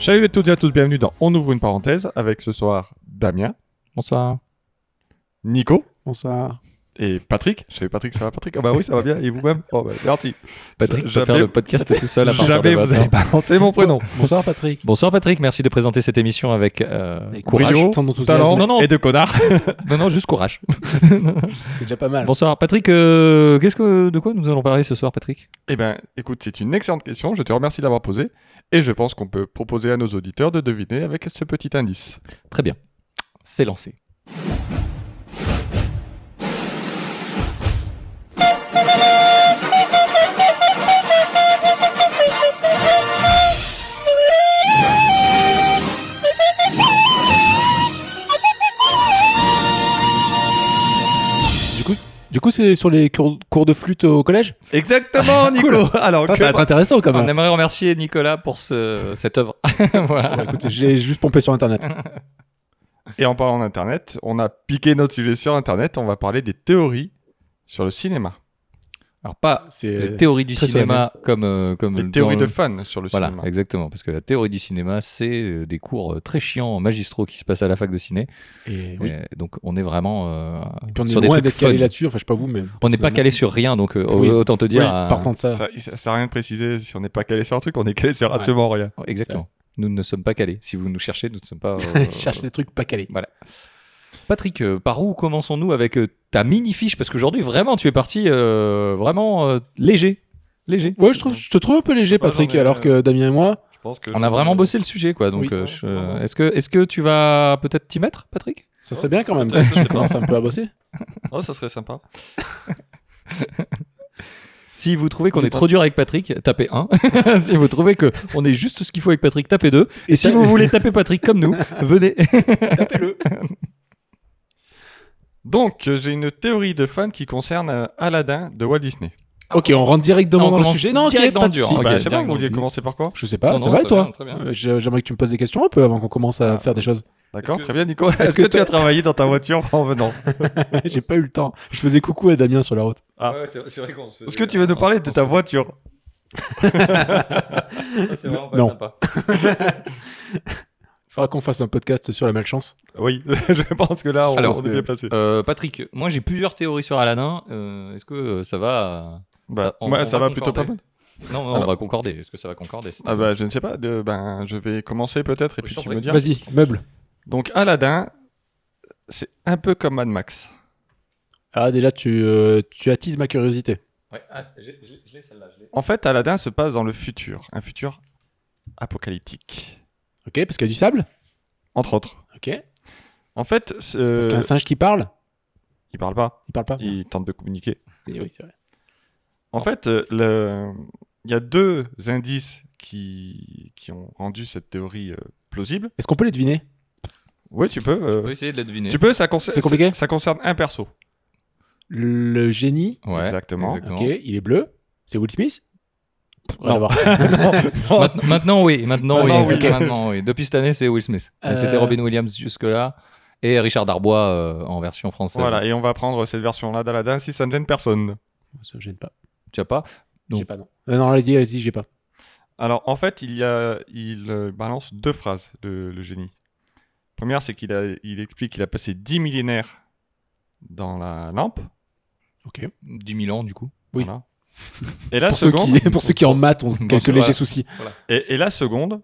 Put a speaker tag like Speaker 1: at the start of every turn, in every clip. Speaker 1: Salut à toutes et à tous, bienvenue dans On ouvre une parenthèse avec ce soir Damien,
Speaker 2: Bonsoir.
Speaker 1: Nico
Speaker 2: Bonsoir.
Speaker 1: et Patrick. Salut Patrick, ça va Patrick Ah bah oui, ça va bien, et vous-même Oh bah merci.
Speaker 3: Patrick
Speaker 1: Jamais-
Speaker 3: peut faire le podcast tout seul à partir
Speaker 1: Jamais
Speaker 3: de
Speaker 1: vous
Speaker 3: maintenant.
Speaker 1: avez balancé mon prénom.
Speaker 2: Bonsoir Patrick.
Speaker 3: Bonsoir Patrick, merci de présenter cette émission avec euh,
Speaker 2: Avec
Speaker 3: courage.
Speaker 1: brio,
Speaker 2: Tant d'enthousiasme.
Speaker 1: talent
Speaker 3: Non, non.
Speaker 1: et de connard.
Speaker 3: Non, non, juste courage.
Speaker 2: C'est déjà pas mal.
Speaker 3: Bonsoir Patrick, euh, qu'est-ce que, de quoi nous allons parler ce soir Patrick
Speaker 1: Eh ben écoute, c'est une excellente question, je te remercie d'avoir posée et je pense qu'on peut proposer à nos auditeurs de deviner avec ce petit indice.
Speaker 3: Très bien, c'est lancé.
Speaker 2: Du coup, du coup, c'est sur les cours, cours de flûte au collège
Speaker 1: Exactement Nico Alors
Speaker 2: Putain, Ça va être intéressant quand
Speaker 3: On
Speaker 2: même.
Speaker 3: aimerait remercier Nicolas pour ce- cette œuvre. voilà.
Speaker 2: Bon, écoute, j'ai juste pompé sur internet.
Speaker 1: Et en parlant d'Internet, on a piqué notre sujet sur Internet, on va parler des théories sur le cinéma.
Speaker 3: Alors pas
Speaker 2: C'est
Speaker 3: les théories du
Speaker 2: Euh, très
Speaker 3: cinéma comme, euh, comme
Speaker 1: Les
Speaker 3: dans
Speaker 1: théories
Speaker 3: le-
Speaker 1: de fans sur le
Speaker 3: Voilà,
Speaker 1: cinéma.
Speaker 3: exactement, parce que la théorie du cinéma, c'est euh, des cours euh, très chiants magistraux qui se passent à la fac de ciné.
Speaker 2: Et oui.
Speaker 3: Et donc on est vraiment euh,
Speaker 2: Et puis on est
Speaker 3: sur des
Speaker 2: loin
Speaker 3: trucs
Speaker 2: d'être
Speaker 3: fun.
Speaker 2: calé là-dessus. Enfin, je sais pas vous, mais
Speaker 3: On n'est pas calé sur rien, donc euh,
Speaker 2: Oui.
Speaker 3: autant te dire.
Speaker 2: Ouais,
Speaker 3: euh,
Speaker 2: partant de ça.
Speaker 1: Ça, ça sert à rien de préciser si on n'est pas calé sur un truc, on est calé sur
Speaker 2: Ouais.
Speaker 1: absolument rien.
Speaker 3: Ouais, Exactement. Nous ne sommes pas calés. Si vous nous cherchez, nous ne sommes pas. euh,
Speaker 2: Cherche des trucs pas calés.
Speaker 3: Patrick, euh, par où commençons-nous avec euh, ta mini fiche Parce qu'aujourd'hui, vraiment, tu es parti euh, vraiment euh, léger, léger.
Speaker 2: Ouais, je, trouve, je te trouve un peu léger,
Speaker 1: Bah,
Speaker 2: Patrick,
Speaker 1: j'en ai-
Speaker 2: alors
Speaker 3: euh,
Speaker 2: que Damien et moi,
Speaker 1: Je pense que
Speaker 3: On a vraiment bossé le sujet, quoi. Donc,
Speaker 2: Oui.
Speaker 3: euh, je- euh, est-ce que, est-ce que tu vas peut-être t'y mettre, Patrick
Speaker 2: ça serait bien quand même.
Speaker 1: Peut-être, je sais
Speaker 2: Tu commences un peu à bosser.
Speaker 1: Oh, ça serait sympa.
Speaker 3: Si vous trouvez qu'on est trop dur avec Patrick, tapez 1. si vous trouvez que on est juste ce qu'il faut avec Patrick, tapez 2. Et si vous voulez taper Patrick comme nous, venez.
Speaker 2: tapez-le.
Speaker 1: Donc, euh, j'ai une théorie de fan qui concerne euh, Aladdin de Walt Disney.
Speaker 2: Ok, on rentre direct dans
Speaker 3: On
Speaker 2: le
Speaker 3: commence
Speaker 2: sujet. Non, ok,
Speaker 3: direct dans
Speaker 2: pas
Speaker 3: le
Speaker 2: de
Speaker 3: dur.
Speaker 2: souci.
Speaker 3: Ok,
Speaker 1: bah, je sais pas,
Speaker 3: direct
Speaker 1: vous
Speaker 3: dans-
Speaker 1: vouliez commencer par quoi
Speaker 2: Je sais pas,
Speaker 3: Non,
Speaker 2: ça
Speaker 3: non,
Speaker 2: va et
Speaker 3: très bien, Ah.
Speaker 2: toi
Speaker 3: très bien.
Speaker 2: Euh, j'ai- J'aimerais que tu me poses des questions un peu avant qu'on commence à faire des choses.
Speaker 1: D'accord,
Speaker 3: que-
Speaker 1: très bien, Nico. Est-ce que,
Speaker 2: que
Speaker 1: tu as travaillé dans ta voiture en venant
Speaker 2: J'ai pas eu le temps. Je faisais coucou à Damien sur la route.
Speaker 1: Ah.
Speaker 3: c'est vrai qu'on se Ah,
Speaker 1: Est-ce que tu veux nous parler de ta voiture
Speaker 3: C'est vraiment
Speaker 2: pas Non. Faudra qu'on fasse un podcast sur la malchance.
Speaker 1: Oui, je pense que là, on,
Speaker 3: Alors,
Speaker 1: on est
Speaker 3: euh,
Speaker 1: bien placé.
Speaker 3: Euh, Patrick, moi j'ai plusieurs théories sur Aladdin. Euh, Est-ce que euh, ça va
Speaker 1: Bah,
Speaker 3: on-
Speaker 1: ouais,
Speaker 3: on
Speaker 1: ça
Speaker 3: va
Speaker 1: va plutôt pas mal.
Speaker 3: concorder. Non, non, on
Speaker 1: Alors-
Speaker 3: va concorder. Est-ce que ça va concorder cette
Speaker 1: Ah
Speaker 3: liste
Speaker 1: bah, je ne sais pas. de- ben, je vais commencer peut-être et
Speaker 3: Je
Speaker 1: puis
Speaker 3: t'en
Speaker 1: tu
Speaker 3: prie.
Speaker 1: me dis.
Speaker 2: Vas-y, meuble.
Speaker 1: Donc, Aladdin, c'est un peu comme Mad Max.
Speaker 2: Ah, déjà, tu, euh, tu attises ma curiosité.
Speaker 3: Ouais, ah, j'ai- j'ai- je l'ai celle-là. je l'ai.
Speaker 1: En fait, Aladdin se passe dans le futur, un futur apocalyptique,
Speaker 2: Ok, parce qu'il y a du sable.
Speaker 1: entre autres.
Speaker 2: Ok.
Speaker 1: En fait, ce-
Speaker 2: Parce qu'un singe qui parle,
Speaker 1: il parle pas,
Speaker 2: il parle pas.
Speaker 1: Euh, il tente de communiquer.
Speaker 2: Eh oui, c'est vrai.
Speaker 1: En fait, euh, le- il y a deux indices qui, qui ont rendu cette théorie euh, plausible.
Speaker 2: Est-ce qu'on peut les deviner
Speaker 1: Oui, tu peux. euh,
Speaker 3: On peut essayer de la deviner.
Speaker 1: tu peux, ça, concerne-
Speaker 2: C'est compliqué
Speaker 1: ça- ça concerne un perso.
Speaker 2: Le génie,
Speaker 3: Ouais,
Speaker 1: Exactement.
Speaker 2: ok, il est bleu. C'est Will Smith On va
Speaker 1: Non.
Speaker 2: voir.
Speaker 3: Maintenant, maintenant, oui, maintenant,
Speaker 1: Maintenant,
Speaker 3: oui,
Speaker 1: oui.
Speaker 3: maintenant, oui. Depuis cette année, c'est Will Smith. Mais
Speaker 2: Euh,
Speaker 3: C'était Robin Williams jusque-là et Richard Darbois euh, en version française.
Speaker 1: Voilà, et on va prendre cette version-là d'Aladin si ça ne gêne personne.
Speaker 2: Ça me gêne pas.
Speaker 3: Tu as pas Non.
Speaker 2: J'ai pas, non. Euh, non, allez-y, allez-y, j'ai pas.
Speaker 1: Alors, en fait, il, y a, il euh, balance deux phrases, le, le génie. Première, c'est qu'il a- il explique qu'il a passé 10 millénaires dans la lampe.
Speaker 2: Ok.
Speaker 3: 10 000 ans du coup.
Speaker 2: Oui.
Speaker 1: Voilà. Et la
Speaker 2: Pour ceux,
Speaker 1: seconde,
Speaker 2: qui, pour ceux qui en maths ont
Speaker 3: Bon,
Speaker 2: quelques
Speaker 3: c'est vrai.
Speaker 2: légers soucis.
Speaker 1: et, et la seconde,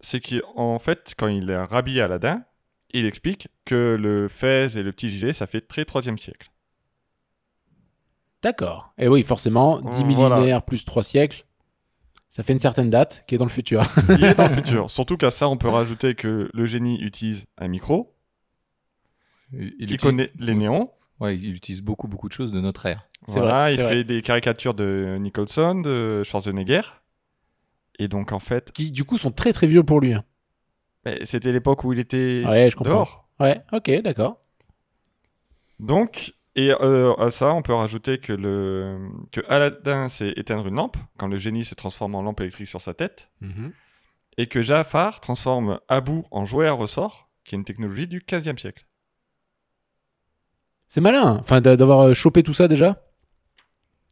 Speaker 1: c'est qu'en fait, quand il est rhabillé Aladdin, il explique que le fez et le petit gilet, ça fait très troisième siècle.
Speaker 2: D'accord. Et oui, forcément, 10
Speaker 1: Voilà.
Speaker 2: millénaires plus 3 siècles, ça fait une certaine date qui est dans le futur.
Speaker 1: Il est dans le futur. Surtout qu'à ça, on peut rajouter que le génie utilise un micro,
Speaker 3: Il,
Speaker 1: il,
Speaker 3: utilise-
Speaker 1: connaît les néons,
Speaker 3: Ouais, il utilise beaucoup beaucoup de choses de notre ère.
Speaker 2: C'est
Speaker 1: voilà,
Speaker 2: vrai,
Speaker 1: il
Speaker 2: c'est
Speaker 1: fait
Speaker 2: vrai.
Speaker 1: des caricatures de Nicholson, de Schwarzenegger. Et donc, en fait,
Speaker 2: qui, du coup, sont très très vieux pour lui. hein.
Speaker 1: eh, c'était l'époque où il était
Speaker 2: Ouais, je comprends.
Speaker 1: dehors.
Speaker 2: Ouais, ok, d'accord.
Speaker 1: Donc, et euh, à ça, on peut rajouter que, le, que Aladdin, c'est éteindre une lampe, quand le génie se transforme en lampe électrique sur sa tête,
Speaker 3: Mhm.
Speaker 1: et que Jafar transforme Abu en jouet à ressort, qui est une technologie du 15e siècle.
Speaker 2: C'est malin, hein. enfin, d'a- d'avoir euh, chopé tout ça déjà.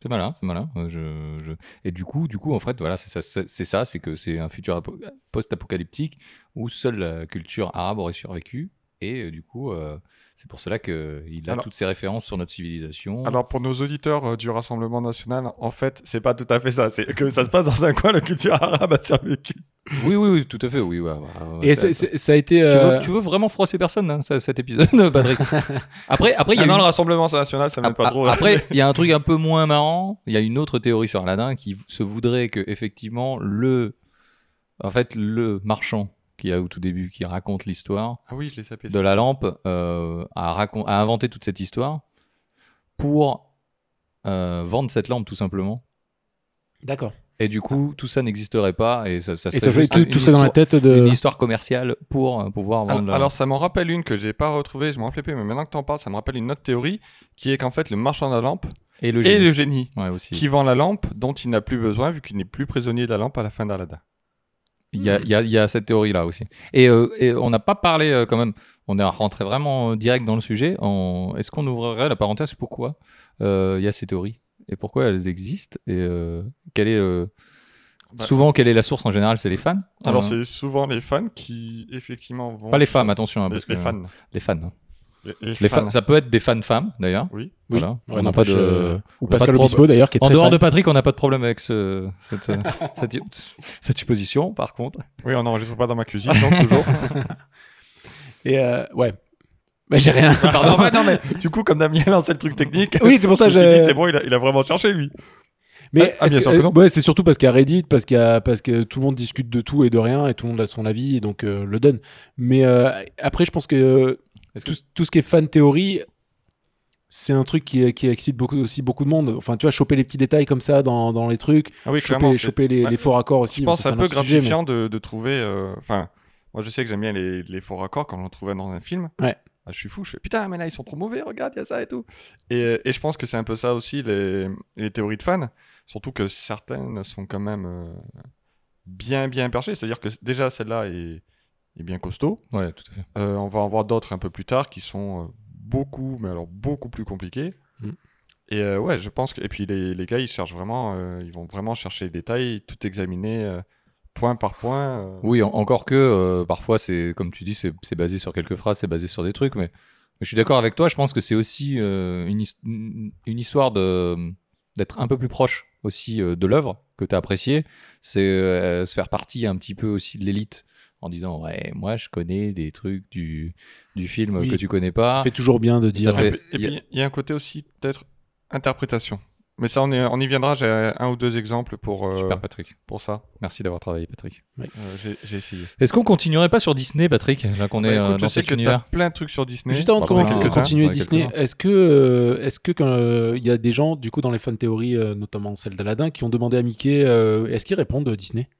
Speaker 3: C'est malin, c'est malin. Euh, je- je- Et du coup, du coup, en fait, voilà, c'est ça, c'est c'est ça, c'est que c'est un futur apo- post-apocalyptique où seule la culture arabe aurait survécu. Et euh, du coup, euh, c'est pour cela qu'il a
Speaker 1: Alors-
Speaker 3: toutes ces références sur notre civilisation.
Speaker 1: Alors pour nos auditeurs euh, du Rassemblement National, en fait, c'est pas tout à fait ça. C'est que ça se passe dans un coin, la culture arabe a survécu.
Speaker 3: Oui, oui, oui, tout à fait, oui. ouais, ouais, ouais,
Speaker 2: Et
Speaker 3: ça-
Speaker 2: c'est- c'est- ça a été.
Speaker 3: Tu
Speaker 2: euh,
Speaker 3: veux, tu veux vraiment froisser personne, hein, ça- cet épisode, Patrick Après, après, il y a
Speaker 1: Ah non,
Speaker 3: une-
Speaker 1: le Rassemblement National,
Speaker 2: Ah,
Speaker 1: ça m'aime
Speaker 3: Ap-
Speaker 1: pas trop. hein.
Speaker 3: Après, il y Euh, a un truc un peu moins marrant. Il y a une autre théorie sur Aladdin qui se voudrait que effectivement le, en fait, le marchand qui a au tout début qui raconte l'histoire
Speaker 1: Ah oui, je l'ai sapé.
Speaker 3: de la lampe euh, a, racon- a inventé toute cette histoire pour euh, vendre cette lampe tout simplement.
Speaker 2: D'accord.
Speaker 3: Et du coup, tout ça n'existerait pas et ça, ça
Speaker 2: Et ça serait
Speaker 3: juste
Speaker 2: tout,
Speaker 3: une
Speaker 2: tout serait dans la
Speaker 3: histoire-
Speaker 2: tête euh. de.
Speaker 3: Une histoire commerciale pour euh, pouvoir vendre.
Speaker 1: Alors,
Speaker 3: la-
Speaker 1: alors, ça m'en rappelle une que j'ai pas retrouvée, je m'en rappelais plus, mais maintenant que t'en parles, ça me rappelle une autre théorie qui est qu'en fait le marchand de la lampe
Speaker 3: et le
Speaker 1: est
Speaker 3: génie.
Speaker 1: le génie
Speaker 3: Ouais, aussi.
Speaker 1: qui vend la lampe dont il n'a plus besoin vu qu'il n'est plus prisonnier de la lampe à la fin d'Aladin.
Speaker 3: Il y a, il y a- il y a cette théorie-là aussi. Et, euh, et on n'a pas parlé euh, quand même, on est rentré vraiment euh, direct dans le sujet. En- Est-ce qu'on ouvrirait la parenthèse Pourquoi euh, il y a ces théories Et pourquoi elles existent Et euh, quelle est, euh,
Speaker 1: Bah-
Speaker 3: souvent, quelle est la source en général C'est les fans
Speaker 1: Alors
Speaker 3: Euh,
Speaker 1: c'est souvent les fans qui effectivement vont...
Speaker 3: Pas les femmes, attention. hein,
Speaker 1: les,
Speaker 3: parce
Speaker 1: les
Speaker 3: que-
Speaker 1: fans.
Speaker 3: Les fans. hein.
Speaker 1: Les, les
Speaker 3: Les
Speaker 1: fans.
Speaker 3: fans. Ça peut être des fans femmes d'ailleurs.
Speaker 1: Oui.
Speaker 2: Oui.
Speaker 3: Voilà.
Speaker 2: Ouais,
Speaker 3: On n'a pas
Speaker 2: n'empêche,
Speaker 3: de-
Speaker 2: euh, Ou
Speaker 3: on n'a pas
Speaker 2: Pascal
Speaker 3: de prob-
Speaker 2: Obispo d'ailleurs qui est
Speaker 3: En
Speaker 2: très
Speaker 3: dehors
Speaker 2: fan.
Speaker 3: de Patrick, on n'a pas de problème avec ce- cette, euh, cette, cette supposition, par contre.
Speaker 1: Oui, on n'enregistre pas dans ma cuisine, donc toujours.
Speaker 2: Et euh, ouais. Bah, j'ai rien.
Speaker 1: Pardon. non, mais du coup, comme Damien lançait le truc technique,
Speaker 2: Oui, c'est pour ça
Speaker 1: je me suis dit,
Speaker 2: j'ai.
Speaker 1: c'est bon, il a, il a vraiment cherché, lui.
Speaker 2: Mais
Speaker 1: Ah,
Speaker 2: est-ce
Speaker 1: bien
Speaker 2: que- euh,
Speaker 1: sûr que non.
Speaker 2: ouais, c'est surtout parce qu'il y a Reddit, parce qu'il y a- parce que tout le monde discute de tout et de rien, et tout le monde a son avis, et donc euh, le donne. Mais euh, après, je pense que, euh,
Speaker 3: Est-ce que-
Speaker 2: tout, tout ce qui est fan théorie, c'est un truc qui, qui excite beaucoup, aussi beaucoup de monde. Enfin, tu vois, choper les petits détails comme ça dans, dans les trucs,
Speaker 1: Ah oui,
Speaker 2: choper,
Speaker 1: c'est-
Speaker 2: choper les,
Speaker 1: ouais.
Speaker 2: les faux raccords aussi.
Speaker 1: Je pense
Speaker 2: bon,
Speaker 1: que
Speaker 2: ça,
Speaker 1: c'est un peu
Speaker 2: autre sujet, mais-
Speaker 1: gratifiant de, de trouver. euh, Enfin, moi je sais que j'aime bien les, les faux raccords quand j'en trouvais dans un film.
Speaker 2: Ouais.
Speaker 1: Ah, je suis fou, je fais putain, mais là ils sont trop mauvais, regarde, il y a ça et tout. Et, et je pense que c'est un peu ça aussi les, les théories de fans. Surtout que certaines sont quand même euh, bien bien perchées. C'est-à-dire que déjà celle-là est, est bien costaud.
Speaker 3: Ouais, tout à fait.
Speaker 1: Euh, on va en voir d'autres un peu plus tard qui sont euh, beaucoup, mais alors beaucoup plus compliquées.
Speaker 2: Mm.
Speaker 1: Et euh, ouais, je pense que. Et puis les, les gars, ils cherchent vraiment, euh, ils vont vraiment chercher les détails, tout examiner euh, point par point. euh.
Speaker 3: Oui, en- encore que euh, parfois, c'est comme tu dis, c'est c'est basé sur quelques phrases, c'est basé sur des trucs, mais, mais je suis d'accord avec toi. Je pense que c'est aussi euh, une, his- une une histoire de d'être un peu plus proche aussi euh, de l'œuvre que tu as appréciée. C'est euh, se faire partie un petit peu aussi de l'élite en disant ouais, moi je connais des trucs du du film
Speaker 2: Oui.
Speaker 3: que tu connais pas.
Speaker 2: Ça fait toujours bien de dire.
Speaker 3: Ça fait-
Speaker 1: Et, puis- et
Speaker 3: y a-
Speaker 1: puis il y a un côté aussi peut-être interprétation. Mais ça, on, est- on y viendra. J'ai un ou deux exemples pour euh,
Speaker 3: Super Patrick.
Speaker 1: pour ça.
Speaker 3: Merci d'avoir travaillé Patrick.
Speaker 1: Euh, j'ai- J'ai essayé.
Speaker 3: Est-ce qu'on continuerait pas sur Disney Patrick là qu'on
Speaker 1: Bah,
Speaker 3: est
Speaker 1: écoute,
Speaker 3: euh,
Speaker 1: je
Speaker 3: dans
Speaker 1: sais
Speaker 3: cet
Speaker 1: que t'as
Speaker 3: univers
Speaker 1: plein de trucs sur Disney. Bah,
Speaker 2: Juste avant de
Speaker 3: Pardon,
Speaker 2: commencer,
Speaker 3: quelques-uns.
Speaker 2: continuer
Speaker 3: Ouais,
Speaker 2: Disney,
Speaker 3: quelques-uns.
Speaker 2: est-ce que, euh, est-ce que quand euh, il y a des gens, du coup, dans les fan théories, notamment celle d'Aladin, qui ont demandé à Mickey, euh, est-ce qu'ils répondent euh, Disney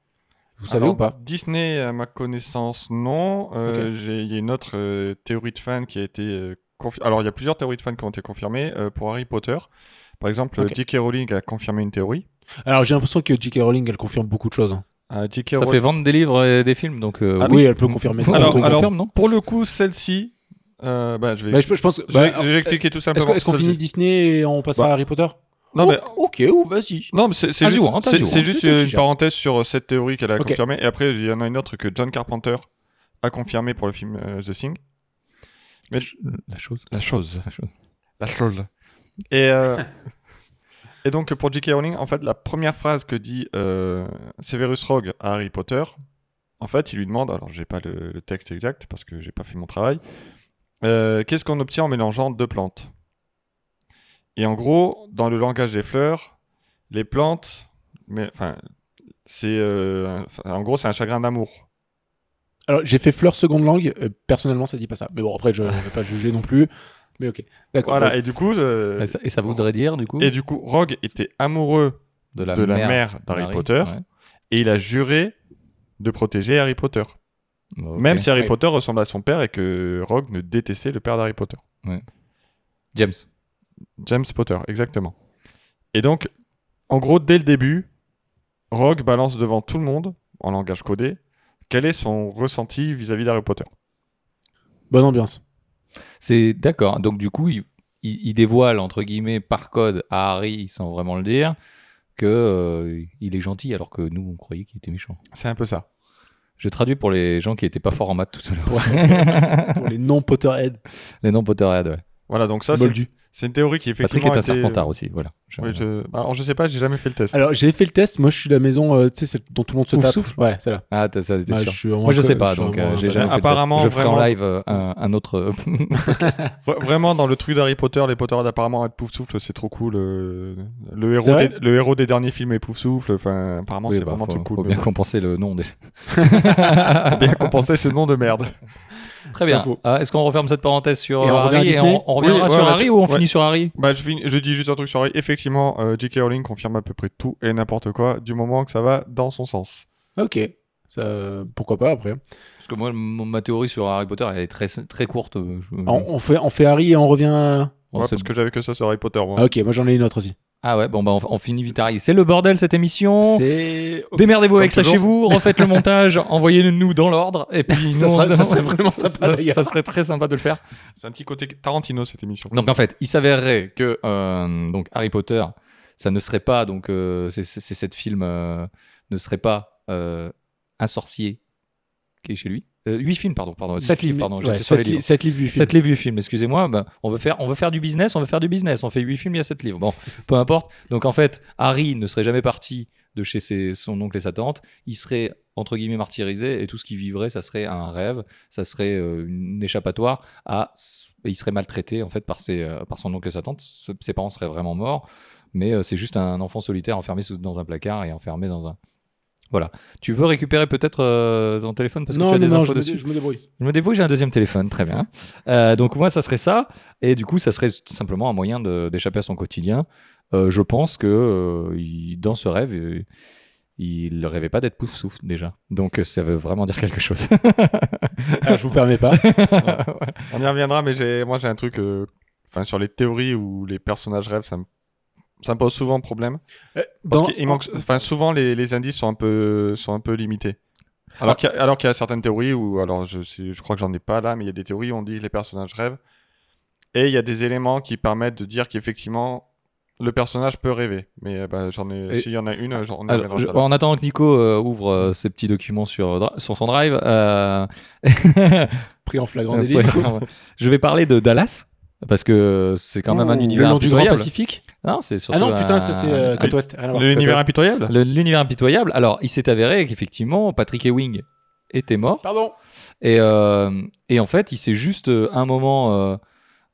Speaker 2: Vous savez
Speaker 1: Alors,
Speaker 2: ou pas
Speaker 1: Disney, à ma connaissance, non. Euh, j'ai- Il y a une autre euh, théorie de fan qui a été euh, confi- Alors, il y a plusieurs théories de fans qui ont été confirmées euh, pour Harry Potter. Par exemple,
Speaker 2: Ok.
Speaker 1: euh, J.K. Rowling a confirmé une théorie.
Speaker 2: Alors j'ai l'impression que J.K. Rowling, elle confirme beaucoup de choses. hein.
Speaker 1: Euh, J.K.
Speaker 3: Ça
Speaker 1: Rowling-
Speaker 3: fait vendre des livres et des films donc euh,
Speaker 1: Ah
Speaker 2: oui, elle peut confirmer.
Speaker 3: On
Speaker 1: Alors- alors-
Speaker 3: confirme, non
Speaker 1: Pour le coup, celle-ci, euh, bah, je vais,
Speaker 2: Bah, je, je pense. que-
Speaker 1: je
Speaker 2: bah,
Speaker 1: vais- je vais expliquer tout
Speaker 2: est-ce
Speaker 1: simplement.
Speaker 2: que- est-ce qu'on
Speaker 1: celle-ci.
Speaker 2: finit Disney et on passera
Speaker 1: Bah,
Speaker 2: à Harry Potter
Speaker 1: Non, mais
Speaker 2: Oh, Ok, ou vas-y.
Speaker 1: Non, mais c'est c'est
Speaker 3: Ah,
Speaker 1: juste,
Speaker 3: jour, hein, t'as
Speaker 1: c'est-
Speaker 3: jour,
Speaker 1: c'est
Speaker 3: hein,
Speaker 1: juste
Speaker 2: c'est toi qui
Speaker 1: une
Speaker 2: gères.
Speaker 1: parenthèse sur cette théorie qu'elle a
Speaker 2: Ok.
Speaker 1: confirmée. Et après, il y en a une autre que John Carpenter a confirmée pour le film euh, The Thing. Mais je-
Speaker 3: La chose.
Speaker 1: la chose.
Speaker 3: La chose.
Speaker 1: La chose. Et, euh, et donc, pour J.K. Rowling, en fait, la première phrase que dit euh, Severus Rogue à Harry Potter, en fait, il lui demande, alors j'ai pas le, le texte exact parce que j'ai pas fait mon travail, euh, qu'est-ce qu'on obtient en mélangeant deux plantes Et en gros, dans le langage des fleurs, les plantes, mais enfin, c'est euh, enfin, en gros, c'est un chagrin d'amour.
Speaker 2: Alors j'ai fait fleur seconde langue. euh, personnellement, ça dit pas ça. Mais bon, après, je ne vais pas juger non plus. Mais ok, d'accord.
Speaker 1: Voilà,
Speaker 2: Ouais.
Speaker 1: et du coup, euh,
Speaker 3: Et ça, et ça voudrait dire, du coup,
Speaker 1: et du coup, Rogue était amoureux
Speaker 3: de la
Speaker 1: de la
Speaker 3: mère
Speaker 1: mère d'Harry Potter.
Speaker 3: ouais.
Speaker 1: et il a juré de protéger Harry Potter.
Speaker 3: Bah, ok.
Speaker 1: Même si Harry
Speaker 2: Ouais.
Speaker 1: Potter ressemble à son père et que Rogue ne détestait le père d'Harry Potter.
Speaker 3: James.
Speaker 1: James Potter, exactement. Et donc, en gros, dès le début, Rogue balance devant tout le monde, en langage codé, quel est son ressenti vis-à-vis d'Harry Potter.
Speaker 2: Bonne ambiance.
Speaker 3: C'est d'accord. Donc, du coup, il- il, il dévoile, entre guillemets, par code à Harry, sans vraiment le dire, que euh, il est gentil, alors que nous, on croyait qu'il était méchant.
Speaker 1: C'est un peu ça.
Speaker 3: Je traduis pour les gens qui n'étaient pas forts en maths tout à l'heure.
Speaker 2: Pour les non-Potterhead.
Speaker 3: les non-Potterhead, ouais.
Speaker 1: Voilà, donc ça, c'est
Speaker 2: Moldu.
Speaker 1: c'est une théorie qui
Speaker 3: Patrick
Speaker 1: effectivement.
Speaker 3: est un
Speaker 1: a été-
Speaker 3: serpentard aussi, voilà. Je-
Speaker 1: Oui, je- Alors, je sais pas, j'ai jamais fait le test.
Speaker 2: Alors, j'ai fait le test. Moi, je suis la maison, euh, tu sais, celle dont tout le monde se
Speaker 3: Ouf
Speaker 2: tape.
Speaker 3: souffle.
Speaker 2: Ouais, celle-là.
Speaker 3: Ah, t'as- ça, t'es
Speaker 2: Ouais,
Speaker 3: sûr.
Speaker 2: suis vraiment
Speaker 3: Moi, je
Speaker 2: que-
Speaker 3: sais pas,
Speaker 2: suis
Speaker 3: donc
Speaker 2: vraiment
Speaker 3: euh, j'ai
Speaker 2: un
Speaker 3: jamais fait le test.
Speaker 1: Apparemment,
Speaker 3: Je ferai en
Speaker 1: vraiment-
Speaker 3: live euh, un, un autre. euh,
Speaker 1: Vra- Vraiment, dans le truc d'Harry Potter, les Potterheads apparemment être Poufsouffle, c'est trop cool. euh, Le héros,
Speaker 2: vrai
Speaker 1: des, le héros des derniers films est Poufsouffle. Enfin, apparemment,
Speaker 3: Oui,
Speaker 1: c'est
Speaker 3: bah,
Speaker 1: vraiment un
Speaker 3: faut,
Speaker 1: truc cool.
Speaker 3: faut
Speaker 1: mais
Speaker 3: bien
Speaker 1: bon.
Speaker 3: compenser le nom. Déjà.
Speaker 1: Faut bien compenser ce nom de merde.
Speaker 3: Très bien.
Speaker 2: faux.
Speaker 3: Ah, Est-ce qu'on referme cette parenthèse sur
Speaker 2: Et on
Speaker 3: euh,
Speaker 2: revient à
Speaker 3: Harry et
Speaker 2: Disney
Speaker 3: on, on reviendra
Speaker 1: Oui,
Speaker 3: sur
Speaker 1: ouais,
Speaker 3: Harry
Speaker 1: ouais,
Speaker 3: ou on
Speaker 1: ouais.
Speaker 3: finit sur Harry
Speaker 1: Bah, je, finis- je dis juste un truc sur Harry. Effectivement, euh, J.K. Rowling confirme à peu près tout et n'importe quoi du moment que ça va dans son sens.
Speaker 2: Ok. Ça, euh, pourquoi pas après
Speaker 3: Parce que moi, mon- ma théorie sur Harry Potter, elle est très, très courte. euh, je-
Speaker 2: Ah, on, on fait, on fait Harry et on revient. à-
Speaker 3: on
Speaker 1: Ouais,
Speaker 3: se-
Speaker 1: parce que j'avais que ça sur Harry Potter. moi.
Speaker 2: Ah, ok, moi j'en ai une autre aussi.
Speaker 3: Ah ouais, bon, bah, on, on finit vite Harry. C'est le bordel cette émission.
Speaker 2: C'est.
Speaker 3: Démerdez-vous avec
Speaker 1: Comme
Speaker 3: ça chez vous, refaites le montage, envoyez-le-nous dans l'ordre. Et puis,
Speaker 2: Ça
Speaker 3: nous, on
Speaker 2: serait-
Speaker 3: se-
Speaker 2: ça serait vraiment sympa,
Speaker 3: ça-
Speaker 2: d'ailleurs.
Speaker 3: ça serait très sympa de le faire.
Speaker 1: C'est un petit côté Tarantino cette émission.
Speaker 3: Donc en fait, il s'avérerait que euh, donc Harry Potter, ça ne serait pas donc euh, c'est c'est- c'est cette film euh, ne serait pas euh, un sorcier qui est chez lui. Euh, Huit films pardon pardon sept livres pardon. J'étais
Speaker 2: Ouais,
Speaker 3: sur les
Speaker 2: 7
Speaker 3: livres.
Speaker 2: livres. 7 livres, huit films.
Speaker 3: Sept livres, huit films. Excusez-moi, ben, on veut faire, on veut faire du business, on veut faire du business. On fait huit films, il y a sept livres. Bon, peu importe. Donc en fait, Harry ne serait jamais parti de chez ses- son oncle et sa tante. Il serait entre guillemets martyrisé et tout ce qu'il vivrait, ça serait un rêve, ça serait euh, une échappatoire à. et il serait maltraité en fait par ses, euh, par son oncle et sa tante. Se- Ses parents seraient vraiment morts, mais euh, c'est juste un enfant solitaire enfermé sous- dans un placard et enfermé dans un. Voilà. Tu veux récupérer peut-être euh, ton téléphone parce que
Speaker 2: non,
Speaker 3: tu as
Speaker 2: non,
Speaker 3: des
Speaker 2: non,
Speaker 3: infos
Speaker 2: je me,
Speaker 3: dessus.
Speaker 2: dé- je me débrouille.
Speaker 3: Je me débrouille, j'ai un deuxième téléphone, très bien. Euh, donc moi, ça serait ça. Et du coup, ça serait tout simplement un moyen de- d'échapper à son quotidien. Euh, je pense que euh, il- dans ce rêve, euh, il ne rêvait pas d'être pouf souffle déjà. Donc euh, ça veut vraiment dire quelque chose.
Speaker 2: Alors, Ah, je vous permets pas.
Speaker 1: On y reviendra, mais j'ai, moi j'ai un truc. euh, Enfin, sur les théories où les personnages rêvent, ça me, ça me pose souvent problème.
Speaker 2: Euh,
Speaker 1: Parce
Speaker 2: dans-
Speaker 1: qu'il manque, enfin, souvent les, les indices sont un peu, sont un peu limités. Alors qu'il y, a- alors qu'il y a certaines théories où, alors je, sais- je crois que j'en ai pas là, mais il y a des théories où on dit que les personnages rêvent. Et il y a des éléments qui permettent de dire qu'effectivement, le personnage peut rêver. Mais euh, bah, j'en ai,
Speaker 3: Et-
Speaker 1: s'il y en a une, j'en on y
Speaker 3: Alors,
Speaker 1: reviendra
Speaker 3: je-
Speaker 1: tout à l'heure.
Speaker 3: en attendant que Nico euh, ouvre euh, ses petits documents sur, euh, dra- sur son drive, euh,
Speaker 2: Pris en flagrant
Speaker 3: Euh,
Speaker 2: délit.
Speaker 3: ouais, ouais. Je vais parler de Dallas parce que c'est quand même un
Speaker 2: Ouh,
Speaker 3: univers
Speaker 2: Oh. Le nom du Grand
Speaker 3: impitoyable.
Speaker 2: Pacifique
Speaker 3: Non, c'est
Speaker 2: Ah
Speaker 3: surtout
Speaker 2: non, putain,
Speaker 3: un-
Speaker 2: ça c'est euh,
Speaker 3: un-
Speaker 2: Côte Ouest. rien à voir.
Speaker 1: L'univers impitoyable
Speaker 3: Le- L'univers impitoyable. Alors, il s'est avéré qu'effectivement, Patrick Ewing était mort.
Speaker 2: Pardon.
Speaker 3: Et, euh, et en fait, il s'est juste euh, un moment euh,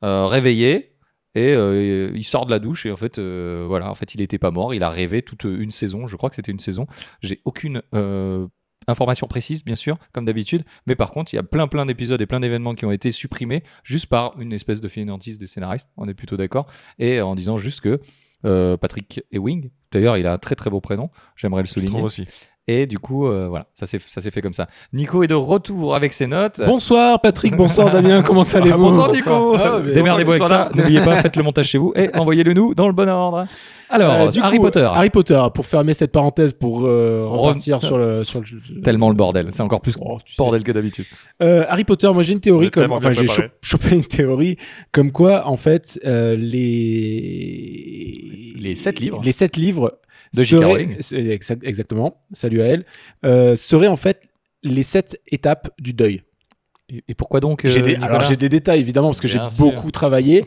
Speaker 3: euh, réveillé et euh, il sort de la douche. Et en fait, euh, voilà, en fait, il n'était pas mort. Il a rêvé toute une saison. Je crois que c'était une saison. J'ai aucune euh, information précise, bien sûr, comme d'habitude. Mais par contre, il y a plein, plein d'épisodes et plein d'événements qui ont été supprimés juste par une espèce de finantise des scénaristes. On est plutôt d'accord. Et en disant juste que euh, Patrick Ewing, d'ailleurs, il a un très, très beau prénom. J'aimerais le
Speaker 1: Je trouve
Speaker 3: souligner.
Speaker 1: aussi.
Speaker 3: Et du coup, euh, voilà, ça s'est ça s'est fait comme ça. Nico est de retour avec ses notes.
Speaker 2: Bonsoir Patrick, bonsoir Damien, comment allez-vous
Speaker 1: bonsoir, Nico.
Speaker 2: Ah, mais-
Speaker 3: Démerdez-vous avec
Speaker 1: Longtemps
Speaker 3: ça, n'oubliez pas, faites le montage chez vous et envoyez-le nous dans le bon ordre. Alors,
Speaker 2: Euh, du
Speaker 3: Harry
Speaker 2: coup,
Speaker 3: Potter,
Speaker 2: Harry Potter, pour fermer cette parenthèse, pour euh, repartir sur le. Sur le...
Speaker 3: tellement le bordel, c'est encore plus
Speaker 2: Oh, tu sais.
Speaker 3: bordel que d'habitude.
Speaker 2: Euh, Harry Potter, moi j'ai une théorie
Speaker 1: Le
Speaker 2: comme.
Speaker 1: thème, on
Speaker 2: Enfin,
Speaker 1: vient
Speaker 2: j'ai
Speaker 1: préparer.
Speaker 2: cho- chopé une théorie comme quoi, en fait, euh, les.
Speaker 3: Les sept livres.
Speaker 2: Les sept livres.
Speaker 3: De J.K.
Speaker 2: seraient-
Speaker 3: Rowling.
Speaker 2: c'est exa- Exactement. Salut à elle. Euh, seraient en fait les sept étapes du deuil.
Speaker 3: Et, et pourquoi donc euh,
Speaker 2: J'ai des,
Speaker 3: Nicolas
Speaker 2: alors j'ai des détails évidemment parce que j'ai
Speaker 3: Bien sûr.
Speaker 2: beaucoup travaillé.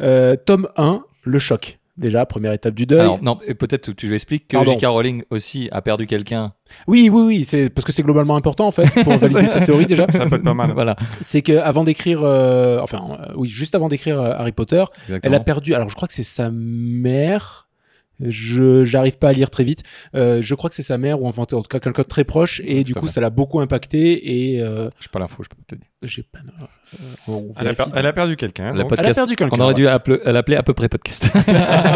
Speaker 2: Euh, tome 1, le choc. Déjà, première étape du deuil.
Speaker 3: Alors, non, et peut-être tu lui expliques que
Speaker 2: Pardon.
Speaker 3: J.K. Rowling aussi a perdu quelqu'un.
Speaker 2: Oui, oui, oui, c'est parce que c'est globalement important en fait pour valider cette théorie déjà.
Speaker 1: Ça peut être pas mal.
Speaker 3: Voilà,
Speaker 2: C'est que avant d'écrire, euh, enfin euh, oui, juste avant d'écrire euh, Harry Potter, elle
Speaker 3: exactement.
Speaker 2: a perdu. Alors je crois que c'est sa mère. Je j'arrive pas à lire très vite. Euh, je crois que c'est sa mère ou enfin en tout cas quelqu'un de très proche et du
Speaker 3: Tout à
Speaker 2: coup
Speaker 3: fait.
Speaker 2: ça l'a beaucoup impacté et euh,
Speaker 3: Je pas l'info, je peux pas te le dire.
Speaker 2: j'ai pas. euh, on
Speaker 1: Elle a, per-
Speaker 2: vérifie.
Speaker 1: elle a perdu quelqu'un. hein,
Speaker 3: Elle a
Speaker 1: donc.
Speaker 3: pas-
Speaker 2: Elle a
Speaker 3: podcast.
Speaker 2: perdu quelqu'un.
Speaker 3: On
Speaker 2: ouais.
Speaker 3: aurait dû appeler- l'appeler à peu près podcast.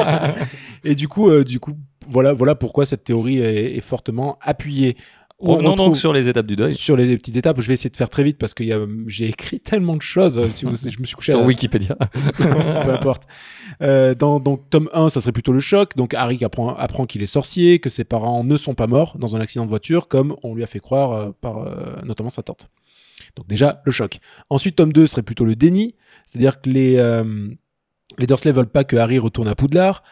Speaker 2: Et du coup, euh, du coup, voilà, voilà pourquoi cette théorie est, est fortement appuyée. On
Speaker 3: Revenons donc
Speaker 2: retrouve-
Speaker 3: sur les étapes du deuil.
Speaker 2: sur les petites étapes. Je vais essayer de faire très vite parce que y a- j'ai écrit tellement de choses. euh, Si vous- je me suis couché
Speaker 3: Sur
Speaker 2: à-
Speaker 3: Wikipédia.
Speaker 2: peu importe. Euh, dans donc tome 1, ça serait plutôt le choc. Donc Harry qui apprend, apprend qu'il est sorcier, que ses parents ne sont pas morts dans un accident de voiture, comme on lui a fait croire euh, par euh, notamment sa tante. Donc déjà le choc. Ensuite, tome 2 serait plutôt le déni, c'est-à-dire que les euh, Les Dursley veulent pas que Harry retourne à Poudlard.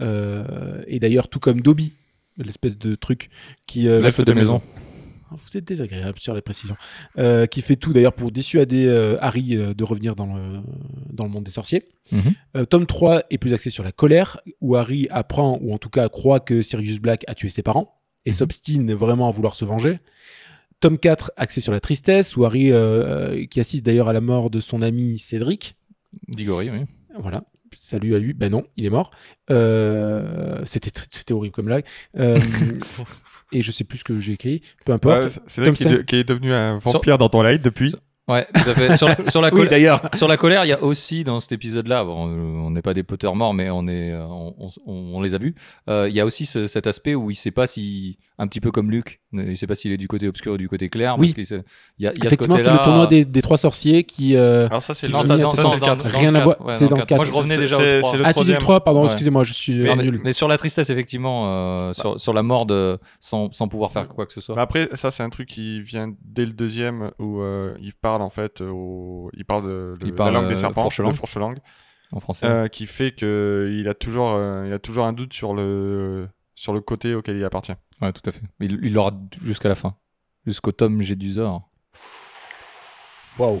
Speaker 2: Euh, et d'ailleurs, tout comme Dobby, l'espèce de truc qui. euh,
Speaker 3: L'elfe de maison.
Speaker 2: Ah, Vous êtes désagréable sur les précisions. Euh, qui fait tout d'ailleurs pour dissuader euh, Harry euh, de revenir dans le, dans le monde des sorciers.
Speaker 3: Mhm.
Speaker 2: Euh, tome 3 est plus axé sur la colère, où Harry apprend, ou en tout cas croit que Sirius Black a tué ses parents, et
Speaker 3: Mhm.
Speaker 2: s'obstine vraiment à vouloir se venger. Tome 4, axé sur la tristesse, où Harry, euh, euh, qui assiste d'ailleurs à la mort de son ami Cédric,
Speaker 3: Diggory, oui.
Speaker 2: voilà, salut à lui, ben non, il est mort. Euh, c'était, tr- c'était horrible comme blague. Euh, et je sais plus ce que j'ai écrit, peu importe.
Speaker 1: Ouais, Euh, c'est vrai
Speaker 2: Tom
Speaker 1: qu'il est,
Speaker 2: Sen-
Speaker 1: de- qu'il est devenu un vampire dans ton live depuis.
Speaker 3: Ouais, tout à fait. Sur la, sur la
Speaker 2: oui,
Speaker 3: col-
Speaker 2: d'ailleurs.
Speaker 3: Sur la colère, il y a aussi dans cet épisode-là, bon, euh, on n'est pas des Potter morts, mais on, est, euh, on, on- on les a vus. Euh, il y a aussi ce- cet aspect où il ne sait pas si, un petit peu comme Luc, euh, il ne sait pas s'il est du côté obscur ou du côté clair.
Speaker 2: Oui.
Speaker 3: parce qu'il se- il y a, il y a ce
Speaker 2: Effectivement, c'est
Speaker 3: côté-là. hein.
Speaker 2: le tournoi des, des trois sorciers qui. euh,
Speaker 1: Alors ça, c'est
Speaker 3: Non,
Speaker 1: le-
Speaker 3: ça,
Speaker 2: Oui,
Speaker 3: dans,
Speaker 2: ça,
Speaker 3: dans-
Speaker 1: c'est le
Speaker 3: dans-
Speaker 1: quatre.
Speaker 3: dans
Speaker 2: Rien
Speaker 3: le
Speaker 2: à voir,
Speaker 3: quatre, ouais,
Speaker 2: c'est dans le
Speaker 3: quatre. Moi, je
Speaker 1: quatre.
Speaker 3: revenais
Speaker 1: C'est-
Speaker 3: déjà
Speaker 1: c'est-
Speaker 3: au trois.
Speaker 1: c'est le
Speaker 2: ah, tu dis le
Speaker 1: troisième.
Speaker 2: 3, pardon,
Speaker 3: Ouais.
Speaker 2: excusez-moi, je suis
Speaker 3: Mais,
Speaker 2: euh, nul.
Speaker 3: mais sur la tristesse, effectivement, euh, sur, sur la mort de, sans, sans pouvoir faire quoi que ce soit.
Speaker 1: Bah après, ça, c'est un truc qui vient dès le deuxième où euh, il parle en fait, au... il parle de, de
Speaker 3: Il parle,
Speaker 1: la langue
Speaker 3: euh,
Speaker 1: des
Speaker 3: le
Speaker 1: serpents,
Speaker 3: fourche-langue.
Speaker 1: le fourche-langue,
Speaker 3: en français.
Speaker 1: euh, qui fait que il a toujours, euh, il a toujours un doute sur le sur le côté auquel il appartient.
Speaker 3: Ouais, tout à fait. Il il l'aura jusqu'à la fin. Jusqu'au tome Gédusor.
Speaker 2: Waouh.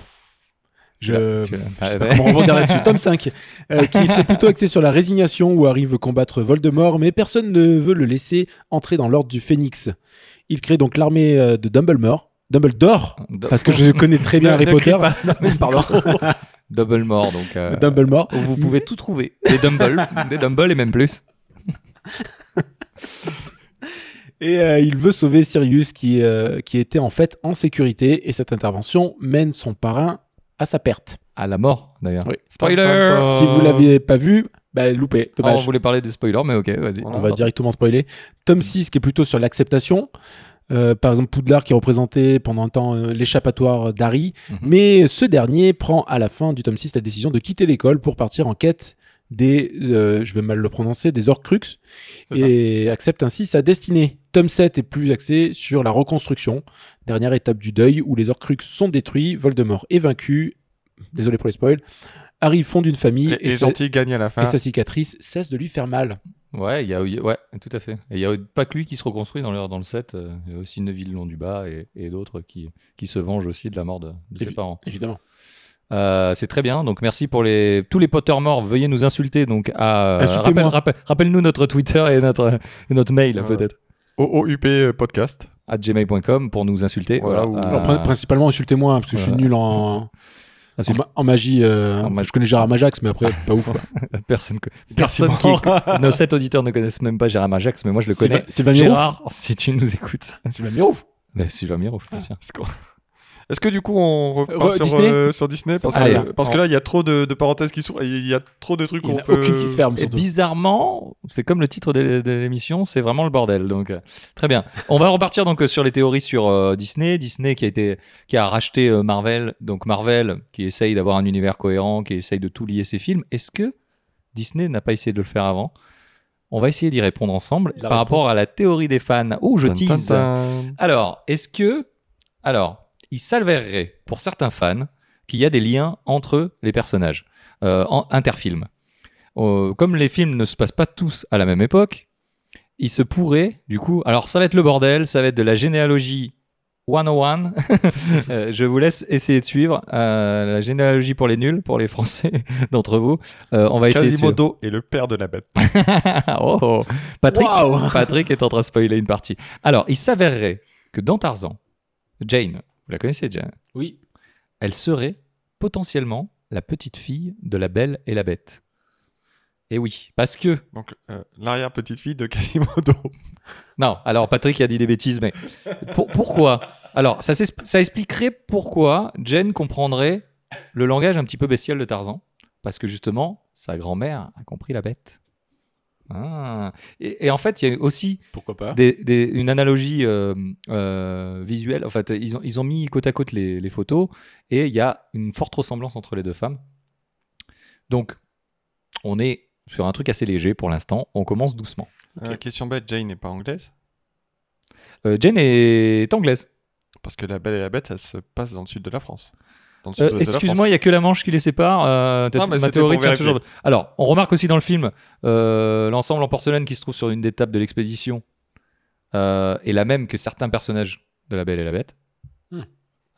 Speaker 2: Je.
Speaker 3: Tu- Ah,
Speaker 2: Je sais pas comment rebondir là-dessus. Tome 5, euh, qui serait plutôt axé sur la résignation où Harry veut combattre Voldemort, mais personne ne veut le laisser entrer dans l'ordre du Phénix. Il crée donc l'armée euh, de Dumbledore. Dumbledore Parce que je connais très bien
Speaker 1: Ne-
Speaker 2: Harry
Speaker 1: ne crie
Speaker 2: Potter.
Speaker 1: pas.
Speaker 2: Pardon.
Speaker 3: Double mort, donc. euh,
Speaker 2: Dumbledore.
Speaker 3: où vous pouvez tout trouver. Des dumbbells, des dumbbells et même plus.
Speaker 2: Et euh, il veut sauver Sirius qui, euh, qui était en fait en sécurité. Et cette intervention mène son parrain à sa perte.
Speaker 3: À la mort, d'ailleurs.
Speaker 2: Oui.
Speaker 3: Spoiler
Speaker 1: Euh,
Speaker 2: Si vous l'aviez pas vu, bah, loupé.
Speaker 3: Ah,
Speaker 2: Dommage.
Speaker 3: On voulait parler des spoilers, mais ok, vas-y.
Speaker 2: On va directement spoiler. Tome 6 qui est plutôt sur l'acceptation. Euh, par exemple, Poudlard qui représentait pendant un temps euh, l'échappatoire d'Harry.
Speaker 3: Mhm.
Speaker 2: Mais ce dernier prend à la fin du tome 6 la décision de quitter l'école pour partir en quête des, euh, je vais mal le prononcer, des Horcruxes
Speaker 3: C'est ça.
Speaker 2: et accepte ainsi sa destinée. Tome 7 est plus axé sur la reconstruction, dernière étape du deuil où les Horcruxes sont détruits, Voldemort est vaincu. Désolé pour les spoils. Harry fonde une famille
Speaker 1: Les,
Speaker 2: et,
Speaker 1: les Ah.
Speaker 2: sa,
Speaker 1: Antilles gagnent à la fin.
Speaker 2: et sa cicatrice cesse de lui faire mal.
Speaker 3: Ouais, il y a, ouais, tout à fait. Et il n'y a pas que lui qui se reconstruit dans le, dans le set. euh, Il y a aussi Neville Long du Bas et, et d'autres qui, qui se vengent aussi de la mort de, de ses
Speaker 2: Évi-
Speaker 3: parents.
Speaker 2: Évidemment.
Speaker 3: Euh, c'est très bien. Donc merci pour les tous les Potter morts. Veuillez nous insulter. Donc à euh,
Speaker 2: Insultez-moi.
Speaker 3: rappelle- rappelle, nous notre Twitter et notre et notre mail
Speaker 1: Euh,
Speaker 3: peut-être
Speaker 1: OOUP euh, podcast.
Speaker 3: à gmail.com pour nous insulter.
Speaker 1: Voilà,
Speaker 3: Voilà.
Speaker 1: ou-
Speaker 3: Euh,
Speaker 2: Alors, prin- principalement, insultez-moi, hein, parce que je
Speaker 3: voilà.
Speaker 2: suis nul en,
Speaker 3: Parce
Speaker 2: en, ma- en magie. euh,
Speaker 3: En ma-
Speaker 2: je connais Gérard Majax, mais après, pas ouf. quoi.
Speaker 3: personne que- personne qui nos sept auditeurs ne connaissent même pas Gérard Majax, mais moi je le
Speaker 2: Sylvain-
Speaker 3: connais.
Speaker 2: Sylvain Mirouf.
Speaker 3: Gérard, si tu nous écoutes.
Speaker 2: Sylvain Mirouf.
Speaker 3: Mais Sylvain Mirouf, bien sûr.
Speaker 1: Est-ce qu'on- Est-ce que du coup on repart
Speaker 2: Re-
Speaker 1: sur
Speaker 2: Disney
Speaker 1: euh, sur Disney parce,
Speaker 3: Allez.
Speaker 1: que, parce que là il y a trop de, de parenthèses qui sont il y a trop de trucs
Speaker 2: Il y en
Speaker 1: qu'on
Speaker 2: a Euh,
Speaker 1: peut
Speaker 2: aucune qui se ferme,
Speaker 3: Et
Speaker 2: surtout.
Speaker 3: bizarrement, c'est comme le titre de, de l'émission, c'est vraiment le bordel. Donc euh, très bien. On va repartir donc euh, sur les théories sur euh, Disney, Disney qui a été qui a racheté euh, Marvel, donc Marvel qui essaye d'avoir un univers cohérent, qui essaye de tout lier ses films. Est-ce que Disney n'a pas essayé de le faire avant On va essayer d'y répondre ensemble
Speaker 2: La
Speaker 3: par
Speaker 2: réponse.
Speaker 3: rapport à la théorie des fans. Oh, je
Speaker 1: Tan, tan,
Speaker 3: tease.
Speaker 1: tan.
Speaker 3: Alors, est-ce que. Alors, il s'avérerait pour certains fans qu'il y a des liens entre les personnages, euh, en interfilms. Euh, comme les films ne se passent pas tous à la même époque, il se pourrait, du coup. Alors, ça va être le bordel, ça va être de la généalogie 101. Euh, je vous laisse essayer de suivre. euh, la généalogie pour les nuls, pour les Français d'entre vous. Euh, on va essayer de suivre.
Speaker 1: Quasimodo est le père de la bête.
Speaker 3: Oh, oh. Patrick,
Speaker 2: Waouh.
Speaker 3: Patrick est en train de spoiler une partie. Alors, il s'avérerait que dans Tarzan, Jane, vous la connaissez Jane,
Speaker 2: Oui.
Speaker 3: elle serait potentiellement la petite fille de la Belle et la Bête. Et oui, parce que
Speaker 1: Donc euh, l'arrière petite fille de Quasimodo.
Speaker 3: non. Alors Patrick a dit des bêtises, mais pour- pourquoi Alors ça, s'es- ça expliquerait pourquoi Jane comprendrait le langage un petit peu bestial de Tarzan, parce que justement sa grand-mère a compris la bête. Ah. Et- et en fait, il y a aussi
Speaker 2: Pourquoi pas
Speaker 3: des- des- une analogie euh, euh, visuelle. En fait, ils ont, ils ont mis côte à côte les, les photos et il y a une forte ressemblance entre les deux femmes. Donc, on est sur un truc assez léger pour l'instant. On commence doucement.
Speaker 1: Euh, question bête, Jane n'est pas anglaise
Speaker 3: Euh, Jane est anglaise.
Speaker 1: parce que la belle et la bête, ça se passe dans le sud de la France. dans le
Speaker 3: Euh,
Speaker 1: sud-ouest de la
Speaker 3: Excuse-moi, il n'y a que la Manche qui les sépare. euh, t'as-
Speaker 1: Non, mais
Speaker 3: ma
Speaker 1: c'était
Speaker 3: théorie
Speaker 1: pour
Speaker 3: tient
Speaker 1: vérifier.
Speaker 3: toujours. Alors, on remarque aussi dans le film euh, l'ensemble en porcelaine qui se trouve sur une des tables de l'expédition euh, est la même que certains personnages de La Belle et la Bête.
Speaker 2: Hmm.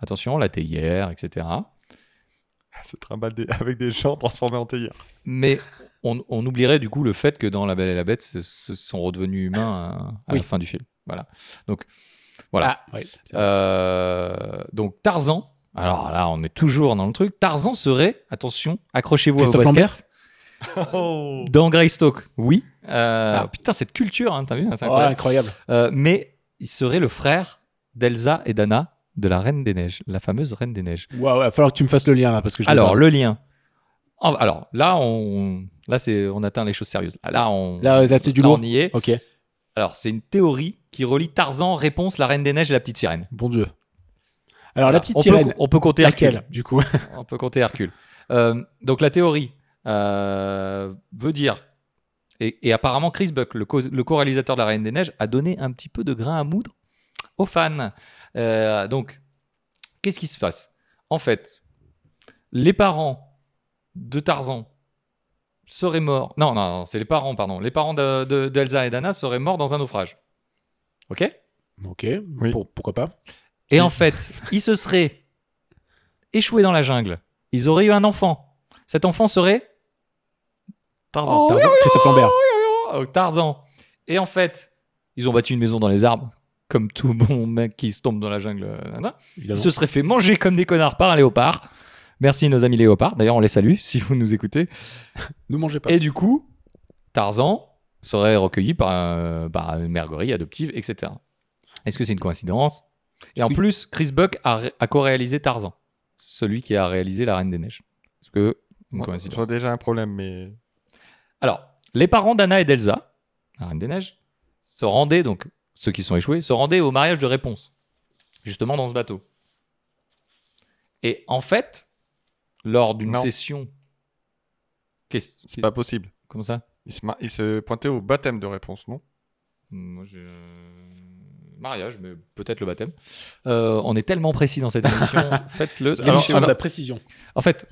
Speaker 3: Attention, la théière, etc.
Speaker 1: France. Se trimballer avec des gens transformés en théière.
Speaker 3: Mais on, on oublierait du coup le fait que dans La Belle et la Bête, ce, ce sont redevenus humains euh, à,
Speaker 2: Oui.
Speaker 3: la fin du film. Voilà. Donc, voilà.
Speaker 2: Ah, ouais, c'est vrai.
Speaker 3: Euh, donc Tarzan. Alors là, on est toujours dans le truc. Tarzan serait, attention, accrochez-vous à vos
Speaker 2: Christophe
Speaker 3: baskets.
Speaker 2: Lambert
Speaker 1: Oh
Speaker 3: Dans Greystock, oui. Euh,
Speaker 2: Ah.
Speaker 3: Putain, cette culture, hein, t'as vu hein, c'est
Speaker 2: Ouais, incroyable.
Speaker 3: incroyable. Euh, mais il serait le frère d'Elsa et d'Anna de la Reine des Neiges, la fameuse Reine des Neiges.
Speaker 2: Ouais, ouais, va falloir que tu me fasses le lien là parce que je l'ai
Speaker 3: Alors,
Speaker 2: pas.
Speaker 3: le lien. En- Alors, là, on, là, c'est, on atteint les choses sérieuses. Là, on,
Speaker 2: Là, là, c'est du lourd.
Speaker 3: on y est.
Speaker 2: Ok,
Speaker 3: Alors, c'est une théorie qui relie Tarzan, Réponse, la Reine des Neiges et la Petite Sirène.
Speaker 2: bon dieu. Alors la
Speaker 3: Voilà.
Speaker 2: petite
Speaker 3: on
Speaker 2: sirène,
Speaker 3: Peut, on peut compter
Speaker 2: laquelle du coup
Speaker 3: Hercule. On peut compter Hercule. Euh, donc, la théorie euh, veut dire. Et, et apparemment, Chris Buck, le, co- le co-réalisateur de La Reine des Neiges, a donné un petit peu de grain à moudre aux fans. Euh, donc, qu'est-ce qui se passe En fait, les parents de Tarzan seraient morts. Non, non, non, c'est les parents, pardon. Les parents de- de- d'Elsa et d'Anna seraient morts dans un naufrage. Ok
Speaker 2: Ok, pour- pourquoi pas
Speaker 3: Et
Speaker 2: Si.
Speaker 3: en fait, ils se seraient échoués dans la jungle. Ils auraient eu un enfant. Cet enfant serait
Speaker 1: Tarzan.
Speaker 2: Tarzan, Christophe Lambert.
Speaker 3: Oh, Tarzan. Et en fait, ils ont bâti une maison dans les arbres, comme tout bon mec qui se tombe dans la jungle. euh, nanana. Ils
Speaker 2: Évidemment.
Speaker 3: se seraient fait manger comme des connards par un léopard. Merci nos amis léopards. D'ailleurs, on les salue si vous nous écoutez.
Speaker 2: Ne mangez pas.
Speaker 3: Et du coup, Tarzan serait recueilli par, un- par une mère gorille adoptive, etc. Est-ce que c'est une coïncidence Et en
Speaker 2: Oui.
Speaker 3: plus, Chris Buck a, ré- a co-réalisé Tarzan, celui qui a réalisé La Reine des Neiges. Est-ce que une
Speaker 1: Moi, Je
Speaker 3: coïncidence
Speaker 1: vois déjà un problème, mais.
Speaker 3: Alors, les parents d'Anna et d'Elsa, la Reine des Neiges, se rendaient, donc ceux qui sont échoués, se rendaient au mariage de Réponse, justement dans ce bateau. Et en fait, lors d'une
Speaker 1: Non.
Speaker 3: session... Qu'est-ce-
Speaker 1: C'est pas possible.
Speaker 3: Comment ça
Speaker 1: Il se, ma- il se pointait au baptême de réponse, non
Speaker 3: Moi, j'ai un mariage, mais peut-être le baptême. Euh, on est tellement précis dans cette émission. Faites-le.
Speaker 2: Bien
Speaker 3: Alors,
Speaker 2: sûr,
Speaker 3: alors,
Speaker 2: la précision.
Speaker 3: en fait,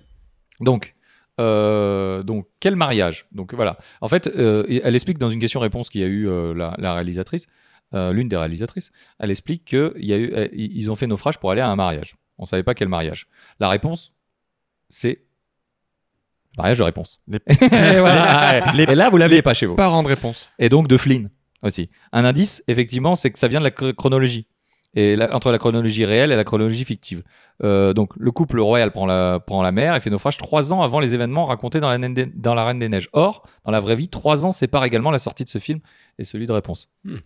Speaker 3: donc, euh, donc quel mariage Donc voilà. En fait, euh, et elle explique dans une question-réponse qu'il y a eu euh, la, la réalisatrice, euh, l'une des réalisatrices, elle explique qu'ils eu, euh, i- ils ont fait naufrage pour aller à un mariage. On savait pas quel mariage. La réponse, c'est mariage de réponse.
Speaker 1: Les-
Speaker 3: et, voilà.
Speaker 1: Les-
Speaker 3: Et là, vous l'aviez pas chez vous
Speaker 1: Parent de réponse.
Speaker 3: et donc de Flynn aussi. Un indice, effectivement, c'est que ça vient de la cr- chronologie. Et la- entre la chronologie réelle et la chronologie fictive. Euh, donc, le couple royal prend la, prend la mer et fait naufrage trois ans avant les événements racontés dans la, Naine des- dans la Reine des Neiges. Or, dans la vraie vie, trois ans séparent également la sortie de ce film et celui de Réponse.
Speaker 2: Hmm.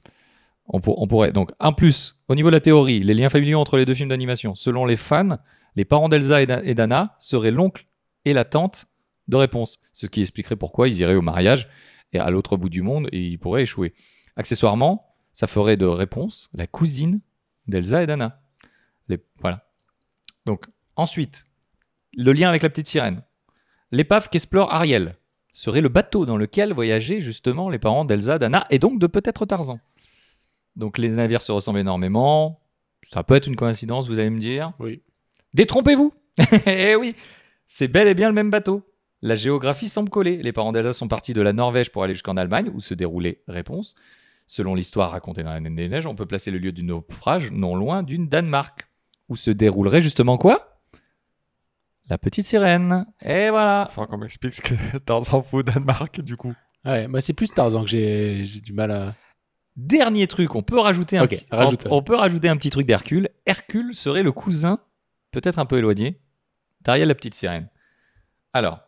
Speaker 3: On, pour- on pourrait. Donc, un plus, au niveau de la théorie, les liens familiaux entre les deux films d'animation. Selon les fans, les parents d'Elsa et d'A- et d'Anna seraient l'oncle et la tante de Réponse. Ce qui expliquerait pourquoi ils iraient au mariage et à l'autre bout du monde et il pourrait échouer. Accessoirement, ça ferait de réponse la cousine d'Elsa et d'Anna. Les- Voilà. Donc, ensuite, le lien avec la petite sirène. L'épave qu'explore Ariel serait le bateau dans lequel voyageaient justement les parents d'Elsa, d'Anna et donc de peut-être Tarzan. Donc, les navires se ressemblent énormément. Ça peut être une coïncidence, vous allez me dire.
Speaker 2: Oui.
Speaker 3: Détrompez-vous Eh oui C'est bel et bien le même bateau. La géographie semble coller. Les parents d'Elsa sont partis de la Norvège pour aller jusqu'en Allemagne, où se déroulait Réponse. Selon l'histoire racontée dans La Reine des Neiges, on peut placer le lieu du naufrage non loin d'une Danemark, où se déroulerait justement quoi La petite sirène. Et voilà.
Speaker 1: Enfin, qu'on m'explique ce que Tarzan fout au Danemark, du coup.
Speaker 2: Ouais, bah c'est plus Tarzan que j'ai j'ai du mal à.
Speaker 3: Dernier truc, on peut rajouter un,
Speaker 2: Ok,
Speaker 3: petit,
Speaker 2: rajoute.
Speaker 3: on, on peut rajouter un petit truc d'Hercule. Hercule serait le cousin, peut-être un peu éloigné, d'Ariel la petite sirène. Alors,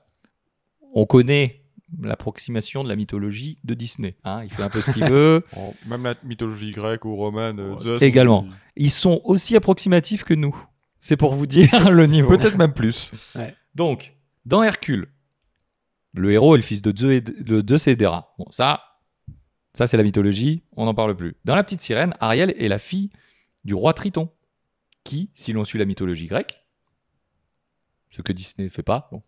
Speaker 3: on connaît l'approximation de la mythologie de Disney. hein, il fait un peu ce qu'il veut.
Speaker 1: Oh, même la mythologie grecque ou romaine, euh, Zeus.
Speaker 3: Également.
Speaker 1: il-
Speaker 3: Ils sont aussi approximatifs que nous. C'est pour vous dire le niveau.
Speaker 1: Peut-être même plus.
Speaker 3: Donc, dans Hercule, le héros est le fils de Zeus et de de Zeus et d'Héra. Bon, ça, ça c'est la mythologie, on n'en parle plus. Dans La Petite Sirène, Ariel est la fille du roi Triton, qui, si l'on suit la mythologie grecque, ce que Disney ne fait pas, bon,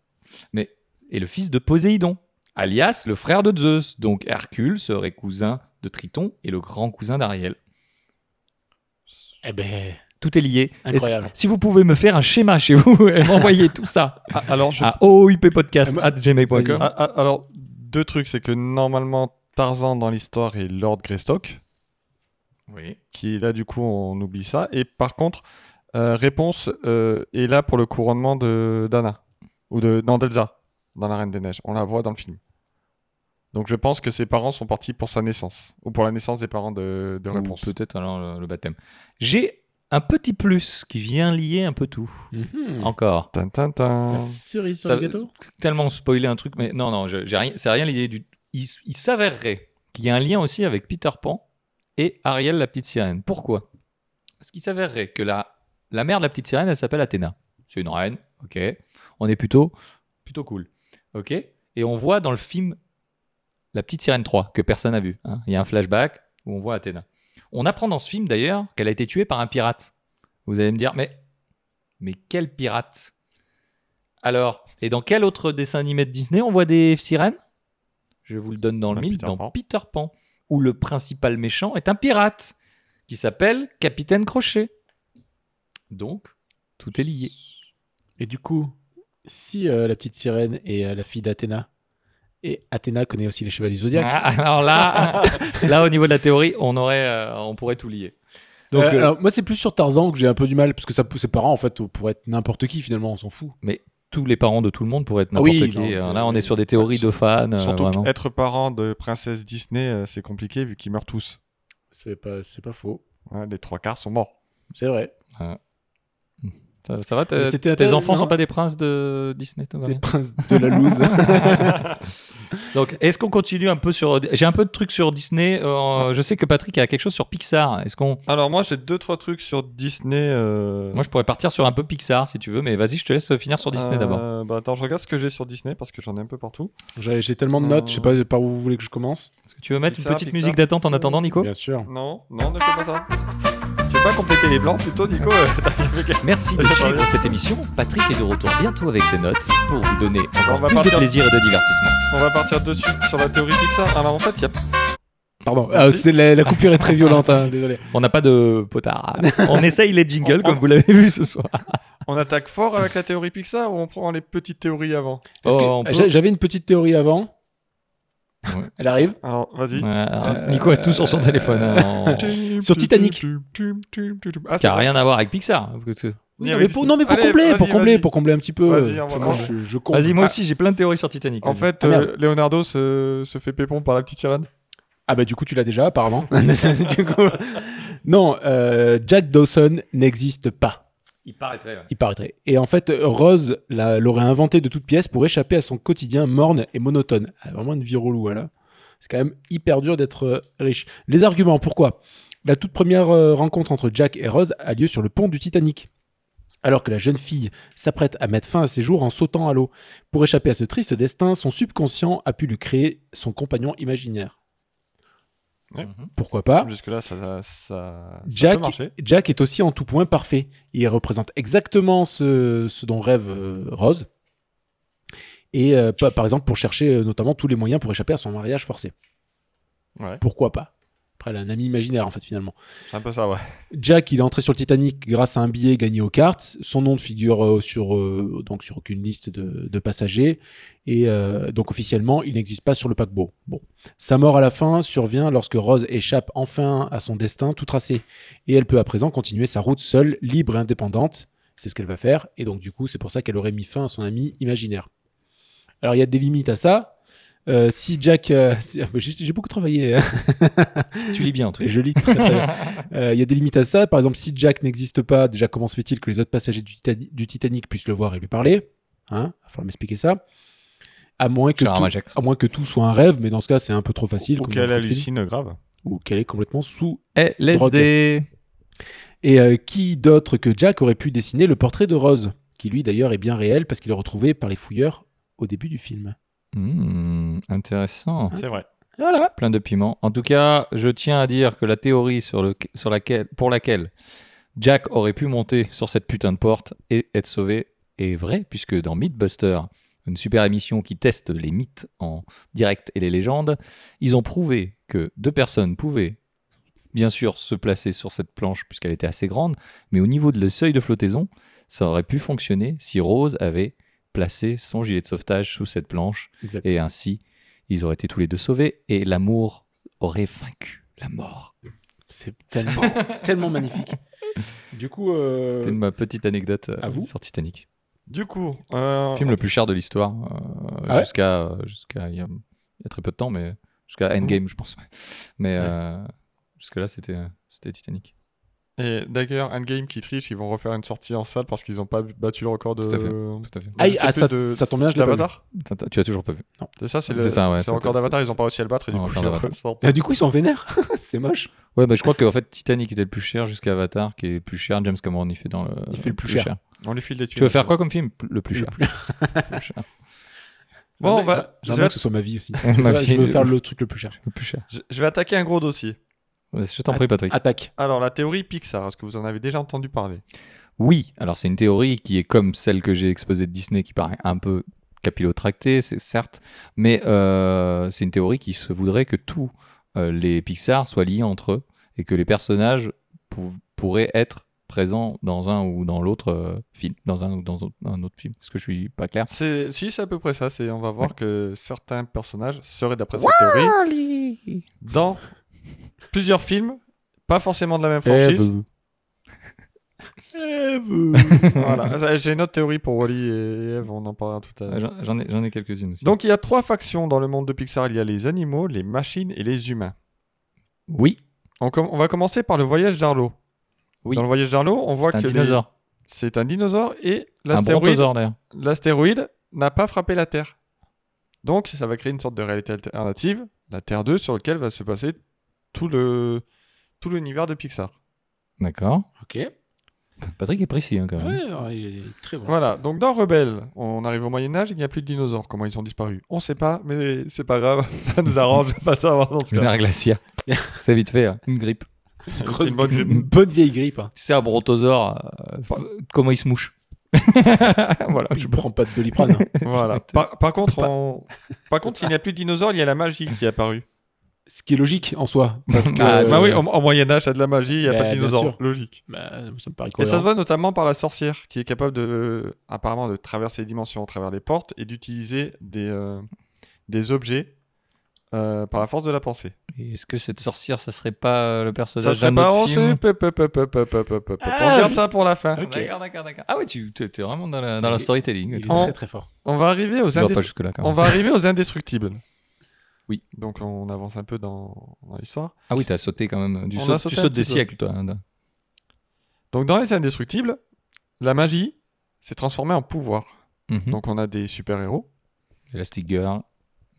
Speaker 3: mais est le fils de Poséidon, alias le frère de Zeus. Donc Hercule serait cousin de Triton et le grand cousin d'Ariel.
Speaker 2: Eh ben,
Speaker 4: Tout est lié. Et
Speaker 2: Incroyable.
Speaker 4: si vous pouvez me faire un schéma chez vous et m'envoyer tout ça
Speaker 1: Ah, alors, je-
Speaker 4: à oippodcast.gmail.com.
Speaker 1: Ah, ah, alors, deux trucs, c'est que normalement, Tarzan dans l'histoire est Lord Greystock,
Speaker 3: Oui.
Speaker 1: qui là, du coup, on oublie ça. Et par contre, euh, réponse euh, est là pour le couronnement de d'Anna, ou de, non, d'Elsa, dans La Reine des Neiges. On la voit dans le film. Donc je pense que ses parents sont partis pour sa naissance, ou pour la naissance des parents de, de
Speaker 3: Ou
Speaker 1: réponse.
Speaker 3: Peut-être alors le, le baptême. J'ai un petit plus qui vient lier un peu tout.
Speaker 2: Mhm.
Speaker 3: Encore.
Speaker 1: Tin, tin, tin.
Speaker 2: Cerise sur
Speaker 3: Ça-
Speaker 2: le gâteau
Speaker 3: Tellement spoiler un truc, mais non, non, je- j'ai rien, c'est rien lié du. Il, il s'avérerait qu'il y a un lien aussi avec Peter Pan et Ariel la petite sirène. Pourquoi Parce qu'il s'avérerait que la, la mère de la petite sirène, elle s'appelle Athéna. C'est une reine, ok. On est plutôt, plutôt cool, ok. Et on voit dans le film La petite sirène 3, que personne n'a vu. hein. Il y a un flashback où on voit Athéna. On apprend dans ce film d'ailleurs qu'elle a été tuée par un pirate. Vous allez me dire, mais, mais quel pirate Alors, et dans quel autre dessin animé de Disney on voit des sirènes Je vous le donne dans le
Speaker 1: Bah,
Speaker 3: mille,
Speaker 1: Peter
Speaker 3: dans
Speaker 1: Pan.
Speaker 3: Peter Pan, où le principal méchant est un pirate qui s'appelle Capitaine Crochet. Donc, tout est lié.
Speaker 2: Et du coup, si euh, la petite sirène est euh, la fille d'Athéna, et Athéna connaît aussi les chevaliers du zodiaque.
Speaker 3: Ah, alors là, là, au niveau de la théorie, on, aurait, euh, on pourrait tout lier. Donc,
Speaker 2: Euh,
Speaker 3: euh,
Speaker 2: alors, moi, c'est plus sur Tarzan que j'ai un peu du mal, parce que ça, ses parents, en fait, pourraient être n'importe qui, finalement, on s'en fout.
Speaker 3: tous les parents de tout le monde pourraient être n'importe
Speaker 2: Ah oui,
Speaker 3: qui.
Speaker 2: non,
Speaker 3: Euh,
Speaker 2: c'est-
Speaker 3: là, on est sur des théories de fans. euh,
Speaker 1: Surtout
Speaker 3: vraiment.
Speaker 1: être parent de princesse Disney, euh, c'est compliqué vu qu'ils meurent tous.
Speaker 2: C'est pas, c'est pas faux.
Speaker 1: Hein, les trois quarts sont morts.
Speaker 2: C'est vrai.
Speaker 3: Ça, ça va
Speaker 2: Mais
Speaker 3: t'es-
Speaker 2: c'était
Speaker 3: Tes
Speaker 2: intéressant,
Speaker 3: enfants
Speaker 2: non
Speaker 3: sont pas des princes de Disney tout va
Speaker 2: Des
Speaker 3: bien
Speaker 2: princes de la loose.
Speaker 3: Donc, est-ce qu'on continue un peu sur. J'ai un peu de trucs sur Disney. euh, je sais que Patrick a quelque chose sur Pixar. Est-ce qu'on.
Speaker 1: Alors moi j'ai deux trois trucs sur Disney. euh,
Speaker 3: Moi, je pourrais partir sur un peu Pixar si tu veux, mais vas-y, je te laisse finir sur Disney
Speaker 1: euh,
Speaker 3: d'abord.
Speaker 1: bah, attends, je regarde ce que j'ai sur Disney parce que j'en ai un peu partout.
Speaker 2: j'ai, j'ai tellement de notes, je sais pas par où vous voulez que je commence.
Speaker 3: Est-ce que tu veux mettre
Speaker 1: Pixar,
Speaker 3: une petite
Speaker 1: Pixar.
Speaker 3: musique d'attente en attendant, Nico
Speaker 2: Bien sûr.
Speaker 1: Non, non, ne fais pas ça. Tu veux pas compléter les blancs plutôt, Nico euh,
Speaker 3: Merci de
Speaker 1: Ça
Speaker 3: suivre
Speaker 1: revient.
Speaker 3: cette émission. Patrick est de retour bientôt avec ses notes pour vous donner
Speaker 1: On
Speaker 3: encore
Speaker 1: va
Speaker 3: plus de
Speaker 1: partir.
Speaker 3: plaisir et de divertissement.
Speaker 1: On va partir dessus sur la théorie Pixar. Alors en fait, il y a
Speaker 2: Pardon,
Speaker 1: Merci.
Speaker 2: euh, c'est la, la coupure est très violente, hein, désolé.
Speaker 3: On n'a pas de potard. On essaye les jingles
Speaker 1: On-
Speaker 3: comme vous l'avez vu ce soir.
Speaker 1: on attaque fort avec la théorie Pixar ou on prend les petites théories avant
Speaker 2: Est-ce que-
Speaker 3: Oh, on peut-
Speaker 2: j'a- J'avais une petite théorie avant.
Speaker 3: Ouais.
Speaker 2: Elle arrive.
Speaker 1: Alors, vas-y.
Speaker 3: Ouais, alors,
Speaker 2: Euh,
Speaker 3: Nico a tout sur son téléphone. hein, en-
Speaker 2: Sur Titanic.
Speaker 1: Ah,
Speaker 3: Qui
Speaker 1: c'est
Speaker 3: a rien à voir avec Pixar. parce que-
Speaker 1: Oui,
Speaker 2: non,
Speaker 1: avec
Speaker 2: mais pour,
Speaker 1: Disney.
Speaker 2: non, mais pour
Speaker 1: Allez,
Speaker 2: combler,
Speaker 1: vas-y,
Speaker 2: pour combler,
Speaker 1: vas-y.
Speaker 2: pour combler un petit peu.
Speaker 1: Vas-y,
Speaker 2: euh,
Speaker 1: on va-
Speaker 2: moi, je, je comble.
Speaker 3: Vas-y, moi aussi, j'ai plein de théories sur Titanic.
Speaker 1: En
Speaker 3: vas-y.
Speaker 1: fait,
Speaker 2: Ah, merde.
Speaker 1: euh, Leonardo se, se fait pépon par la petite sirène.
Speaker 2: Ah bah du coup, tu l'as déjà apparemment. Du coup- non, euh, Jack Dawson n'existe pas,
Speaker 3: il paraîtrait. ouais.
Speaker 2: il paraîtrait. Et en fait, Rose la- l'aurait inventé de toutes pièces pour échapper à son quotidien morne et monotone. Ah, vraiment une vie relou, là. C'est quand même hyper dur d'être euh, riche. Les arguments, pourquoi La toute première euh, rencontre entre Jack et Rose a lieu sur le pont du Titanic. Alors que la jeune fille s'apprête à mettre fin à ses jours en sautant à l'eau. Pour échapper à ce triste destin, son subconscient a pu lui créer son compagnon imaginaire.
Speaker 1: Ouais.
Speaker 3: Mhm.
Speaker 2: Pourquoi pas
Speaker 1: Jusque-là, ça, ça, ça
Speaker 2: Jack,
Speaker 1: peut marcher.
Speaker 2: Jack est aussi en tout point parfait. Il représente exactement ce, ce dont rêve euh, Rose. Et euh, pa- par exemple, pour chercher euh, notamment tous les moyens pour échapper à son mariage forcé.
Speaker 1: Ouais.
Speaker 2: Pourquoi pas Après, elle a un ami imaginaire, en fait, finalement.
Speaker 1: C'est un peu ça, ouais.
Speaker 2: Jack, il est entré sur le Titanic grâce à un billet gagné aux cartes. Son nom ne figure euh, sur, euh, donc sur aucune liste de, de passagers. Et euh, donc, officiellement, il n'existe pas sur le paquebot. Bon. Sa mort à la fin survient lorsque Rose échappe enfin à son destin tout tracé. Et elle peut à présent continuer sa route seule, libre et indépendante. C'est ce qu'elle va faire. Et donc, du coup, c'est pour ça qu'elle aurait mis fin à son ami imaginaire. Alors, il y a des limites à ça. Euh, si Jack. euh, si- J'ai j'ai beaucoup travaillé. hein.
Speaker 3: Tu lis bien, en tout cas.
Speaker 2: Je lis très, très bien. Euh, Il y a des limites à ça. Par exemple, si Jack n'existe pas, déjà, comment se fait-il que les autres passagers du, Titani- du Titanic puissent le voir et lui parler Hein Il va falloir m'expliquer ça. À moins, que
Speaker 3: Sur un
Speaker 2: tout,
Speaker 3: Ajax.
Speaker 1: Oh,
Speaker 2: à moins que tout soit un rêve, mais dans ce cas, c'est un peu trop facile.
Speaker 1: Ou
Speaker 2: comme
Speaker 1: qu'elle
Speaker 2: dans le film.
Speaker 1: hallucine grave.
Speaker 2: Ou qu'elle est complètement sous.
Speaker 3: Eh, laisse
Speaker 2: Drogue.
Speaker 3: des-
Speaker 2: Et euh, qui d'autre que Jack aurait pu dessiner le portrait de Rose Qui, lui, d'ailleurs, est bien réel parce qu'il est retrouvé par les fouilleurs au début du film.
Speaker 3: Hmm, intéressant.
Speaker 1: C'est vrai.
Speaker 2: Voilà
Speaker 3: Plein de piment. En tout cas, je tiens à dire que la théorie sur le... sur laquelle... pour laquelle Jack aurait pu monter sur cette putain de porte et être sauvé est vraie, puisque dans Mythbuster, une super émission qui teste les mythes en direct et les légendes, ils ont prouvé que deux personnes pouvaient bien sûr se placer sur cette planche puisqu'elle était assez grande, mais au niveau de le seuil de flottaison, ça aurait pu fonctionner si Rose avait placé son gilet de sauvetage sous cette planche
Speaker 2: Exact.
Speaker 3: et ainsi ils auraient été tous les deux sauvés et l'amour aurait vaincu la mort.
Speaker 2: C'est tellement, tellement magnifique. Du coup, euh,
Speaker 3: C'était ma petite anecdote euh,
Speaker 2: à vous
Speaker 3: sur Titanic.
Speaker 1: Du coup, euh,
Speaker 3: Film le plus cher de l'histoire euh,
Speaker 2: Ah ouais
Speaker 3: jusqu'à euh, jusqu'à il y, a il y a très peu de temps mais
Speaker 2: Ah
Speaker 3: jusqu'à Endgame je pense. Mais euh, jusque là c'était euh, c'était Titanic.
Speaker 1: Et d'ailleurs, Endgame qui triche, ils vont refaire une sortie en salle parce qu'ils n'ont pas battu le record de.
Speaker 3: Tout à fait.
Speaker 1: de-
Speaker 3: Tout à fait.
Speaker 2: aïe,
Speaker 1: je sais
Speaker 2: ah,
Speaker 1: plus,
Speaker 2: ça,
Speaker 1: de-
Speaker 2: ça tombe bien, je l'ai pas vu.
Speaker 1: L'Avatar
Speaker 3: T'as- t'as- Tu as toujours pas vu.
Speaker 1: C'est ça, c'est
Speaker 3: Ah, C'est
Speaker 1: le,
Speaker 3: ça, ouais,
Speaker 1: c'est
Speaker 3: ça
Speaker 1: le record
Speaker 3: doit-
Speaker 1: d'Avatar,
Speaker 3: c'est-
Speaker 1: ils n'ont pas réussi à le battre et du
Speaker 3: Ouais,
Speaker 1: coup,
Speaker 3: record
Speaker 1: ils
Speaker 3: d'Avatar.
Speaker 1: ressortent.
Speaker 2: Ah, du coup, ils sont vénères. c'est moche.
Speaker 3: Ouais, bah, je crois que en fait, Titanic était le plus cher jusqu'à Avatar, qui est le plus cher. James Cameron, il fait, dans le,
Speaker 2: Il fait le plus cher.
Speaker 1: On lui file des
Speaker 3: Tu veux faire quoi comme film Le
Speaker 2: Le
Speaker 3: plus cher. Le plus cher.
Speaker 1: Bon, on va- je
Speaker 2: J'aimerais
Speaker 1: vais
Speaker 2: que ce soit ma vie aussi.
Speaker 3: Ma
Speaker 2: Voilà, je
Speaker 3: fille,
Speaker 2: veux
Speaker 3: le-
Speaker 2: faire le truc le plus cher.
Speaker 3: Le plus cher.
Speaker 1: Je je vais attaquer un gros dossier.
Speaker 3: Ouais, Je
Speaker 2: Ah.
Speaker 3: t'en prie, Patrick.
Speaker 2: Attaque.
Speaker 1: Alors, la théorie Pixar, est-ce que vous en avez déjà entendu parler
Speaker 3: Oui, alors c'est une théorie qui est comme celle que j'ai exposée de Disney, qui paraît un peu capillotractée, c'est certes, mais euh, c'est une théorie qui se voudrait que tous euh, les Pixar soient liés entre eux et que les personnages pou- pourraient être présents dans un ou dans l'autre euh, film, dans un ou dans au- un autre film. Est-ce que je suis pas clair
Speaker 1: C'est- Si, c'est à peu près ça. C'est, on va voir que certains personnages seraient, d'après cette théorie, dans plusieurs films, pas forcément de la même
Speaker 3: Eh, ben.
Speaker 1: franchise.
Speaker 2: Eh, bah.
Speaker 1: Voilà. Ça, J'ai une autre théorie pour Wally et Eve, on en parlera tout à l'heure.
Speaker 3: Ouais, Euh, J'en j'en ai, j'en ai quelques-unes aussi.
Speaker 1: Donc, il y a trois factions dans le monde de Pixar. Il y a les animaux, les machines et les humains.
Speaker 3: oui,
Speaker 1: On, com- on va commencer par le voyage d'Arlo.
Speaker 3: Oui.
Speaker 1: Dans le voyage d'Arlo, on voit
Speaker 3: c'est un
Speaker 1: que les-
Speaker 3: dinosaure.
Speaker 1: c'est un dinosaure et
Speaker 3: Un
Speaker 1: l'astéroïde
Speaker 3: brontosaure d'ailleurs.
Speaker 1: l'astéroïde n'a pas frappé la Terre. Donc, ça va créer une sorte de réalité alternative, la Terre 2, sur laquelle va se passer tout le tout l'univers de Pixar.
Speaker 3: D'accord.
Speaker 2: Ok. Ouais,
Speaker 3: Patrick est précis hein, quand même.
Speaker 2: alors, il est très bon.
Speaker 1: Voilà, donc dans Rebelle, on arrive au Moyen-Âge, il n'y a plus de dinosaures. Comment ils ont disparu On sait pas, mais c'est pas grave, ça nous arrange de pas savoir dans ce
Speaker 3: Une
Speaker 1: cas.
Speaker 3: ère glaciaire. c'est vite fait. hein. Une grippe.
Speaker 2: Grosse-
Speaker 1: bonne grippe.
Speaker 2: une bonne vieille grippe. hein.
Speaker 3: Tu sais, un brontosaure, euh, comment il se mouche Voilà.
Speaker 2: Je prends pas de doliprane. hein.
Speaker 1: Voilà. Par, par contre, on- par contre, s'il n'y a plus de dinosaures, il y a la magie qui est apparue.
Speaker 2: Ce qui est logique en soi. Parce que.
Speaker 3: Ah,
Speaker 1: bah oui, au, au Moyen-Âge, il y a de la magie, il n'y a
Speaker 2: Bah,
Speaker 1: pas de
Speaker 2: bien
Speaker 1: dinosaures.
Speaker 2: sûr.
Speaker 1: Logique.
Speaker 2: Bah, ça me paraît
Speaker 1: Et ça se
Speaker 2: cohérent.
Speaker 1: voit notamment par la sorcière qui est capable de, euh, apparemment de traverser les dimensions à travers les portes et d'utiliser des, euh, des objets euh, par la force de la pensée.
Speaker 3: Et Est-ce que cette sorcière, ça serait pas euh, le
Speaker 1: Ça
Speaker 3: personnage
Speaker 1: serait
Speaker 3: d'un
Speaker 1: pas
Speaker 3: autre
Speaker 1: on sait,
Speaker 3: film
Speaker 1: pop, pop, pop, pop, pop, pop, pop, pop.
Speaker 2: Ah,
Speaker 1: On garde
Speaker 2: oui.
Speaker 1: ça pour la fin.
Speaker 2: Ok.
Speaker 3: D'accord, d'accord, d'accord. Ah ouais, tu étais vraiment dans la, dans la
Speaker 2: Il-
Speaker 3: storytelling.
Speaker 2: Il
Speaker 3: et
Speaker 2: est
Speaker 3: tout.
Speaker 1: On-
Speaker 2: très très fort.
Speaker 1: On va arriver aux
Speaker 3: Tu vas pas
Speaker 1: indestructibles.
Speaker 3: jusque-là quand
Speaker 1: On
Speaker 3: même.
Speaker 1: va arriver aux indestructibles.
Speaker 3: Oui.
Speaker 1: Donc on avance un peu dans, dans l'histoire.
Speaker 3: Ah oui, t'as sauté quand même. Du
Speaker 1: On
Speaker 3: saut-
Speaker 1: a
Speaker 3: tu
Speaker 1: sauté un
Speaker 3: sautes des
Speaker 1: petit peu.
Speaker 3: siècles, toi. hein.
Speaker 1: Donc dans les indestructibles, la magie s'est transformée en pouvoir.
Speaker 3: Mhm.
Speaker 1: Donc on a des super-héros.
Speaker 3: Elastic Girl,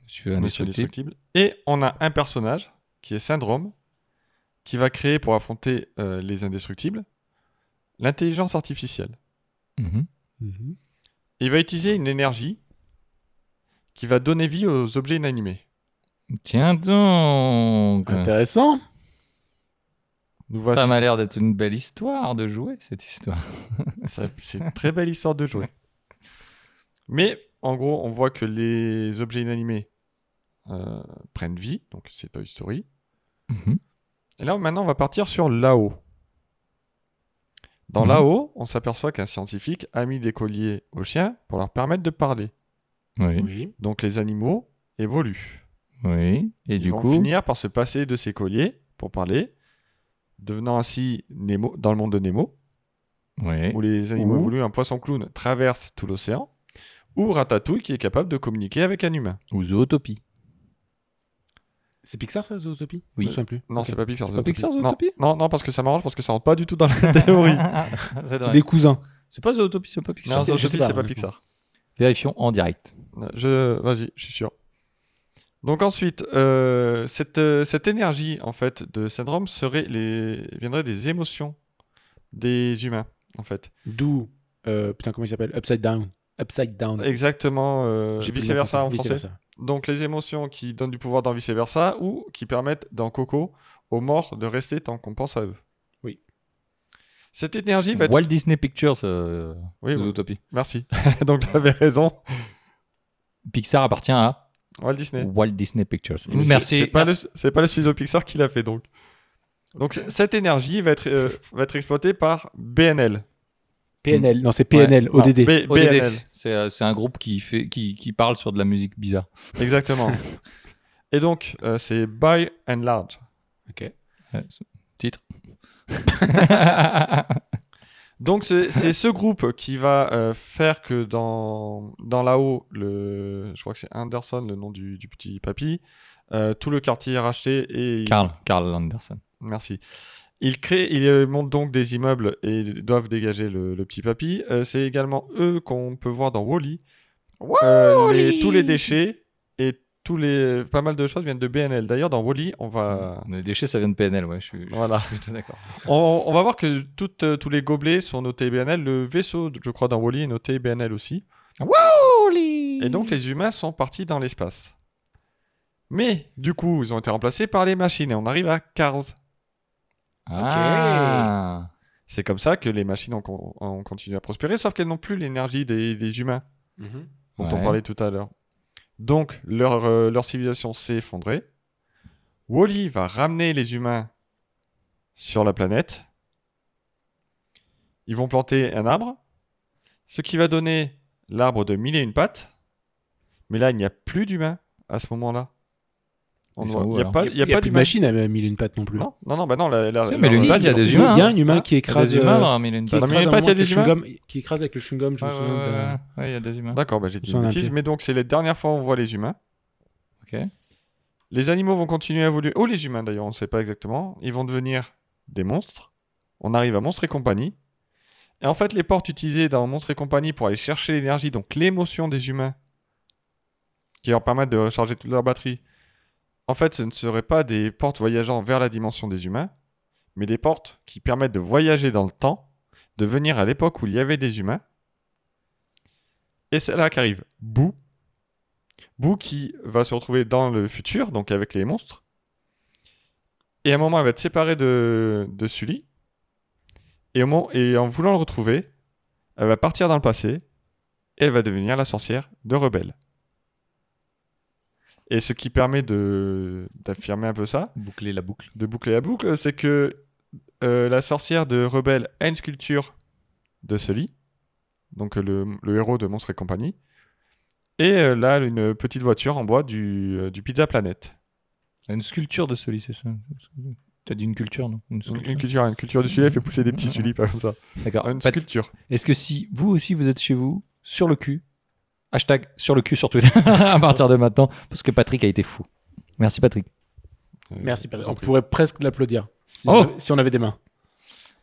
Speaker 3: Monsieur
Speaker 1: Monsieur
Speaker 3: Indestructible.
Speaker 1: Indestructible. Et on a un personnage qui est Syndrome, qui va créer pour affronter euh, les Indestructibles l'intelligence artificielle.
Speaker 3: Mhm.
Speaker 1: Il va utiliser une énergie qui va donner vie aux objets inanimés.
Speaker 3: Tiens donc.
Speaker 2: Intéressant.
Speaker 1: Nous
Speaker 3: Ça
Speaker 1: voici.
Speaker 3: m'a l'air d'être une belle histoire de jouer cette histoire.
Speaker 1: Ça- C'est une très belle histoire de jouer. Mais en gros, on voit que les objets inanimés euh, prennent vie, donc c'est Toy Story.
Speaker 3: Mhm.
Speaker 1: Et là, maintenant, on va partir sur là-haut. Dans
Speaker 3: Mhm.
Speaker 1: là-haut, on s'aperçoit qu'un scientifique a mis des colliers aux chiens pour leur permettre de parler.
Speaker 3: Oui.
Speaker 2: Oui.
Speaker 1: Donc les animaux évoluent.
Speaker 3: Oui. Et
Speaker 1: Ils
Speaker 3: du
Speaker 1: vont
Speaker 3: coup,
Speaker 1: finir par se passer de ces colliers pour parler, devenant ainsi Nemo, dans le monde de Nemo,
Speaker 3: oui.
Speaker 1: où les animaux
Speaker 2: Ou-
Speaker 1: évoluent, un poisson clown traverse tout l'océan, ou Ratatouille qui est capable de communiquer avec un humain.
Speaker 3: Ou Zootopie.
Speaker 2: C'est Pixar ça, Zootopie Je
Speaker 3: Oui.
Speaker 2: me souviens plus.
Speaker 1: Non,
Speaker 2: Ok.
Speaker 1: c'est pas Pixar.
Speaker 3: C'est pas Pixar,
Speaker 1: Non,
Speaker 3: Zootopie
Speaker 1: non, non, parce que ça m'arrange, parce que ça rentre pas du tout dans la théorie.
Speaker 3: c'est
Speaker 2: C'est des cousins.
Speaker 3: pas Zootopie, c'est pas Pixar.
Speaker 1: non,
Speaker 2: c'est- je sais
Speaker 1: Zootopie,
Speaker 2: pas,
Speaker 1: c'est pas
Speaker 2: du coup.
Speaker 1: Pixar.
Speaker 3: Vérifions en direct.
Speaker 1: Je... Vas-y, je suis sûr. Donc ensuite, euh, cette, euh, cette énergie en fait de syndrome serait les... viendrait des émotions des humains en fait.
Speaker 2: D'où. euh, putain, comment il s'appelle Upside Down. Upside Down.
Speaker 1: Exactement, euh,
Speaker 2: J'ai plus
Speaker 1: vice
Speaker 2: le nom
Speaker 1: versa en
Speaker 2: Vice
Speaker 1: français.
Speaker 2: versa.
Speaker 1: Donc les émotions qui donnent du pouvoir dans vice versa ou qui permettent dans Coco aux morts de rester tant qu'on pense à eux.
Speaker 2: Oui.
Speaker 1: Cette énergie va être.
Speaker 3: Walt Disney Pictures, euh,
Speaker 1: Oui, oui,
Speaker 3: Zootopie.
Speaker 1: merci. Donc j'avais raison.
Speaker 3: Pixar appartient à
Speaker 1: Walt Disney.
Speaker 3: Walt Disney Pictures.
Speaker 1: Mais c'est-
Speaker 3: Merci.
Speaker 1: C'est pas, le- c'est pas le studio Pixar qui l'a fait donc. Donc c- cette énergie va être, euh, va être exploitée par BNL.
Speaker 2: PNL. Non, c'est PNL, ODD.
Speaker 1: B-
Speaker 3: ODD,
Speaker 1: BNL,
Speaker 3: c'est euh, c'est un groupe qui, fait, qui, qui parle sur de la musique bizarre.
Speaker 1: exactement. Et donc, euh, c'est by and large.
Speaker 3: Ouais, c'est- titre.
Speaker 1: Donc, c'est c'est ce groupe qui va euh, faire que dans, dans là-haut, le, je crois que c'est Anderson, le nom du, du petit papy, euh, tout le quartier est racheté et il-
Speaker 3: Carl, Carl Anderson.
Speaker 1: Merci. Ils créent, ils euh, montent donc des immeubles et doivent dégager le, le petit papy. Euh, c'est également eux qu'on peut voir dans Wally. tous les déchets et tous les pas mal de choses viennent de BNL. D'ailleurs, dans Wally, on va
Speaker 3: Les déchets, ça vient de PNL, ouais, je suis, je suis
Speaker 1: Ah. voilà.
Speaker 3: plutôt d'accord.
Speaker 1: On, on va voir que toutes, euh, tous les gobelets sont notés BNL. Le vaisseau, je crois, dans Wally est noté BNL aussi. Et donc, les humains sont partis dans l'espace. Mais du coup, ils ont été remplacés par les machines et on arrive à Cars.
Speaker 3: Ah.
Speaker 1: C'est comme ça que les machines ont, con- ont continué à prospérer, sauf qu'elles n'ont plus l'énergie des, des humains
Speaker 3: Mhm.
Speaker 1: dont on
Speaker 3: Ouais.
Speaker 1: parlait tout à l'heure. Donc, leur, euh, leur civilisation s'est effondrée. Wally va ramener les humains sur la planète. Ils vont planter un arbre, ce qui va donner l'arbre de mille et une pattes. Mais là, il n'y a plus d'humains à ce moment-là. On
Speaker 3: Ils
Speaker 1: ne
Speaker 3: sont
Speaker 1: voit-
Speaker 3: où,
Speaker 1: Il n'y a
Speaker 3: alors
Speaker 1: pas,
Speaker 2: Il
Speaker 1: il y a
Speaker 2: n'y a
Speaker 1: pas
Speaker 2: plus de
Speaker 1: d'humains.
Speaker 2: machine à mille une patte non plus.
Speaker 1: Non, non, non, bah non, la- la-
Speaker 3: Tiens, mais
Speaker 1: leur-
Speaker 3: les
Speaker 2: Si,
Speaker 3: pattes, il y a des
Speaker 2: il y a
Speaker 3: humains. hein.
Speaker 2: un humain qui
Speaker 3: Il y a
Speaker 2: écrase.
Speaker 3: des humains
Speaker 2: euh,
Speaker 3: dans la mille et une
Speaker 2: qui
Speaker 1: Dans la
Speaker 2: écrase
Speaker 3: pattes.
Speaker 1: mille et une
Speaker 2: un
Speaker 1: pattes, il y a
Speaker 2: moment
Speaker 1: des
Speaker 2: avec le
Speaker 1: humains.
Speaker 2: chewing-gum- Qui écrase avec le chewing-gum, je me
Speaker 3: Ouais, ouais,
Speaker 2: souviens.
Speaker 3: ouais,
Speaker 2: d'un-
Speaker 3: ouais. Ouais, il y a des humains.
Speaker 1: D'accord, bah j'ai dit
Speaker 2: Sans
Speaker 1: une
Speaker 2: un
Speaker 1: bêtise,
Speaker 2: pied.
Speaker 1: mais donc c'est les dernières fois où on voit les humains.
Speaker 3: Ok.
Speaker 1: Les animaux vont continuer à évoluer, ou les humains d'ailleurs, on ne sait pas exactement. Ils vont devenir des monstres. On arrive à Monstres et compagnie. Et en fait, les portes utilisées dans Monstres et compagnie pour aller chercher l'énergie, donc l'émotion des humains, qui leur permettent de recharger toute leur batterie, en fait, ce ne seraient pas des portes voyageant vers la dimension des humains, mais des portes qui permettent de voyager dans le temps, de venir à l'époque où il y avait des humains. Et c'est là qu'arrive Boo. Boo qui va se retrouver dans le futur, donc avec les monstres. Et à un moment, elle va être séparée de, de Sully. Et, au moment, et en voulant le retrouver, elle va partir dans le passé. Et elle va devenir la sorcière de Rebelle. Et ce qui permet de- d'affirmer un peu ça,
Speaker 3: Boucler la boucle.
Speaker 1: de boucler la boucle, c'est que euh, la sorcière de Rebelle a une sculpture de Sully, donc euh, le, le héros de Monstres et compagnie, et euh, là une petite voiture en bois du, euh, du Pizza Planet.
Speaker 3: Une sculpture de ce lycée, ça. T'as dit une culture, non Une
Speaker 1: Donc
Speaker 3: sculpture.
Speaker 1: une culture, une culture de Sully fait pousser des petits tulipes comme ça.
Speaker 3: D'accord.
Speaker 1: Une
Speaker 3: Ah. Pas de-
Speaker 1: sculpture.
Speaker 3: Est-ce que si vous aussi vous êtes chez vous, sur le cul, hashtag sur le cul sur Twitter à partir de maintenant, parce que Patrick a été fou. Merci Patrick.
Speaker 2: Merci,
Speaker 1: Patrick.
Speaker 2: On pourrait presque l'applaudir. Si,
Speaker 3: Oh
Speaker 2: si on avait des mains.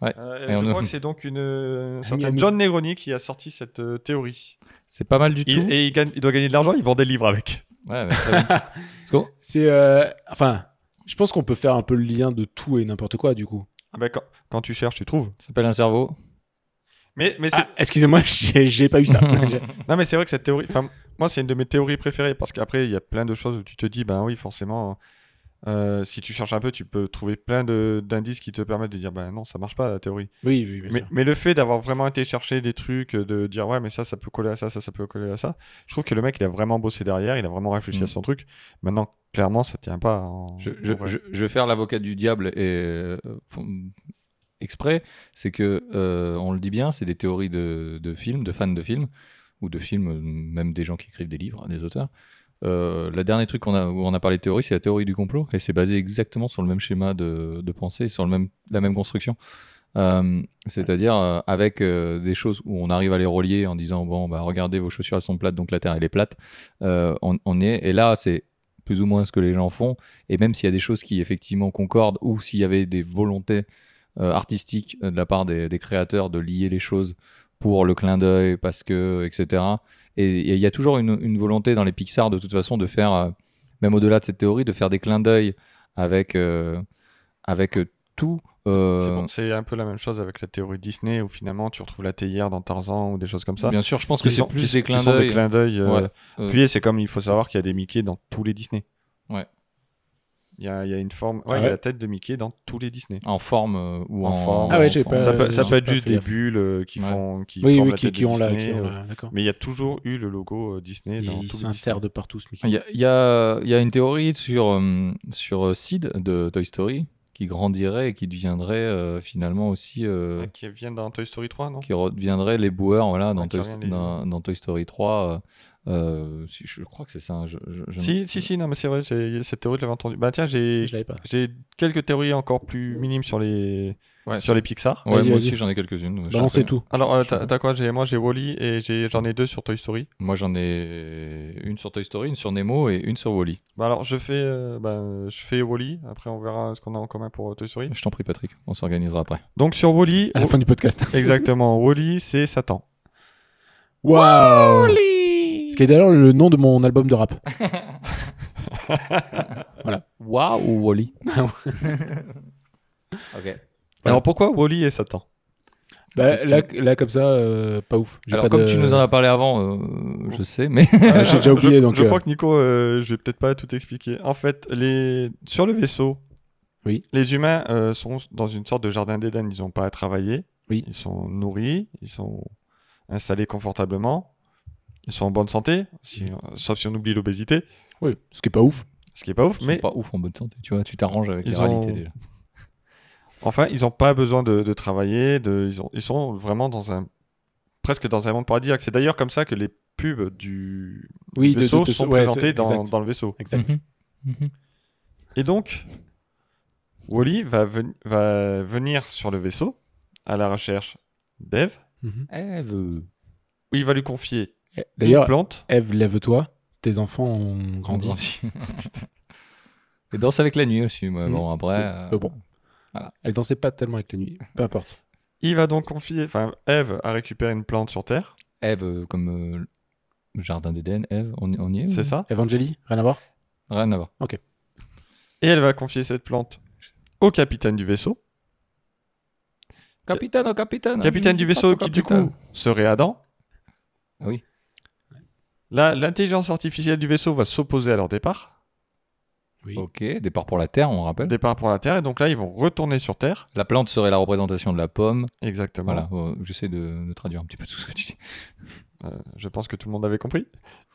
Speaker 1: Euh,
Speaker 3: Et
Speaker 1: je
Speaker 3: on-
Speaker 1: crois que c'est donc une euh, certaine
Speaker 2: Miami.
Speaker 1: John Negroni qui a sorti cette euh, théorie.
Speaker 3: C'est pas mal du tout.
Speaker 1: Il- et il, gagne- il doit gagner de l'argent, il vend des livres avec.
Speaker 3: Ouais, mais très bien. Parce qu'on-
Speaker 2: C'est. euh, Enfin, je pense qu'on peut faire un peu le lien de tout et n'importe quoi, du coup.
Speaker 1: Ah bah, quand, quand tu cherches, tu trouves.
Speaker 3: ça s'appelle un cerveau.
Speaker 1: Mais, mais c'est-
Speaker 2: Ah, excusez-moi, j'ai j'ai pas eu ça. J'ai-
Speaker 1: Non, mais c'est vrai que cette théorie, enfin, moi, c'est une de mes théories préférées parce qu'après, il y a plein de choses où tu te dis, ben oui, forcément, euh, si tu cherches un peu, tu peux trouver plein de- d'indices qui te permettent de dire, ben non, ça marche pas la théorie.
Speaker 2: oui, oui, bien
Speaker 1: Mais,
Speaker 2: sûr.
Speaker 1: mais le fait d'avoir vraiment été chercher des trucs, euh, de dire, ouais, mais ça, ça peut coller à ça, ça, ça peut coller à ça, je trouve que le mec, il a vraiment bossé derrière, il a vraiment réfléchi
Speaker 3: Mm.
Speaker 1: à son truc. Maintenant, clairement, ça tient pas. En...
Speaker 3: Je, je-
Speaker 1: en vrai.
Speaker 3: je- je vais faire l'avocat du diable et euh, fon- exprès, c'est que euh, on le dit bien, c'est des théories de, de films, de fans de films ou de films, euh, même des gens qui écrivent des livres, des auteurs. Euh, le dernier truc qu'on a, où on a parlé de théorie, c'est la théorie du complot et c'est basé exactement sur le même schéma de, de pensée, sur le même, la même construction. Euh, C'est-à-dire euh, avec euh, des choses où on arrive à les relier en disant bon bah regardez vos chaussures elles sont plates donc la terre elle est plate. Euh, on, on y est et là c'est plus ou moins ce que les gens font et même s'il y a des choses qui effectivement concordent ou s'il y avait des volontés euh, artistiques euh, de la part des, des créateurs de lier les choses pour le clin d'œil, parce que, etc. Et et il y a toujours une, une volonté dans les Pixar de toute façon de faire, euh, même au-delà de cette théorie, de faire des clins d'œil avec, euh, avec euh, tout. euh,
Speaker 1: C'est bon, c'est un peu la même chose avec la théorie Disney où finalement tu retrouves la théière dans Tarzan ou des choses comme ça.
Speaker 3: Bien sûr, je pense
Speaker 1: Qui
Speaker 3: que c'est
Speaker 1: sont- qui-
Speaker 3: plus des
Speaker 1: qui
Speaker 3: clins
Speaker 1: sont
Speaker 3: d'œil. hein.
Speaker 1: clins d'œil, euh,
Speaker 3: Ouais, euh,
Speaker 1: Puis c'est comme il faut savoir qu'il y a des Mickey dans tous les Disney.
Speaker 3: Ouais.
Speaker 1: Il y a, il y a une forme. ouais, il y
Speaker 2: Ah
Speaker 1: a
Speaker 2: ouais
Speaker 1: la tête de Mickey dans tous les Disney.
Speaker 3: En forme euh, ou
Speaker 1: En
Speaker 3: en,
Speaker 1: forme.
Speaker 2: Ah ouais,
Speaker 3: en
Speaker 2: j'ai
Speaker 3: forme.
Speaker 2: pas-
Speaker 1: ça peut, ça
Speaker 2: j'ai
Speaker 1: peut être
Speaker 2: pas
Speaker 1: juste
Speaker 2: fait
Speaker 1: des
Speaker 2: gaffe.
Speaker 1: bulles euh, qui
Speaker 3: Ouais.
Speaker 1: font, qui
Speaker 2: Oui,
Speaker 1: forment
Speaker 2: oui,
Speaker 1: la
Speaker 2: qui,
Speaker 1: tête
Speaker 2: qui
Speaker 1: de
Speaker 2: ont là,
Speaker 1: Disney,
Speaker 2: qui ont
Speaker 1: euh,
Speaker 2: là, d'accord.
Speaker 1: Mais il y a toujours eu le logo euh, Disney dans tous
Speaker 2: Il
Speaker 1: les Disney.
Speaker 2: s'insère de
Speaker 3: Ah,
Speaker 2: partout, ce Mickey.
Speaker 3: Il y a, il y a- il y a une théorie sur, euh, sur euh, Sid de Toy Story qui grandirait et qui deviendrait euh, finalement aussi. euh,
Speaker 1: Ah, qui vient dans Toy Story 3, non
Speaker 3: qui redeviendrait les boueurs voilà, dans,
Speaker 1: Ouais, qui
Speaker 3: Toy,
Speaker 1: revient les
Speaker 3: dans- dans Toy Story 3. euh, euh, si- je crois que c'est ça. hein, je- je- je-
Speaker 1: Si, si, si, non, mais c'est vrai, j'ai- cette théorie, je l'avais entendue. Bah tiens, j'ai
Speaker 2: Je l'avais pas.
Speaker 1: j'ai quelques théories encore plus minimes sur les,
Speaker 3: Ouais,
Speaker 1: sur les Pixar.
Speaker 3: Ouais,
Speaker 2: Vas-y,
Speaker 3: moi
Speaker 2: vas-y.
Speaker 3: aussi j'en ai quelques-unes. Je
Speaker 2: Balancez
Speaker 3: sais.
Speaker 2: tout.
Speaker 1: Alors, euh,
Speaker 3: Je
Speaker 1: t'as
Speaker 3: sais
Speaker 1: t'as quoi J'ai- Moi, j'ai Wally et j'ai- j'en ai deux sur Toy Story.
Speaker 3: Moi j'en ai une sur Toy Story, une sur Nemo et une sur Wally.
Speaker 1: Bah alors, je fais, euh, bah, je fais Wally. Après, on verra ce qu'on a en commun pour euh, Toy Story.
Speaker 3: Je t'en prie Patrick, on s'organisera après.
Speaker 1: Donc, sur Wally,
Speaker 3: Oh.
Speaker 2: À la fin du podcast.
Speaker 1: exactement. Wally, c'est Satan.
Speaker 2: Waouh Ce qui est d'ailleurs le nom de mon album de rap.
Speaker 3: Waouh ou Wally
Speaker 2: Non.
Speaker 3: Ok.
Speaker 1: Alors, pourquoi Wally et Satan
Speaker 2: Bah,
Speaker 3: C'est-
Speaker 2: là, là, comme ça, euh, pas ouf. J'ai
Speaker 3: Alors
Speaker 2: pas
Speaker 3: comme
Speaker 2: de-
Speaker 3: tu nous en as parlé avant,
Speaker 1: Oh.
Speaker 3: euh, je sais, mais
Speaker 2: Ah, J'ai déjà oublié,
Speaker 1: je,
Speaker 2: donc.
Speaker 1: Je
Speaker 2: euh,
Speaker 1: crois que Nico, euh, je vais peut-être pas tout expliquer. En fait, les... sur le vaisseau,
Speaker 2: Oui.
Speaker 1: les humains euh, sont dans une sorte de jardin d'Éden. Ils n'ont pas à travailler.
Speaker 2: Oui.
Speaker 1: Ils sont nourris, ils sont installés confortablement, ils sont en bonne santé, si- sauf si on oublie l'obésité,
Speaker 2: Oui, ce qui est pas ouf.
Speaker 1: ce qui est pas ouf.
Speaker 3: mais
Speaker 1: Mais
Speaker 3: pas ouf en bonne santé. Tu vois, tu t'arranges avec
Speaker 1: Ils
Speaker 3: la
Speaker 1: ont-
Speaker 3: réalité déjà.
Speaker 1: enfin, ils n'ont pas besoin de, de travailler. de- ils, ont- ils sont vraiment dans un presque dans un monde paradisiaque. C'est d'ailleurs comme ça que les pubs du
Speaker 2: Oui, de- de-
Speaker 1: vaisseau
Speaker 2: de-
Speaker 1: sont
Speaker 2: ouais,
Speaker 1: présentées
Speaker 2: c'est-
Speaker 1: dans,
Speaker 2: exact.
Speaker 1: dans le vaisseau.
Speaker 2: Exact.
Speaker 3: Mhm. Mhm.
Speaker 1: Et donc, Wally va, ven- va venir sur le vaisseau à la recherche d'Eve,
Speaker 2: Mhm.
Speaker 3: Eve, euh,
Speaker 1: où il va lui confier
Speaker 2: Eh,
Speaker 1: une
Speaker 2: D'ailleurs,
Speaker 1: plante.
Speaker 2: Eve, lève-toi. Tes enfants ont grandi.
Speaker 3: grandit. et danse avec la nuit aussi. mais
Speaker 2: Mhm.
Speaker 3: Bon après. euh,
Speaker 2: Euh, bon.
Speaker 3: voilà.
Speaker 2: Elle dansait pas tellement avec la nuit. Peu importe.
Speaker 1: Il va donc confier, enfin, Eve a récupéré une plante sur Terre,
Speaker 3: Eve, euh, comme euh, le Jardin d'Éden, Eve, on, y- on y est
Speaker 1: c'est
Speaker 3: ou-
Speaker 1: ça
Speaker 2: Evangélie, rien à voir
Speaker 3: Rien à voir.
Speaker 1: Et elle va confier cette plante au capitaine du vaisseau.
Speaker 3: Capitaine, oh capitaine
Speaker 1: Capitaine du vaisseau qui, du coup, serait Adam.
Speaker 3: Ah oui.
Speaker 1: Là, l'intelligence artificielle du vaisseau va s'opposer à leur départ.
Speaker 2: Oui.
Speaker 3: Ok, départ pour la Terre, on rappelle.
Speaker 1: Départ pour la Terre, et donc là, ils vont retourner sur Terre.
Speaker 3: La plante serait la représentation de la pomme.
Speaker 1: Exactement.
Speaker 3: Voilà, euh, j'essaie de, de traduire un petit peu tout ce que tu dis.
Speaker 1: Euh, je pense que tout le monde avait compris.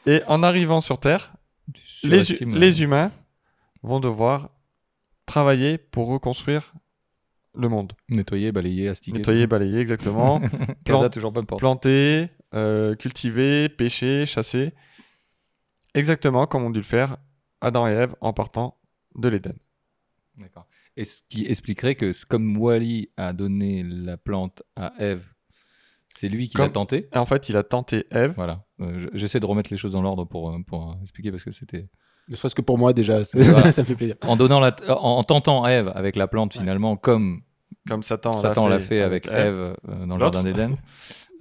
Speaker 1: Et en arrivant sur Terre,
Speaker 3: Tu
Speaker 1: les,
Speaker 3: surestimes, euh,
Speaker 1: les humains vont devoir travailler pour reconstruire le monde.
Speaker 3: Nettoyer, balayer, astiquer.
Speaker 1: Nettoyer,
Speaker 3: tout
Speaker 1: balayer, exactement.
Speaker 3: ça.
Speaker 1: plan-
Speaker 3: Casa, toujours pas me porte.
Speaker 1: Planter, euh, cultiver, pêcher, chasser. Exactement comme ont dû le faire Adam et Ève en partant de l'Éden.
Speaker 3: D'accord. Et ce qui expliquerait que, c- comme Wally a donné la plante à Eve, c'est lui qui l'a
Speaker 1: Comme-
Speaker 3: tenté.
Speaker 1: Et En fait, il a tenté Ève.
Speaker 3: Voilà. Euh, j- j'essaie de remettre les choses dans l'ordre pour, euh, pour euh, expliquer parce que c'était.
Speaker 2: Ne serait-ce que pour moi, déjà. Ça,
Speaker 3: Voilà.
Speaker 2: ça me fait plaisir.
Speaker 3: En, donnant la t- en, en tentant Ève avec la plante, finalement, comme
Speaker 1: Comme Satan,
Speaker 3: Satan l'a fait avec
Speaker 1: Ève.
Speaker 3: Ève euh, dans
Speaker 1: L'autre.
Speaker 3: le jardin d'Éden,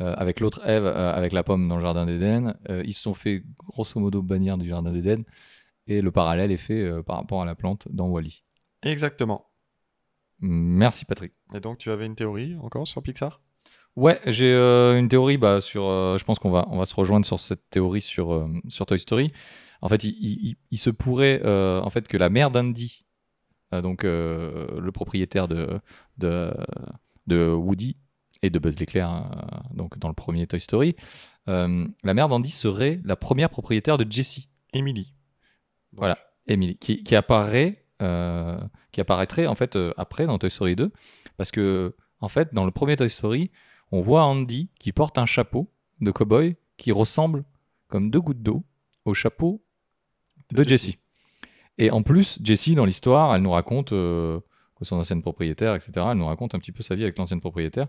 Speaker 3: euh, avec l'autre Ève euh, avec la pomme dans le jardin d'Éden, euh, ils se sont fait grosso modo bannir du jardin d'Éden. Et le parallèle est fait euh, par rapport à la plante dans Wally.
Speaker 1: Exactement.
Speaker 3: Merci Patrick.
Speaker 1: Et donc, tu avais une théorie encore sur Pixar
Speaker 3: Ouais, j'ai euh, une théorie bah, sur. euh, je pense qu'on va, on va se rejoindre sur cette théorie sur, euh, sur Toy Story. En fait, il, il- il- il se pourrait euh, en fait que la mère d'Andy, euh, donc euh, le propriétaire de, de, de Woody et de Buzz l'éclair, hein, donc dans le premier Toy Story, euh, la mère d'Andy serait la première propriétaire de Jessie.
Speaker 1: Émilie. Donc,
Speaker 3: Voilà. Emily, qui, qui apparaît, euh, qui apparaîtrait en fait euh, après dans Toy Story 2, parce que en fait dans le premier Toy Story, on voit Andy qui porte un chapeau de cow-boy qui ressemble comme deux gouttes d'eau au chapeau de Jessie. Et en plus, Jessie dans l'histoire, elle nous raconte euh, que son ancienne propriétaire, etc. Elle nous raconte un petit peu sa vie avec l'ancienne propriétaire.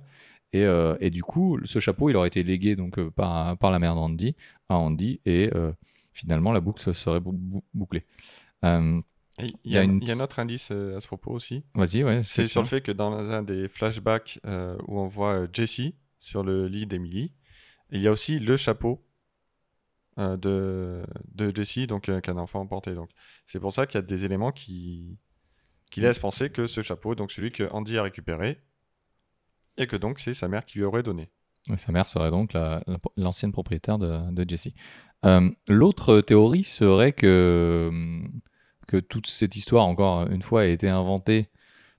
Speaker 3: Et, euh, et du coup, ce chapeau, il aurait été légué donc euh, par, par la mère d'Andy à Andy, et euh, finalement la boucle serait bou- bou- bouclée. Euh,
Speaker 1: Et Il y, a-
Speaker 3: Il y a une-
Speaker 1: il y a un autre indice euh, à ce propos aussi.
Speaker 3: Vas-y, ouais.
Speaker 1: C'est sur
Speaker 3: sûr.
Speaker 1: le fait que dans un des flashbacks euh, où on voit euh, Jessie sur le lit d'Emily, il y a aussi le chapeau euh, de, de Jessie, donc euh, qu'un enfant portait. Donc c'est pour ça qu'il y a des éléments qui, qui laissent penser que ce chapeau, donc celui que Andy a récupéré, et que donc c'est sa mère qui lui aurait donné.
Speaker 3: Et Sa mère serait donc la- la- l'ancienne propriétaire de, de Jessie. Euh, L'autre théorie serait que, euh, que toute cette histoire, encore une fois, a été inventée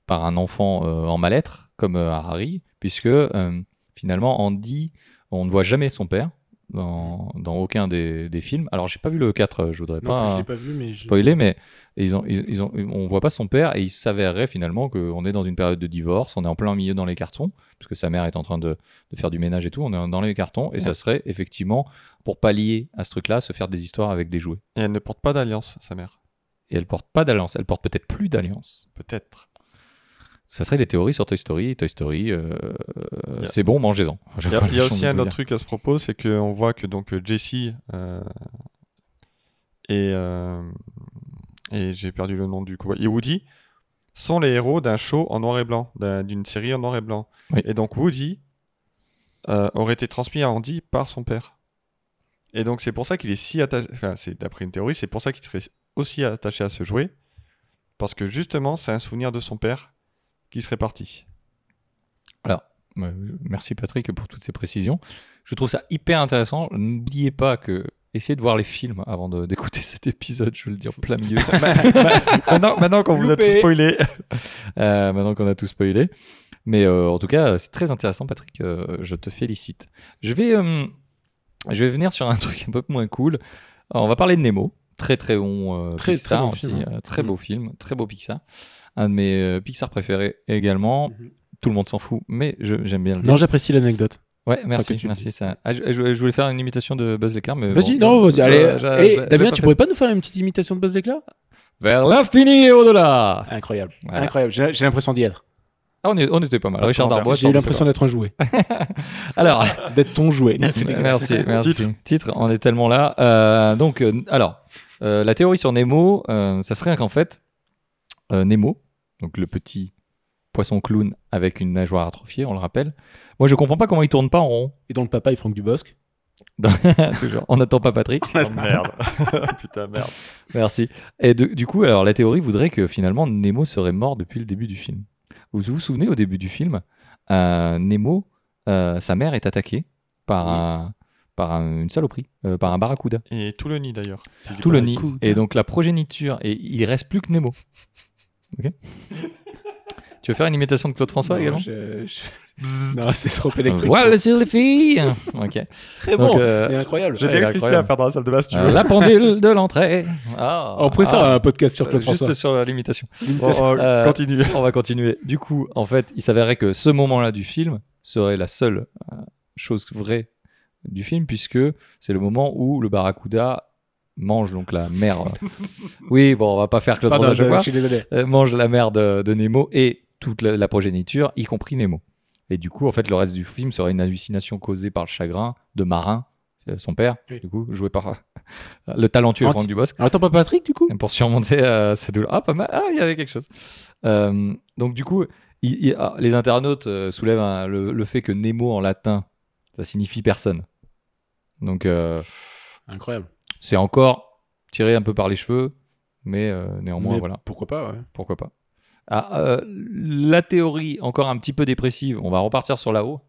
Speaker 3: par un enfant euh, en mal-être, comme euh, Harry, puisque euh, finalement, Andy, on ne voit jamais son père dans, dans aucun des, des films. Alors, j'ai pas vu le 4, euh, je voudrais
Speaker 2: Non, plus, je
Speaker 3: pas
Speaker 2: l'ai pas vu, mais je-
Speaker 3: spoiler, mais ils ont, ils, ils ont, on voit pas son père et il s'avérerait finalement qu'on est dans une période de divorce, on est en plein milieu dans les cartons, parce que sa mère est en train de, de faire du ménage et tout, on est dans les cartons, et ça serait effectivement pour pallier à ce truc-là, se faire des histoires avec des jouets.
Speaker 1: Et elle ne porte pas d'alliance, sa mère.
Speaker 3: Et elle porte pas d'alliance, elle porte peut-être plus d'alliance.
Speaker 1: Peut-être.
Speaker 3: Ça serait des théories sur Toy Story, Toy Story, euh, euh,
Speaker 1: Yeah.
Speaker 3: c'est bon, mangez-en. Je-
Speaker 1: Il y a, il y a
Speaker 3: j'ai envie
Speaker 1: aussi
Speaker 3: de
Speaker 1: un
Speaker 3: vous
Speaker 1: autre
Speaker 3: dire.
Speaker 1: truc à ce propos, c'est qu'on voit que donc euh, Jessie euh, et, euh, et j'ai perdu le nom du cowboy, et Woody sont les héros d'un show en noir et blanc, d'un- d'une série en noir et blanc.
Speaker 3: Oui.
Speaker 1: Et donc Woody euh, aurait été transmis à Andy par son père. Et donc c'est pour ça qu'il est si attaché, enfin c'est d'après une théorie, c'est pour ça qu'il serait aussi attaché à ce jouet, parce que justement c'est un souvenir de son père qui serait parti.
Speaker 3: Ouais, Merci Patrick pour toutes ces précisions. Je trouve ça hyper intéressant. N'oubliez pas que essayez de voir les films avant de- d'écouter cet épisode, je vais le dire en plein milieu.
Speaker 1: maintenant maintenant qu'on vous a tout
Speaker 2: Loupé.
Speaker 1: spoilé.
Speaker 3: Euh, maintenant qu'on a tout spoilé. Mais euh, en tout cas, euh, c'est très intéressant, Patrick. euh, je te félicite. Je vais, euh, je vais venir sur un truc un peu moins cool. Alors, on va parler de Nemo. Très très bon euh,
Speaker 2: Très,
Speaker 3: Pixar
Speaker 2: très bon
Speaker 3: aussi,
Speaker 2: film,
Speaker 1: hein.
Speaker 3: euh, très
Speaker 1: Mm.
Speaker 3: beau film, très beau Pixar. Un de mes euh, Pixar préférés également.
Speaker 2: Mhm.
Speaker 3: Tout le monde s'en fout, mais je- j'aime bien le
Speaker 2: Non, j'apprécie l'anecdote.
Speaker 3: Ouais,
Speaker 2: que
Speaker 3: merci,
Speaker 2: tu le
Speaker 3: merci. Ça... Ah, je, je- je voulais faire une imitation de Buzz l'éclair, mais
Speaker 2: Vas-y,
Speaker 3: Euh, bon, Euh,
Speaker 2: non, vas-y,
Speaker 3: je-
Speaker 2: allez.
Speaker 3: je-
Speaker 2: Eh,
Speaker 3: je- je-
Speaker 2: Damien,
Speaker 3: je-
Speaker 2: tu Ah. pourrais pas nous faire une petite imitation de Buzz l'éclair
Speaker 3: Vers l'infini et au-delà
Speaker 2: Incroyable,
Speaker 3: Voilà.
Speaker 2: incroyable. J'ai j'ai l'impression d'y être.
Speaker 3: Ah, on, est- on était pas mal.
Speaker 1: Pas de
Speaker 3: Richard
Speaker 1: commentaire.
Speaker 3: Darbois.
Speaker 2: J'ai eu l'impression d'être un jouet,
Speaker 3: Alors,
Speaker 2: d'être ton jouet. Non, c'est dégueulasse.
Speaker 3: merci, merci.
Speaker 1: Titre.
Speaker 3: Titre. on est tellement là. Euh, donc, euh, alors, euh, la théorie sur Nemo, euh, ça serait qu'en fait, euh, Nemo, donc le petit poisson clown avec une nageoire atrophiée, on le rappelle. Moi, je comprends pas comment il tourne pas en rond.
Speaker 2: Et dont le papa est Franck Dubosc.
Speaker 3: Toujours. On n'attend pas Patrick.
Speaker 1: Oh, merde. Putain, merde.
Speaker 3: Merci. Et de- du coup, alors la théorie voudrait que finalement Nemo serait mort depuis le début du film. Vous vous souvenez au début du film, euh, Nemo, euh, sa mère est attaquée par un, par un- une saloperie, euh, par un barracuda,
Speaker 1: Et tout le nid d'ailleurs. si j'ai
Speaker 3: tout
Speaker 1: pas
Speaker 3: le
Speaker 1: mal
Speaker 3: nid.
Speaker 1: compris.
Speaker 3: Et donc la progéniture, et il reste plus que Nemo. Ok tu veux faire une imitation de Claude François
Speaker 2: Non,
Speaker 3: également
Speaker 2: je- je- Non, c'est trop électrique.
Speaker 3: Voilà, c'est les filles. Ok.
Speaker 2: Très
Speaker 3: Donc,
Speaker 2: bon,
Speaker 3: euh,
Speaker 2: mais incroyable.
Speaker 1: J'ai de
Speaker 3: Ouais,
Speaker 1: l'électricité à
Speaker 3: incroyable.
Speaker 1: faire dans la salle de basse, tu
Speaker 3: euh,
Speaker 1: veux.
Speaker 3: la pendule de l'entrée. Ah,
Speaker 2: On euh, pourrait faire
Speaker 3: ah.
Speaker 2: un podcast sur Claude
Speaker 3: Juste
Speaker 2: François.
Speaker 3: sur l'imitation.
Speaker 1: Bon,
Speaker 2: L'imitation.
Speaker 1: euh,
Speaker 3: Euh,
Speaker 1: Continue.
Speaker 3: On va continuer. Du coup, en fait, il s'avérait que ce moment-là du film serait la seule euh, chose vraie du film, puisque c'est le moment où le barracuda mange donc la mère. euh, oui, bon, on va pas faire que le
Speaker 2: Pardon,
Speaker 3: transage de
Speaker 2: je-
Speaker 3: quoi,
Speaker 2: je suis désolé.
Speaker 3: euh, mange la mère de, de Nemo et toute la, la progéniture, y compris Nemo. Et du coup, en fait, le reste du film serait une hallucination causée par le chagrin de Marin, euh, son père,
Speaker 2: Oui.
Speaker 3: du coup, joué par euh, le talentueux
Speaker 2: Anti-
Speaker 3: Franck Dubosc.
Speaker 2: Alors, Attends, pas Patrick, du coup
Speaker 3: Et pour surmonter euh, sa douleur. Ah, pas mal. Ah, il y avait quelque chose. Euh, donc, du coup, il- il- ah, les internautes euh, soulèvent hein, le, le fait que Nemo en latin, ça signifie personne. Donc, euh,
Speaker 2: Incroyable.
Speaker 3: c'est encore tiré un peu par les cheveux, mais euh, néanmoins,
Speaker 2: Mais
Speaker 3: voilà,
Speaker 2: Pourquoi pas, ouais.
Speaker 3: pourquoi pas. Ah, euh, la théorie, encore un petit peu dépressive, on va repartir sur là-haut.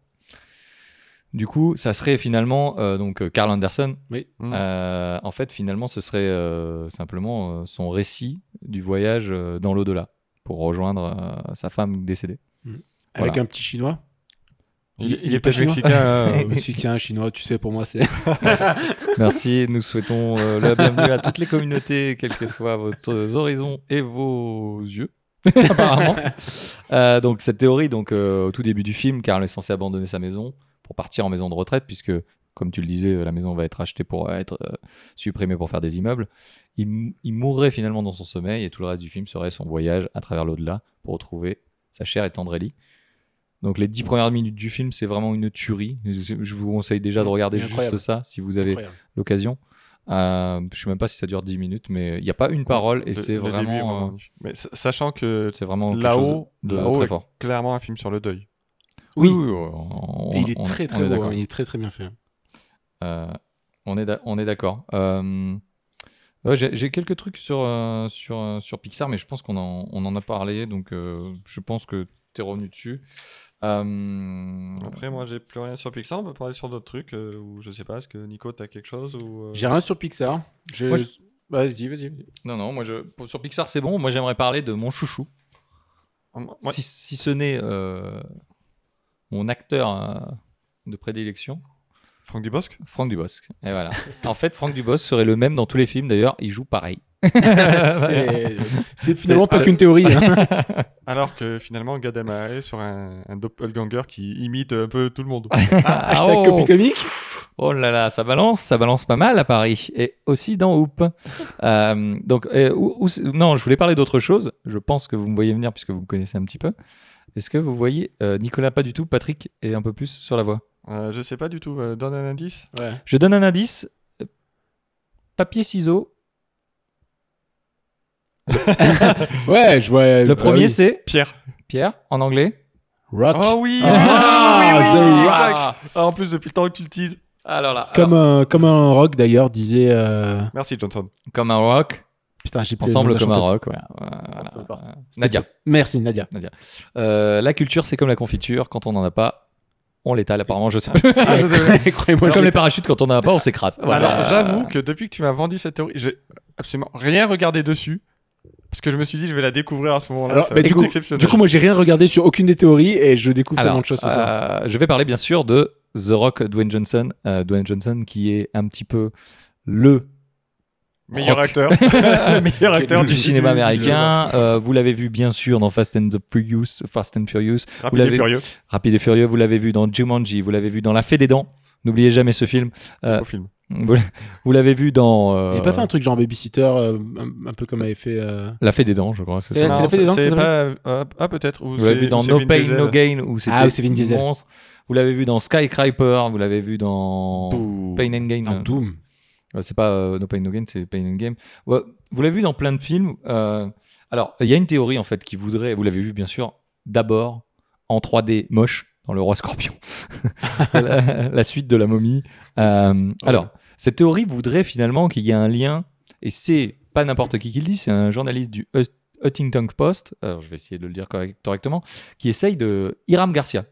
Speaker 3: Du coup, ça serait finalement euh, donc euh, Carl Anderson
Speaker 1: Mm.
Speaker 3: euh, en fait, finalement, ce serait euh, simplement euh, son récit du voyage euh, dans l'au-delà pour rejoindre euh, sa femme décédée.
Speaker 2: Avec
Speaker 3: Voilà.
Speaker 2: un petit chinois
Speaker 1: Il,
Speaker 2: il
Speaker 1: il
Speaker 2: est
Speaker 1: est
Speaker 2: pas
Speaker 1: peut-être
Speaker 2: chinois
Speaker 1: mexicain.
Speaker 2: Euh,
Speaker 3: Ah,
Speaker 1: hein.
Speaker 2: Mexicain, chinois, tu sais, pour moi, c'est.
Speaker 3: Merci, nous souhaitons euh, la bienvenue à toutes les communautés, quels que soient vos horizons et vos yeux. apparemment. Euh, donc cette théorie, donc euh, au tout début du film, Carl est censé abandonner sa maison pour partir en maison de retraite, puisque, comme tu le disais, la maison va être achetée pour euh, être euh, supprimée pour faire des immeubles. Il, mou- il mourrait finalement dans son sommeil et tout le reste du film serait son voyage à travers l'au-delà pour retrouver sa chère et tendre Ellie. Donc les dix premières minutes du film, c'est vraiment une tuerie. Je je vous conseille déjà de regarder
Speaker 2: Mais incroyable.
Speaker 3: juste ça si vous avez
Speaker 2: Incroyable.
Speaker 3: l'occasion. Euh, je sais même pas si ça dure 10 minutes, mais il n'y a pas une parole et
Speaker 1: Le-
Speaker 3: c'est
Speaker 1: le
Speaker 3: vraiment,
Speaker 1: début est
Speaker 3: euh,
Speaker 1: magnifique. Mais sa- sachant que
Speaker 3: c'est vraiment quelque chose
Speaker 1: là-haut,
Speaker 3: de bah,
Speaker 1: là-haut
Speaker 3: très
Speaker 1: est
Speaker 3: fort.
Speaker 1: clairement un film sur le deuil.
Speaker 2: Oui.
Speaker 3: on-
Speaker 2: Et il est
Speaker 3: on-
Speaker 2: très,
Speaker 3: on
Speaker 2: très beau.
Speaker 3: d'accord.
Speaker 2: hein, Il est très, très bien fait.
Speaker 3: Euh, on est d'a- on est d'accord. Euh, ouais, J'ai j'ai quelques trucs sur, euh, sur, euh, sur Pixar, mais je pense qu'on en, on en a parlé, donc euh, je pense que tu es revenu dessus. Euh,
Speaker 1: Après, moi, j'ai plus rien sur Pixar. On peut parler sur d'autres trucs. euh, ou je sais pas, est-ce que Nico, t'as quelque chose ou, euh,
Speaker 2: J'ai rien sur Pixar. Je- Bah,
Speaker 3: Moi,
Speaker 2: Vas-y, vas-y.
Speaker 3: non, non, moi je, pour- sur Pixar c'est bon. Moi j'aimerais parler de mon chouchou.
Speaker 1: Ah, moi-
Speaker 3: si, si ce n'est euh, mon acteur euh, de prédilection,
Speaker 1: Franck Dubosc
Speaker 3: Franck Dubosc. Et voilà. en fait, Franck Dubosc serait le même dans tous les films. D'ailleurs, il joue pareil.
Speaker 2: C'est- C'est finalement pas qu'une théorie. hein.
Speaker 1: Alors que finalement, Gad Elmaleh sur un, un doppelganger qui imite un peu tout le monde.
Speaker 2: Hashtag
Speaker 3: oh.
Speaker 2: copie comique.
Speaker 3: Oh là là, ça balance, ça balance pas mal à Paris et aussi dans Hoop. Euh, donc, euh, où- où c'est- non, je voulais parler d'autre chose. Je pense que vous me voyez venir puisque vous me connaissez un petit peu. Est-ce que vous voyez euh, Nicolas pas du tout, Patrick et un peu plus sur la voix
Speaker 1: Euh, je sais pas du tout, euh, donne un indice.
Speaker 3: Je donne un indice. Euh, Papier ciseaux.
Speaker 2: Ouais, je vois.
Speaker 3: Le
Speaker 2: bah
Speaker 3: premier
Speaker 2: oui.
Speaker 3: c'est
Speaker 1: Pierre.
Speaker 3: Pierre en anglais.
Speaker 2: Rock.
Speaker 1: Oh oui
Speaker 2: Ah,
Speaker 1: Oui, oui,
Speaker 2: The
Speaker 1: oui,
Speaker 2: Rock.
Speaker 1: exact. Ah, En plus, depuis le temps que tu le teases.
Speaker 3: Alors ah, là,
Speaker 2: Comme un, comme un rock d'ailleurs disait. euh,
Speaker 1: Merci, Johnson.
Speaker 3: alors, comme un rock,
Speaker 2: Putain, j'ai plus le nom de
Speaker 3: ensemble
Speaker 2: la
Speaker 3: comme un
Speaker 2: chanteuse.
Speaker 3: rock. voilà, voilà,
Speaker 2: Peu importe.
Speaker 3: voilà. Nadia.
Speaker 2: Merci Nadia.
Speaker 3: Euh, la culture, c'est comme la confiture. Quand on n'en a pas, on l'étale. Apparemment, je sais pas.
Speaker 2: Croyez-moi.
Speaker 3: C'est
Speaker 2: je
Speaker 3: comme
Speaker 2: l'ai
Speaker 3: les parachutes, quand on n'en a pas, on s'écrase. Voilà.
Speaker 1: Alors, j'avoue que depuis que tu m'as vendu cette théorie, j'ai absolument rien regardé dessus. Parce que je me suis dit, je vais la découvrir à ce moment-là.
Speaker 2: Alors,
Speaker 1: ça
Speaker 2: bah,
Speaker 1: va
Speaker 2: du
Speaker 1: être
Speaker 2: coup-
Speaker 1: exceptionnel.
Speaker 2: Du coup, moi, j'ai rien regardé sur aucune des théories et je découvre tellement de choses ce soir.
Speaker 3: euh, je vais parler bien sûr de The Rock Dwayne Johnson. Euh, Dwayne Johnson qui est un petit peu le,
Speaker 1: meilleur
Speaker 3: Rock.
Speaker 1: acteur. le meilleur acteur
Speaker 3: du, cinéma américain. Euh, vous l'avez vu bien sûr dans Fast and the Furious, Fast and Furious, Vous
Speaker 1: Rapide
Speaker 3: l'avez-
Speaker 1: et furieux.
Speaker 3: Rapide et Furieux. Vous l'avez vu dans Jumanji. Vous l'avez vu dans La Fée des Dents. N'oubliez jamais ce film. Euh,
Speaker 1: Au film.
Speaker 3: Vous, vous l'avez vu dans euh,
Speaker 2: Il a pas fait un truc genre babysitter, euh, un, un peu comme avait fait. euh,
Speaker 3: La Fée des Dents, je crois.
Speaker 2: C'est la
Speaker 1: Non,
Speaker 2: fée des dents,
Speaker 1: c'est
Speaker 2: ça
Speaker 1: pas. Ah, ah, peut-être. ou
Speaker 3: Vous l'avez
Speaker 1: c'est-
Speaker 3: vu dans
Speaker 1: c'est
Speaker 3: No
Speaker 1: Vin
Speaker 3: Pain,
Speaker 1: Diesel.
Speaker 3: No Gain, où c'était
Speaker 2: Ah, où c'est Vin Diesel.
Speaker 3: monstre. Vous l'avez vu dans Skycraper, vous l'avez vu dans
Speaker 1: Bouh.
Speaker 3: Pain and Gain.
Speaker 2: Non, Doom.
Speaker 3: Euh, C'est pas euh, No Pain, No Gain, c'est Pain and Gain. Ouais, vous l'avez vu dans plein de films. euh, alors, il y a une théorie, en fait, qui voudrait, vous l'avez vu, bien sûr, d'abord en 3D moche dans Le Roi Scorpion, la, la suite de la momie. Euh, Alors, cette théorie voudrait finalement qu'il y ait un lien, et c'est pas n'importe qui qui le dit, c'est un journaliste du Hus- Huffington Post, alors je vais essayer de le dire correct- correctement, qui essaye de. Hiram Garcia.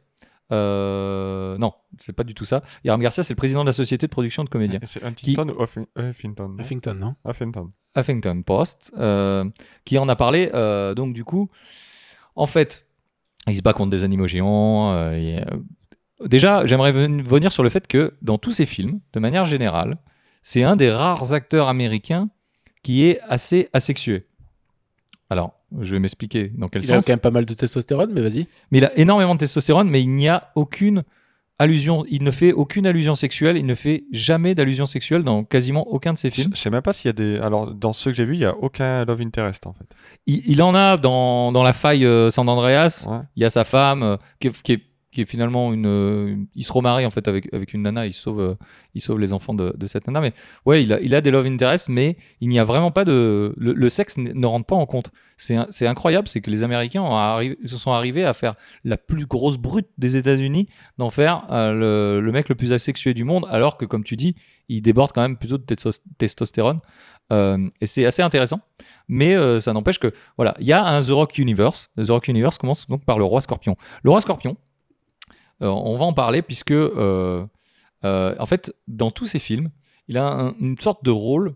Speaker 3: Euh, non, c'est pas du tout ça. Hiram Garcia, c'est le président de la société de production de comédiens.
Speaker 1: C'est Huntington ou Huffin- Huffington non
Speaker 2: Huffington, non
Speaker 1: Huffington.
Speaker 3: Huffington Post, euh, qui en a parlé. euh, donc, du coup, en fait, il se bat contre des animaux géants. euh, et, euh, déjà, j'aimerais ven- venir sur le fait que dans tous ces films, de manière générale, c'est un des rares acteurs américains qui est assez asexué. Alors, je vais m'expliquer dans quel
Speaker 2: Il a
Speaker 3: sens.
Speaker 2: quand même pas mal de testostérone, mais vas-y.
Speaker 3: Mais il a énormément de testostérone, mais il n'y a aucune allusion. Il ne fait aucune allusion sexuelle. Il ne fait jamais d'allusion sexuelle dans quasiment aucun de ses
Speaker 1: Je
Speaker 3: films.
Speaker 1: je sais même pas s'il y a des. Alors, dans ceux que j'ai vus, il n'y a aucun Love Interest en fait.
Speaker 3: Il, il en a dans, dans la faille euh, San Andreas.
Speaker 1: Ouais.
Speaker 3: Il y a sa femme euh, qui, est- qui est, qui est finalement une, euh, une- Il se remarie en fait avec, avec une nana. Il sauve, euh, il sauve les enfants de, de cette nana. Mais ouais, il a, il a des love interests, mais il n'y a vraiment pas de. Le, le sexe n- ne rentre pas en compte. C'est un- c'est incroyable, c'est que les Américains ont arri- se sont arrivés à faire la plus grosse brute des États-Unis, d'en faire euh, le, le mec le plus asexué du monde, alors que comme tu dis, il déborde quand même plutôt de testo- testostérone. Euh, et c'est assez intéressant. Mais euh, ça n'empêche que, voilà, il y a un The Rock Universe. Le The Rock Universe commence donc par le roi scorpion. Le roi scorpion, euh, on va en parler puisque, euh, euh, en fait, dans tous ces films, il a un- une sorte de rôle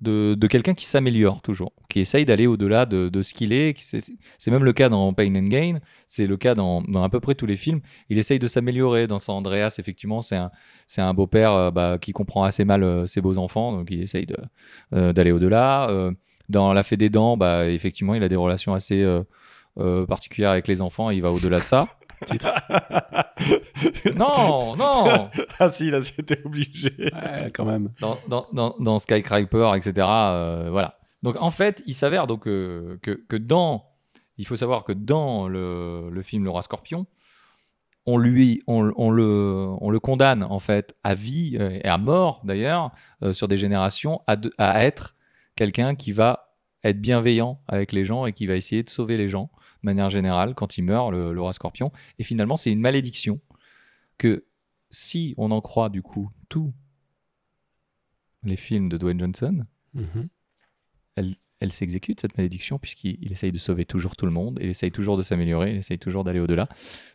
Speaker 3: de, de quelqu'un qui s'améliore toujours, qui essaye d'aller au-delà de, de ce qu'il est. qui s'est- C'est même le cas dans Pain and Gain, c'est le cas dans, dans à peu près tous les films. Il essaye de s'améliorer. Dans San Andreas, effectivement, c'est un, c'est un beau-père euh, bah, qui comprend assez mal euh, ses beaux-enfants, donc il essaye de- euh, d'aller au-delà. Euh, dans La Fée des Dents, bah, effectivement, il a des relations assez euh, euh, particulières avec les enfants, il va au-delà de ça. non, non
Speaker 1: ah si, là, c'était obligé.
Speaker 2: Ouais, quand même.
Speaker 3: dans, dans, dans, dans Skycraper, etc. euh, voilà. Donc en fait, il s'avère donc euh, que, que dans, il faut savoir que dans le, le film Le Roi Scorpion, on lui, on, on le, on le condamne en fait à vie euh, et à mort d'ailleurs euh, sur des générations à, de- à être quelqu'un qui va être bienveillant avec les gens et qui va essayer de sauver les gens de manière générale quand il meurt le, le Roi Scorpion. Et finalement, c'est une malédiction que si on en croit du coup tout les films de Dwayne Johnson,
Speaker 2: Mhm.
Speaker 3: elle s'exécute cette malédiction puisqu'il il essaye de sauver toujours tout le monde, il essaye toujours de s'améliorer, il essaye toujours d'aller au-delà.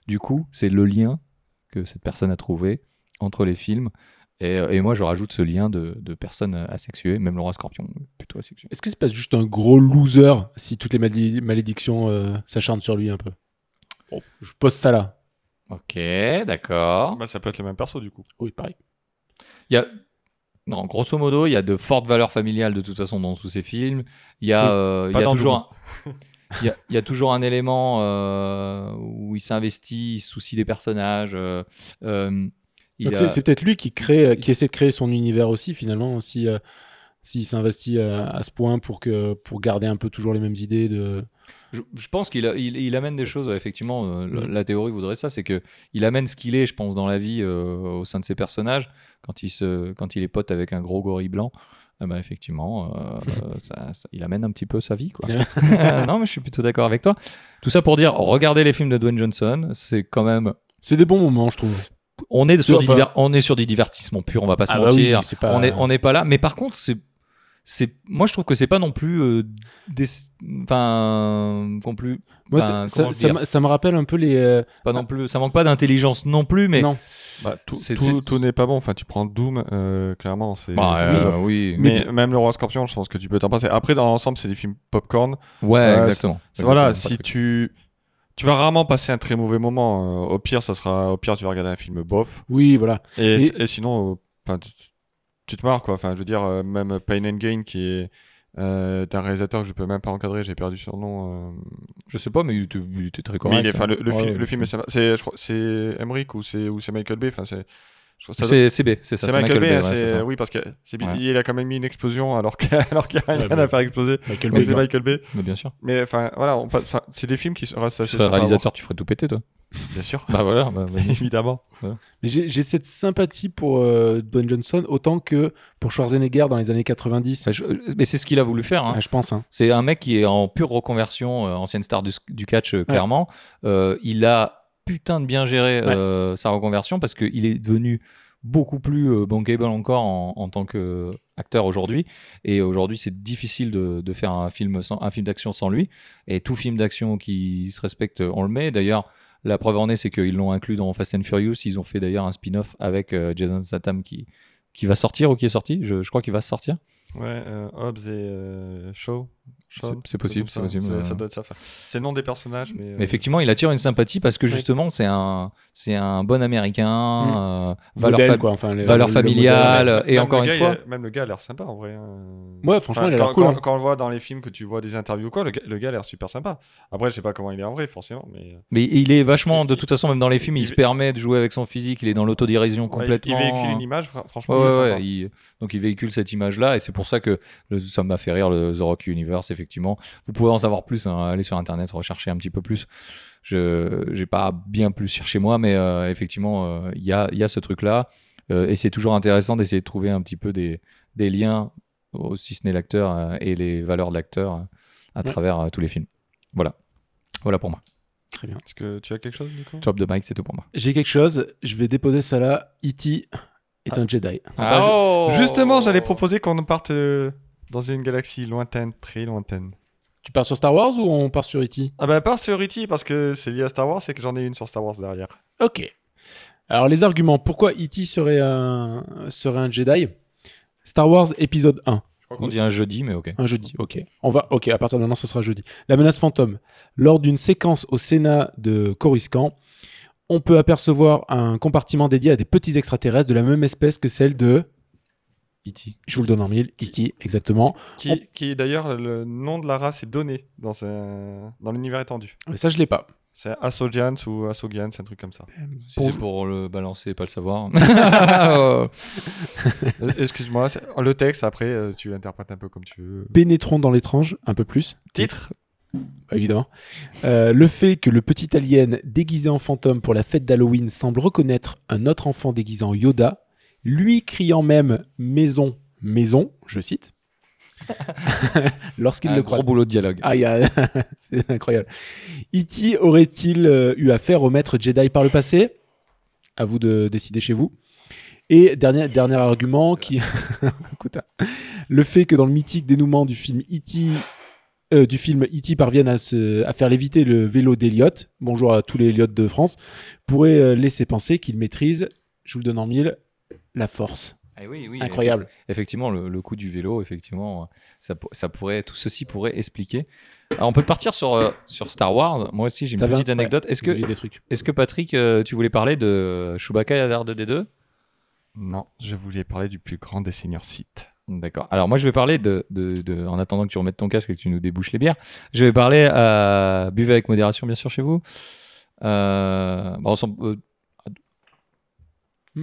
Speaker 3: Du coup, c'est le lien que cette personne a trouvé entre les films. Et, euh, et moi, je rajoute ce lien de, de personnes asexuées, même Laura Scorpion, plutôt asexuée.
Speaker 2: Est-ce que c'est pas juste un gros loser si toutes les malé- malédictions euh, s'acharnent sur lui un peu Je pose ça là.
Speaker 3: Ok, d'accord.
Speaker 1: Bah, ça peut être le même perso du coup.
Speaker 2: Oui, pareil.
Speaker 3: Il y a. Non, grosso modo, il y a de fortes valeurs familiales de toute façon dans tous ces films. Il y a,
Speaker 1: Oui,
Speaker 3: euh,
Speaker 1: pas
Speaker 3: il y a
Speaker 1: dans
Speaker 3: toujours un. Il y, a, il y a toujours un élément euh, où il s'investit, il se soucie des personnages. euh, euh, il
Speaker 2: Donc,
Speaker 3: a-
Speaker 2: C'est c'est peut-être lui qui crée, euh, qui essaie de créer son univers aussi finalement, si euh, s'il s'investit euh, à ce point pour que pour garder un peu toujours les mêmes idées de.
Speaker 3: Je, je pense qu'il a- il, il amène des choses, ouais, effectivement, euh, la,
Speaker 2: Mhm.
Speaker 3: la théorie voudrait ça, c'est que il amène ce qu'il est, je pense, dans la vie euh, au sein de ses personnages. Quand il, se, quand il est pote avec un gros gorille blanc, eh ben, effectivement, euh, euh, ça- ça- il amène un petit peu sa vie. Quoi. non, mais je suis plutôt d'accord avec toi. Tout ça pour dire, regardez les films de Dwayne Johnson, c'est quand même...
Speaker 2: C'est des bons moments, je trouve.
Speaker 3: On est, sur
Speaker 2: Enfin-
Speaker 3: du diver- on est sur du divertissement pur, on va pas se
Speaker 2: Ah bah oui,
Speaker 3: mentir.
Speaker 2: c'est pas-
Speaker 3: On n'est on est pas là. Mais par contre, c'est... c'est- Moi, je trouve que c'est pas non plus. euh, des... Enfin. qu'on plus-
Speaker 2: Moi,
Speaker 3: Ben,
Speaker 2: ça-
Speaker 3: comment
Speaker 2: ça,
Speaker 3: le
Speaker 2: ça
Speaker 3: dire
Speaker 2: me- ça me rappelle un peu les. euh,
Speaker 3: c'est pas non plus, ça manque pas d'intelligence non plus, mais.
Speaker 2: Non.
Speaker 1: Bah, tout,
Speaker 3: C'est-
Speaker 1: tout-
Speaker 3: c'est-
Speaker 1: tout n'est pas bon. Enfin, tu prends Doom, euh, clairement, c'est.
Speaker 3: Bah,
Speaker 1: c'est-
Speaker 3: euh, oui.
Speaker 1: mais même le roi scorpion, je pense que tu peux t'en passer. Après, dans l'ensemble, c'est des films popcorn.
Speaker 3: Ouais,
Speaker 1: Euh,
Speaker 3: exactement.
Speaker 1: C'est- Voilà,
Speaker 3: Exactement,
Speaker 1: si
Speaker 3: pas
Speaker 1: tu tu vas rarement passer un très mauvais moment. euh, au pire, ça sera au pire, tu vas regarder un film bof.
Speaker 2: Oui, voilà.
Speaker 1: Et,
Speaker 2: Et-
Speaker 1: et sinon, euh, enfin, tu, tu te marres quoi. Enfin, je veux dire, euh, même Pain and Gain qui est euh, d'un réalisateur que je peux même pas encadrer, j'ai perdu son nom. euh,
Speaker 3: très- Je sais pas, mais il était, il était très
Speaker 1: mais
Speaker 3: correct. hein.
Speaker 1: il est- enfin, le, le
Speaker 3: Ouais,
Speaker 1: film-
Speaker 3: ouais.
Speaker 1: le film est sympa. C'est je crois- c'est Emmerich ou c'est ou c'est Michael Bay. Enfin, c'est je crois que ça doit-
Speaker 3: C'est c'est B, c'est ça.
Speaker 1: c'est Michael, Bay, hein,
Speaker 3: Bay, ouais,
Speaker 1: c'est-
Speaker 3: c'est ça.
Speaker 1: oui parce que c'est-
Speaker 3: Ouais.
Speaker 1: il a quand même mis une explosion alors qu'il alors qu'il y a rien
Speaker 2: Ouais, bah.
Speaker 1: à faire exploser.
Speaker 2: Michael
Speaker 1: Mais
Speaker 2: Bay,
Speaker 1: c'est
Speaker 2: genre.
Speaker 1: Michael Bay.
Speaker 3: Mais bien sûr.
Speaker 1: Mais enfin voilà, on passe- enfin, c'est des films qui sont restent
Speaker 3: Tu
Speaker 1: assez
Speaker 3: serais
Speaker 1: sympas à voir.
Speaker 3: réalisateur, tu ferais tout péter, toi.
Speaker 1: bien sûr.
Speaker 3: Bah voilà, bah, vas-y.
Speaker 1: Évidemment.
Speaker 2: Mais j'ai j'ai cette sympathie pour euh, Dwayne Johnson autant que pour Schwarzenegger dans les années 90.
Speaker 3: Bah, je- Mais c'est ce qu'il a voulu faire. hein.
Speaker 2: Ah, je pense. hein.
Speaker 3: C'est un mec qui est en pure reconversion, euh, ancienne star du, du catch, euh, clairement. Euh, il a putain de bien géré euh, sa reconversion parce qu'il est devenu beaucoup plus euh, bankable encore en, en tant qu'acteur aujourd'hui. Et aujourd'hui, c'est difficile de, de faire un film, sans- un film d'action sans lui. Et tout film d'action qui se respecte, on le met. D'ailleurs, la preuve en est, c'est qu'ils l'ont inclus dans Fast and Furious. Ils ont fait d'ailleurs un spin-off avec euh, Jason Statham qui, qui va sortir ou qui est sorti. Je, je crois qu'il va sortir.
Speaker 1: Ouais, euh, Hobbs et euh, Shaw. Shaw,
Speaker 3: C'est- c'est
Speaker 1: quelque
Speaker 3: possible,
Speaker 1: chose
Speaker 3: c'est
Speaker 1: comme ça.
Speaker 3: possible, euh.
Speaker 1: Ça doit être ça. Enfin, C'est le nom des personnages, mais. euh,
Speaker 3: Mais effectivement, il attire une sympathie parce que
Speaker 2: Oui.
Speaker 3: justement, c'est un, c'est un bon américain,
Speaker 2: Mm.
Speaker 3: euh, valeur,
Speaker 2: Modèle,
Speaker 3: fa-
Speaker 2: quoi. Enfin, le-
Speaker 3: valeur
Speaker 2: le modèle.
Speaker 3: familiale.
Speaker 1: même-
Speaker 3: et
Speaker 1: même
Speaker 3: encore
Speaker 1: le
Speaker 3: une
Speaker 1: gars,
Speaker 3: fois,
Speaker 1: il a- même le gars a l'air sympa en vrai. hein.
Speaker 2: Ouais, franchement,
Speaker 1: Enfin,
Speaker 2: il a l'air
Speaker 1: quand-
Speaker 2: cool,
Speaker 1: Quand,
Speaker 2: hein.
Speaker 1: quand on le voit dans les films, que tu vois des interviews ou quoi, le, gars- le gars a l'air super sympa. Après, je sais pas comment il est en vrai, forcément, mais. euh,
Speaker 3: mais il est vachement,
Speaker 1: il-
Speaker 3: de toute façon, même dans les films, il,
Speaker 1: il-
Speaker 3: se permet de jouer avec son physique, il est dans l'autodérision
Speaker 1: Ouais, il-
Speaker 3: complètement.
Speaker 1: Il véhicule une image, fra- franchement.
Speaker 3: Ouais,
Speaker 1: il est
Speaker 3: ouais,
Speaker 1: sympa.
Speaker 3: ouais, il- donc il véhicule cette image-là et c'est pour ça que le- ça m'a fait rire le The Rocky Universe, effectivement. Vous pouvez en savoir plus, hein, allez sur Internet, rechercher un petit peu plus. Je j'ai pas bien plus cherché moi, mais euh, effectivement, euh, il y, a, il y a ce truc-là. Euh, et c'est toujours intéressant d'essayer de trouver un petit peu des, des liens, aussi si ce n'est l'acteur euh, et les valeurs de l'acteur euh, à
Speaker 2: Ouais.
Speaker 3: travers euh, tous les films. Voilà. Voilà pour moi.
Speaker 1: Est-ce que tu as quelque chose, Nico
Speaker 3: Job de Mike, c'est tout pour moi.
Speaker 2: J'ai quelque chose. Je vais déposer ça là. E.T. est un Jedi.
Speaker 1: bah, je-
Speaker 3: Oh
Speaker 1: Justement, j'allais proposer qu'on parte euh, dans une galaxie lointaine, très lointaine.
Speaker 2: Tu pars sur Star Wars ou on part sur E E.T.
Speaker 1: Ah bah, part sur E.T. parce que c'est lié à Star Wars, c'est que j'en ai une sur Star Wars derrière.
Speaker 2: Ok. Alors, les arguments. Pourquoi E.T. serait un, serait un Jedi Star Wars épisode 1.
Speaker 3: On dit un jeudi, mais ok.
Speaker 2: Un jeudi, ok. On va, ok, à partir de maintenant, ce sera jeudi. La menace fantôme. Lors d'une séquence au Sénat de Coruscant, on peut apercevoir un compartiment dédié à des petits extraterrestres de la même espèce que celle de. E
Speaker 3: E.T.
Speaker 2: Je vous le donne en mille, E.T., exactement.
Speaker 1: Qui, qui, d'ailleurs, le nom de la race est donné dans, un- dans l'univers étendu.
Speaker 2: Mais ça, je l'ai pas.
Speaker 1: C'est Assogians ou Assogians, c'est un truc comme ça.
Speaker 3: Si
Speaker 2: Pour-
Speaker 3: c'est pour le balancer et pas le savoir. Euh,
Speaker 1: Euh, Excuse-moi, c'est- le texte, après, euh, tu l'interprètes un peu comme tu veux.
Speaker 2: Pénétrons dans l'étrange, un peu plus.
Speaker 1: Titre
Speaker 2: Bah, évidemment. Euh, le fait que le petit alien déguisé en fantôme pour la fête d'Halloween semble reconnaître un autre enfant déguisé en Yoda, lui criant même maison, maison, je cite, lorsqu'il
Speaker 3: un
Speaker 2: le
Speaker 3: gros
Speaker 2: croise.
Speaker 3: boulot de dialogue.
Speaker 2: Ah, il y a- c'est incroyable. E.T. aurait-il euh, eu affaire au maître Jedi par le passé À vous de décider chez vous. Et dernier, dernier argument qui. Écoute, hein. le fait que dans le mythique dénouement du film E E.T. euh, du film E.T. parvienne à, se- à faire léviter le vélo d'Eliott, bonjour à tous les Elliott de France, pourrait euh, laisser penser qu'il maîtrise, je vous le donne en mille, la force.
Speaker 3: Eh oui, oui,
Speaker 2: Incroyable.
Speaker 3: effecti- Effectivement, le, le coup du vélo, effectivement, ça, pour- ça pourrait, tout ceci pourrait expliquer. Alors, on peut partir sur, euh, sur Star Wars. Moi aussi, j'ai une
Speaker 2: T'avais
Speaker 3: petite
Speaker 2: un-
Speaker 3: anecdote. Est-ce
Speaker 2: Vous avez
Speaker 3: que,
Speaker 2: des trucs
Speaker 3: est que Patrick, euh, tu voulais parler de Chewbacca et la Darde des deux
Speaker 1: Non, je voulais parler du plus grand des seigneurs Sith.
Speaker 3: D'accord. Alors moi je vais parler de, de- de- en attendant que tu remettes ton casque et que tu nous débouches les bières, je vais parler à buvez avec modération bien sûr chez vous. Euh, bah, on s'en- euh,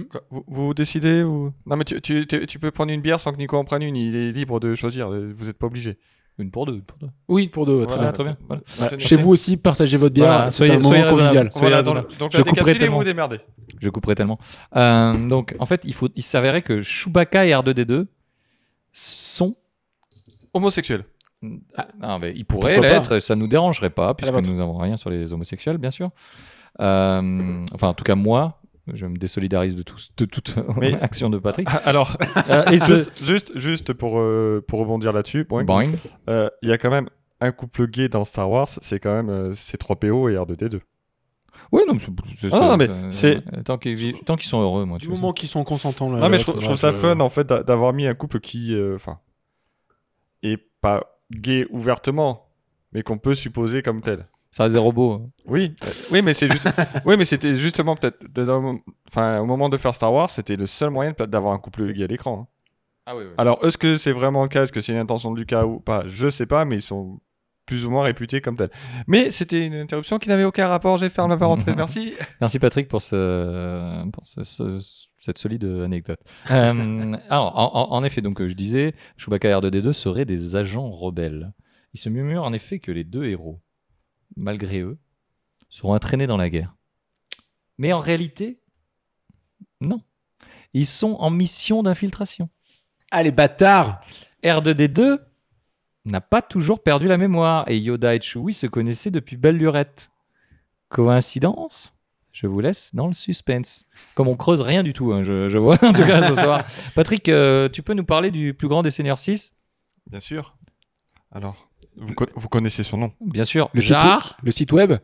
Speaker 1: Quoi, Vous, vous décidez ou... Non, mais tu, tu- tu- tu peux prendre une bière sans que Nico en prenne une. Il est libre de choisir. euh, Vous n'êtes pas obligé.
Speaker 3: une pour deux, une pour deux.
Speaker 2: Oui, pour deux.
Speaker 1: Voilà,
Speaker 2: très bien.
Speaker 3: très bien. Voilà.
Speaker 2: Ouais.
Speaker 1: Tenez,
Speaker 2: Chez
Speaker 1: c'est-
Speaker 2: vous aussi, partagez votre bière.
Speaker 3: Voilà,
Speaker 2: c'est
Speaker 3: soyez-
Speaker 2: un moment
Speaker 3: soyez raisonnable.
Speaker 2: convivial.
Speaker 1: Voilà,
Speaker 3: Soyez
Speaker 1: donc,
Speaker 3: raisonnable.
Speaker 1: donc
Speaker 3: Je
Speaker 1: la
Speaker 3: couperai
Speaker 1: décapsulez, vous
Speaker 3: tellement.
Speaker 1: vous démerdez.
Speaker 3: Je couperai tellement. Euh, donc en fait il faut, il s'avérait que Chewbacca et R2D2 sont
Speaker 1: Homosexuel.
Speaker 3: Ah, mais il pourrait
Speaker 2: Pourquoi
Speaker 3: l'être, et ça nous dérangerait pas, puisque
Speaker 2: vôtre.
Speaker 3: nous n'avons rien sur les homosexuels, bien sûr. Euh, enfin, en tout cas, moi, je me désolidarise de, tous- de toute
Speaker 1: Mais- Ah,
Speaker 3: action de Patrick.
Speaker 1: Alors,
Speaker 3: Euh, et ce...
Speaker 1: juste, juste, juste pour, euh, pour rebondir là-dessus, point, euh,
Speaker 3: Boing.
Speaker 1: il y a quand même un couple gay dans Star Wars, c'est quand même euh, C3PO et R2D2.
Speaker 3: Oui, non, mais c'est- c'est-
Speaker 1: Ah, non, mais
Speaker 3: c'est-
Speaker 1: c'est-
Speaker 3: euh, Tant qu'ils vivent- tant qu'ils sont heureux, moi,
Speaker 2: Du
Speaker 3: tu vois.
Speaker 2: moment qu'ils sont consentants. là,
Speaker 1: non, mais je,
Speaker 2: l'autre,
Speaker 1: trouve- je
Speaker 2: là,
Speaker 1: trouve ça
Speaker 2: je-
Speaker 1: fun en fait d'a- d'avoir mis un couple qui, euh, enfin, est pas gay ouvertement, mais qu'on peut supposer comme tel.
Speaker 3: Ça reste hein. des robots.
Speaker 1: Oui, euh, oui, mais c'est juste. oui, mais c'était justement peut-être. de- dans- Enfin, au moment de faire Star Wars, c'était le seul moyen peut-être d'avoir un couple gay à l'écran. hein.
Speaker 3: Ah oui,
Speaker 1: Alors, est-ce que c'est vraiment le cas, est-ce que c'est une intention de Lucas ou pas Je sais pas, mais ils sont plus ou moins réputés comme tels. Mais c'était une interruption qui n'avait aucun rapport. J'ai fermé la parenthèse. Merci.
Speaker 3: Merci Patrick pour, ce, pour ce- ce- cette solide anecdote. Euh, alors, en, en- en effet, donc euh, je disais, Chewbacca et R2D2 seraient des agents rebelles. Il se murmure en effet que les deux héros, malgré eux, seront entraînés dans la guerre. Mais en réalité, non. Ils sont en mission d'infiltration.
Speaker 2: Ah, les bâtards
Speaker 3: R2D2 n'a pas toujours perdu la mémoire et Yoda et Chewie se connaissaient depuis belle lurette. Coïncidence Je vous laisse dans le suspense. Comme on creuse rien du tout, hein, je, je vois en tout cas ce soir. Patrick, euh, tu peux nous parler du plus grand des seniors 6
Speaker 1: Bien sûr. Alors, vous, co- vous connaissez son nom
Speaker 3: Bien sûr,
Speaker 2: Le
Speaker 3: Jar,
Speaker 2: Le site web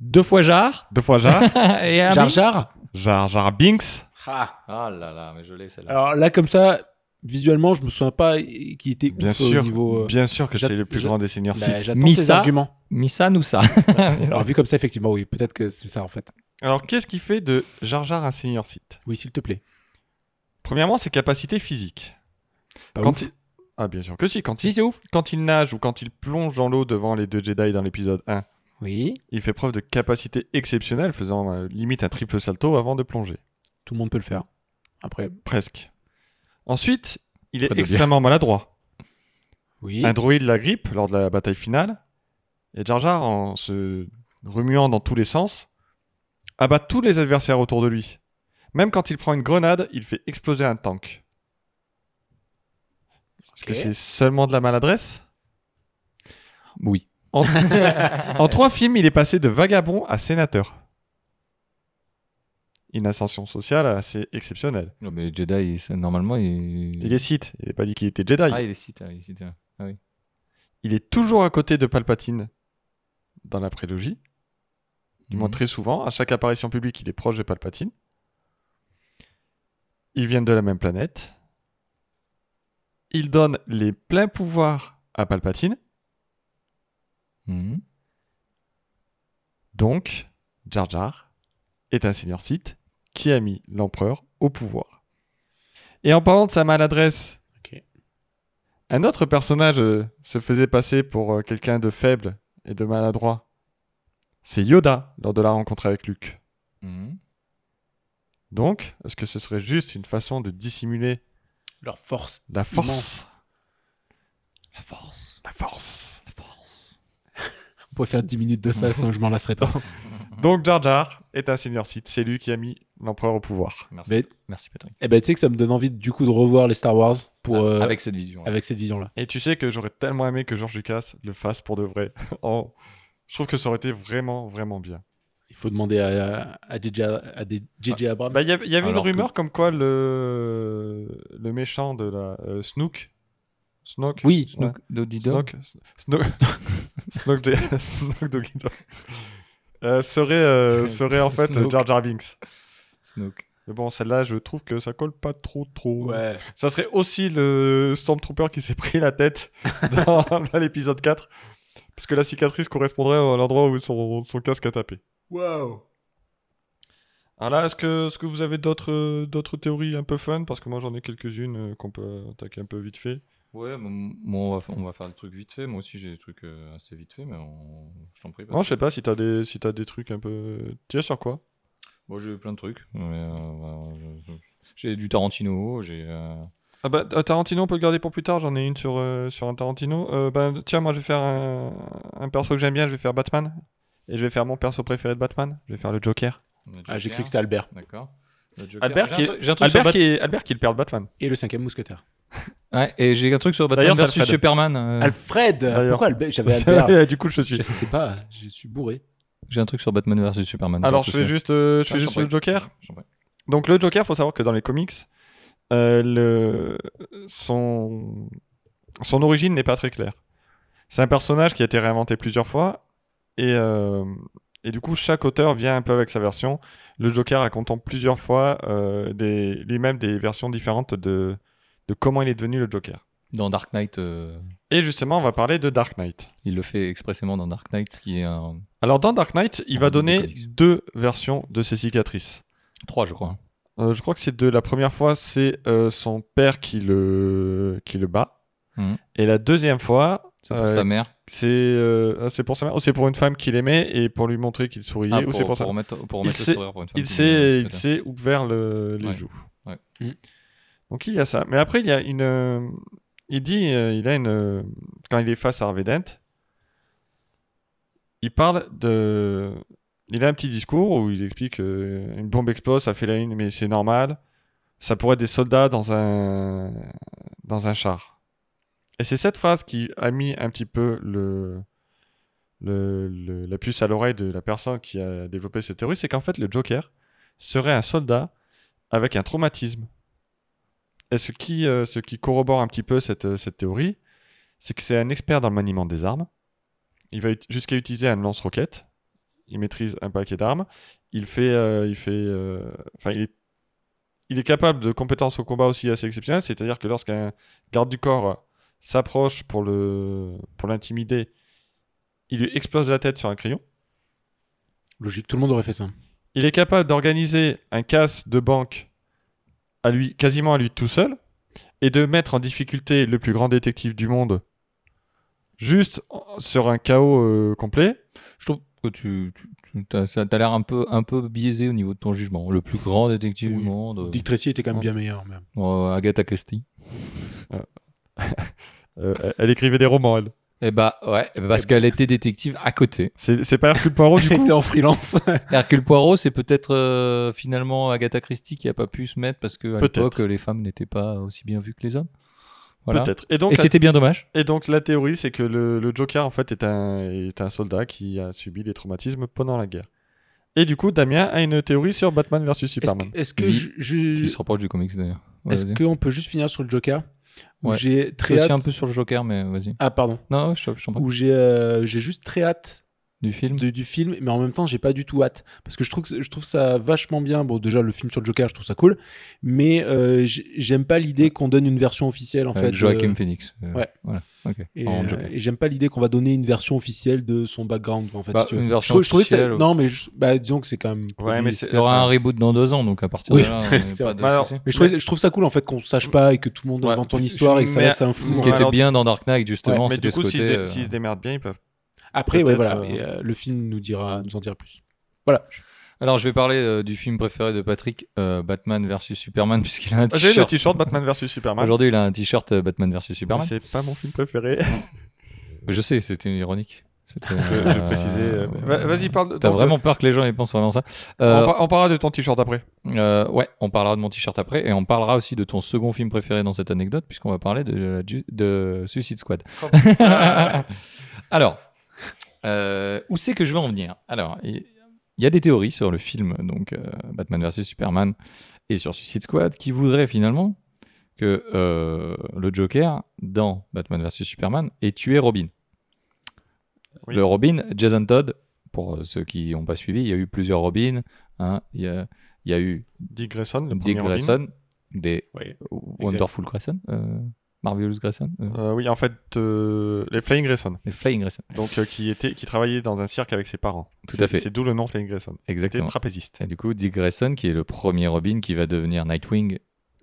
Speaker 3: deux fois Jar
Speaker 1: Deux fois Jar,
Speaker 3: et Ami.
Speaker 2: Jar Jar
Speaker 1: Jar Jar Binks.
Speaker 2: Ah.
Speaker 3: Ah là là, mais je l'ai celle-là.
Speaker 2: Alors là, comme ça, visuellement, je me souviens pas eh, qui était
Speaker 1: Bien
Speaker 2: ouf
Speaker 1: sûr,
Speaker 2: au niveau. euh,
Speaker 1: bien sûr que
Speaker 2: j'a-
Speaker 1: c'est le plus
Speaker 2: j'a-
Speaker 1: grand des seigneurs
Speaker 2: bah,
Speaker 1: Sith.
Speaker 2: J'attends tes
Speaker 3: Missa.
Speaker 2: arguments.
Speaker 3: Missa nous ça.
Speaker 2: Alors vu comme ça, effectivement, oui, peut-être que c'est ça en fait.
Speaker 1: Alors, qu'est-ce qui fait de Jar Jar un seigneur Sith
Speaker 2: Oui, s'il te plaît.
Speaker 1: Premièrement, ses capacités physiques.
Speaker 2: Pas
Speaker 1: Quand
Speaker 2: ouf.
Speaker 1: il- Ah bien sûr que si, quand
Speaker 2: Si,
Speaker 1: il...
Speaker 2: c'est ouf.
Speaker 1: quand il nage ou quand il plonge dans l'eau devant les deux Jedi dans l'épisode 1,
Speaker 2: Oui,
Speaker 1: il fait preuve de capacité exceptionnelle, faisant euh, limite un triple salto avant de plonger.
Speaker 2: tout le monde peut le faire. Après,
Speaker 1: Presque. Ensuite, il est
Speaker 3: Pas de
Speaker 1: extrêmement maladroit.
Speaker 2: oui.
Speaker 1: Un droïde l'agrippe lors de la bataille finale, et Jar Jar, en se remuant dans tous les sens, abat tous les adversaires autour de lui. Même quand il prend une grenade, il fait exploser un tank. Est-ce que
Speaker 2: Ok.
Speaker 1: c'est seulement de la maladresse
Speaker 3: Oui.
Speaker 1: En, en trois films, il est passé de vagabond à sénateur. Une ascension sociale assez exceptionnelle.
Speaker 3: Non, mais Jedi, c'est- normalement, il...
Speaker 1: Il est Sith, il n'est pas dit qu'il était Jedi.
Speaker 3: Ah, il est Sith, ah, il est Sith, ah.
Speaker 1: Il est toujours à côté de Palpatine dans la prélogie. Du moins
Speaker 3: Mhm.
Speaker 1: très souvent, à chaque apparition publique, il est proche de Palpatine. Ils viennent de la même planète. Il donne les pleins pouvoirs à Palpatine.
Speaker 3: Mhm.
Speaker 1: Donc, Jar Jar est un seigneur Sith qui a mis l'empereur au pouvoir. Et en parlant de sa maladresse,
Speaker 2: Ok.
Speaker 1: un autre personnage euh, se faisait passer pour euh, quelqu'un de faible et de maladroit. C'est Yoda lors de la rencontre avec Luke.
Speaker 3: Mhm.
Speaker 1: Donc, est-ce que ce serait juste une façon de dissimuler
Speaker 2: Leur force.
Speaker 1: la force
Speaker 3: La force,
Speaker 1: La force.
Speaker 3: la force.
Speaker 2: On pourrait faire 10 minutes de ça, sinon je m'en lasserai pas.
Speaker 1: Donc, Jar Jar est un seigneur Sith. C'est lui qui a mis l'empereur au pouvoir.
Speaker 3: Merci,
Speaker 2: Mais-
Speaker 3: Merci Patrick.
Speaker 2: Eh ben, tu sais que ça me donne envie du coup de revoir les Star Wars pour, euh, avec...
Speaker 3: Ah, Avec cette vision.
Speaker 2: cette vision-là.
Speaker 1: Et tu sais que j'aurais tellement aimé que George Lucas le fasse pour de vrai. En- Je trouve que ça aurait été vraiment, vraiment bien.
Speaker 2: Il faut demander à, à JJ à des- JJ Abrams.
Speaker 1: Bah, Il y avait, il y avait une
Speaker 3: Alors que-
Speaker 1: rumeur comme quoi le, le méchant de la euh, Snook. Snook
Speaker 2: oui,
Speaker 1: Snook. Snook, Snook, Snook, de- Snook Doggy Dog. Euh, serait, euh, serait en fait
Speaker 3: Snook.
Speaker 1: Jar Jar Binks.
Speaker 3: Snook.
Speaker 1: Mais bon, celle-là, je trouve que ça colle pas trop, trop.
Speaker 2: ouais.
Speaker 1: Ça serait aussi le Stormtrooper qui s'est pris la tête dans dans l'épisode 4. Parce que la cicatrice correspondrait à l'endroit où son, son casque a tapé.
Speaker 2: Wow.
Speaker 1: Alors Ah, là, est-ce que, est-ce que vous avez d'autres, euh, d'autres théories un peu fun Parce que moi, j'en ai quelques-unes euh, qu'on peut attaquer un peu vite fait.
Speaker 3: Ouais, bon, bon, on, va, on va faire des trucs vite fait. Moi aussi, j'ai des trucs euh, assez vite fait, mais on- je t'en prie.
Speaker 1: Non,
Speaker 3: Patrick.
Speaker 1: je sais pas si t'as des, si t'as des trucs un peu. Tu es sur quoi
Speaker 3: Moi, j'ai plein de trucs. mais, euh, bah, je- je- j'ai du Tarantino, j'ai. euh,
Speaker 1: Ah bah, euh, Tarantino, on peut le garder pour plus tard. J'en ai une sur, euh, sur un Tarantino. Euh, bah, tiens, moi, je vais faire un, un perso que j'aime bien. Je vais faire Batman. Et je vais faire mon perso préféré de Batman. Je vais faire le Joker.
Speaker 3: le
Speaker 2: Ah, j'ai
Speaker 3: Joker,
Speaker 2: cru que c'était Albert.
Speaker 3: D'accord. Le Joker.
Speaker 1: Albert,
Speaker 3: J'ai un
Speaker 1: qui
Speaker 3: truc-
Speaker 1: est,
Speaker 3: j'ai un truc sur
Speaker 1: Albert, qui est, Albert qui est le père de Batman.
Speaker 2: Et le cinquième mousquetaire.
Speaker 3: Bat- Ouais, et j'ai un truc sur Batman
Speaker 1: D'ailleurs, c'est
Speaker 3: versus
Speaker 1: Alfred.
Speaker 3: Superman. euh,
Speaker 2: Alfred euh,
Speaker 1: D'ailleurs.
Speaker 2: Pourquoi Albert J'avais Albert.
Speaker 1: du coup, je
Speaker 2: je
Speaker 1: suis.
Speaker 2: sais pas, je suis bourré.
Speaker 3: J'ai un truc sur Batman versus Superman.
Speaker 1: Alors,
Speaker 3: Pas de
Speaker 1: je fais
Speaker 3: souci.
Speaker 1: juste, euh, je
Speaker 3: Ah,
Speaker 1: fais juste
Speaker 3: j'en
Speaker 1: le
Speaker 3: prie.
Speaker 1: Joker.
Speaker 3: J'en prie.
Speaker 1: Donc le Joker, faut savoir que dans les comics, euh, le... son... son origine n'est pas très claire. C'est un personnage qui a été réinventé plusieurs fois, et, euh, et du coup chaque auteur vient un peu avec sa version. Le Joker racontant plusieurs fois euh, des... lui-même des versions différentes de... de comment il est devenu le Joker.
Speaker 3: Dans Dark Knight, euh,
Speaker 1: Et justement, on va parler de Dark Knight.
Speaker 3: il le fait expressément dans Dark Knight, ce qui est un.
Speaker 1: Alors dans Dark Knight, il
Speaker 3: Ah,
Speaker 1: va
Speaker 3: dans
Speaker 1: donner
Speaker 3: les comics.
Speaker 1: deux versions de ses cicatrices.
Speaker 3: 3, je crois. hein.
Speaker 1: Euh, je crois que c'est de la première fois, c'est euh, son père qui le, qui le bat.
Speaker 3: Mhm.
Speaker 1: Et la deuxième fois,
Speaker 3: C'est pour
Speaker 1: euh,
Speaker 3: sa mère.
Speaker 1: c'est euh, ah, c'est pour sa mère, ou c'est pour une femme qu'il aimait et pour lui montrer qu'il souriait,
Speaker 3: Ah,
Speaker 1: ou
Speaker 3: pour,
Speaker 1: c'est pour, ça.
Speaker 3: pour remettre, pour remettre le
Speaker 1: s'est-
Speaker 3: sourire pour une femme.
Speaker 1: Il
Speaker 3: qui-
Speaker 1: s'est il
Speaker 3: peut-être.
Speaker 1: s'est ouvert le- les
Speaker 3: Ouais.
Speaker 1: joues.
Speaker 3: Ouais.
Speaker 2: Mhm.
Speaker 1: Donc il y a ça. Mais après, il y a une. euh, il dit, euh, il a une. euh, quand il est face à Harvey Dent, il parle de. Il a un petit discours où il explique qu'une une bombe explose, ça fait la une, mais c'est normal. Ça pourrait être des soldats dans un dans un char. Et c'est cette phrase qui a mis un petit peu le, le- le- la puce à l'oreille de la personne qui a développé cette théorie, c'est qu'en fait le Joker serait un soldat avec un traumatisme. Et ce qui, euh, ce qui corrobore un petit peu cette, euh, cette théorie, c'est que c'est un expert dans le maniement des armes. Il va ut- jusqu'à utiliser un lance-roquette. Il maîtrise un paquet d'armes. Il fait, euh, il fait, euh, enfin, il est, il est capable de compétences au combat aussi assez exceptionnelles. C'est-à-dire que lorsqu'un garde du corps s'approche pour le, pour l'intimider, il lui explose la tête sur un crayon.
Speaker 2: Logique, tout le monde aurait fait ça.
Speaker 1: Il est capable d'organiser un casse de banque à lui, quasiment à lui tout seul, et de mettre en difficulté le plus grand détective du monde juste en- sur un chaos euh, complet.
Speaker 3: Je trouve que tu, as, l'air un peu, un peu biaisé au niveau de ton jugement. Le plus grand détective
Speaker 2: Oui.
Speaker 3: du monde.
Speaker 2: Dick Tracy était quand même bien meilleur. mais-
Speaker 3: euh, Agatha Christie.
Speaker 1: Euh, elle- elle écrivait des romans, elle.
Speaker 3: Eh bah ouais, eh bah, parce qu'elle était détective à côté.
Speaker 1: C'est c'est pas Hercule Poirot du
Speaker 2: Il
Speaker 1: coup
Speaker 2: était en freelance.
Speaker 3: Hercule Poirot, c'est peut-être euh, finalement Agatha Christie qui a pas pu se mettre parce que à
Speaker 1: Peut-être.
Speaker 3: l'époque les femmes n'étaient pas aussi bien vues que les hommes. Voilà.
Speaker 1: Peut-être. Et donc,
Speaker 3: Et
Speaker 1: la-
Speaker 3: c'était bien dommage.
Speaker 1: et donc, la théorie, c'est que le, le Joker, en fait, est un, est un soldat qui a subi des traumatismes pendant la guerre. Et du coup, Damien a une théorie sur Batman versus
Speaker 2: Est-ce
Speaker 1: Superman.
Speaker 2: que, est-ce que
Speaker 3: Oui.
Speaker 2: je- je-
Speaker 3: Qui se rapproche du comics d'ailleurs. Ouais,
Speaker 2: est-ce
Speaker 3: vas-y.
Speaker 2: qu'on peut juste finir sur le Joker Où
Speaker 3: Ouais.
Speaker 2: J'ai
Speaker 3: Je suis
Speaker 2: très hâte.
Speaker 3: aussi un peu sur le Joker, mais vas-y.
Speaker 2: Ah pardon.
Speaker 3: Non, je je t'en prie.
Speaker 2: Où j'ai euh, j'ai juste très hâte
Speaker 3: Du film.
Speaker 2: de- du film, mais en même temps, j'ai pas du tout hâte parce que je trouve que c'est- je trouve ça vachement bien. Bon, déjà le film sur le Joker, je trouve ça cool, mais euh, j'ai- j'aime pas l'idée qu'on donne une version officielle en
Speaker 3: Avec
Speaker 2: fait.
Speaker 3: Joachim
Speaker 2: euh,
Speaker 3: Phoenix. euh,
Speaker 2: ouais.
Speaker 3: Voilà. Ok.
Speaker 2: et,
Speaker 3: En
Speaker 2: euh,
Speaker 3: Joker.
Speaker 2: et j'aime pas l'idée qu'on va donner une version officielle de son background en fait.
Speaker 3: Bah,
Speaker 2: si tu veux.
Speaker 3: une
Speaker 2: Je
Speaker 3: version
Speaker 2: trouve- je trouvais que ça-
Speaker 3: officielle, ouais.
Speaker 2: non, mais je- bah, disons que c'est quand même. produit-
Speaker 1: c'est-
Speaker 3: Il y
Speaker 1: enfin,
Speaker 3: aura un reboot dans deux ans, donc à partir
Speaker 2: Oui,
Speaker 3: de là, on n'est
Speaker 2: c'est
Speaker 3: pas
Speaker 2: vrai.
Speaker 3: de
Speaker 1: Bah alors,
Speaker 3: soucis.
Speaker 2: mais je, trouvais- je trouve ça cool en fait qu'on sache pas et que tout le monde
Speaker 1: Ouais,
Speaker 2: invente ton
Speaker 1: je-
Speaker 2: histoire et que ça
Speaker 1: mais-
Speaker 2: laisse un
Speaker 1: c'est
Speaker 2: flou.
Speaker 3: Ce
Speaker 1: Ouais,
Speaker 3: qui était
Speaker 1: alors-
Speaker 3: bien dans Dark Knight, justement,
Speaker 1: mais
Speaker 3: c'était
Speaker 1: du
Speaker 3: ce
Speaker 1: coup,
Speaker 3: côté.
Speaker 1: s'ils se,
Speaker 3: euh,
Speaker 1: s'ils se démerdent bien, ils peuvent.
Speaker 2: Après, ouais,
Speaker 1: peut-être,
Speaker 2: voilà,
Speaker 1: euh,
Speaker 2: et, euh, le film nous dira, nous en dira plus.
Speaker 3: Alors, je vais parler euh, du film préféré de Patrick, euh, Batman versus Superman, puisqu'il a un
Speaker 1: Ah, J'ai le
Speaker 3: t-shirt.
Speaker 1: t-shirt Batman versus Superman.
Speaker 3: Aujourd'hui, il a un t-shirt euh, Batman versus Superman.
Speaker 1: C'est pas mon film préféré.
Speaker 3: Je sais, c'était ironique. C'était,
Speaker 1: je,
Speaker 3: euh,
Speaker 1: je précisais. euh, mais- Va- Vas-y, parle.
Speaker 3: T'as
Speaker 1: donc,
Speaker 3: vraiment peur que les gens ils pensent vraiment ça.
Speaker 1: euh,
Speaker 3: Euh,
Speaker 1: On, par- on parlera de ton t-shirt après.
Speaker 3: euh, ouais, on parlera de mon t-shirt après et on parlera aussi de ton second film préféré dans cette anecdote, puisqu'on va parler de, la ju- de Suicide Squad. Alors, euh, où c'est que je veux en venir Alors, il il y a des théories sur le film, donc euh, Batman vs Superman et sur Suicide Squad, qui voudraient finalement que euh, le Joker, dans Batman vs Superman, ait tué Robin.
Speaker 1: Oui.
Speaker 3: Le Robin, Jason Todd, pour euh, ceux qui n'ont pas suivi, il y a eu plusieurs Robins. hein, il, y a, il y a eu
Speaker 1: Dick Grayson. le
Speaker 3: Dick
Speaker 1: premier Robin.
Speaker 3: Grayson, des
Speaker 2: Ouais,
Speaker 3: Wonderful Grayson, euh, Marvelous Grayson Euh,
Speaker 1: Euh, oui, en fait, euh, les Flying Grayson,
Speaker 3: Les Flying Grayson.
Speaker 1: donc euh, qui était, qui travaillait dans un cirque avec ses parents.
Speaker 3: Tout
Speaker 1: C'est-
Speaker 3: à fait.
Speaker 1: C'est d'où le nom Flying Grayson. Il était
Speaker 3: Exactement.
Speaker 1: trapéziste.
Speaker 3: Et du coup, Dick Grayson, qui est le premier Robin qui va devenir Nightwing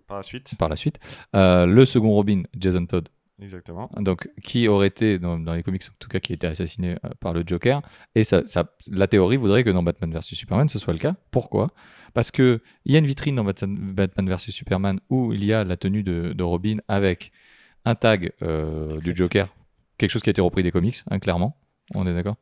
Speaker 1: Par la suite,
Speaker 3: par la suite, euh, le second Robin, Jason Todd,
Speaker 1: exactement.
Speaker 3: donc qui aurait été, dans, dans les comics en tout cas, qui a été assassiné euh, par le Joker, et ça, ça- la théorie voudrait que dans Batman vs Superman ce soit le cas. Pourquoi Parce que il y a une vitrine dans Batman, Batman vs Superman où il y a la tenue de, de Robin avec un tag euh, du Joker, quelque chose qui a été repris des comics, hein, clairement. On est d'accord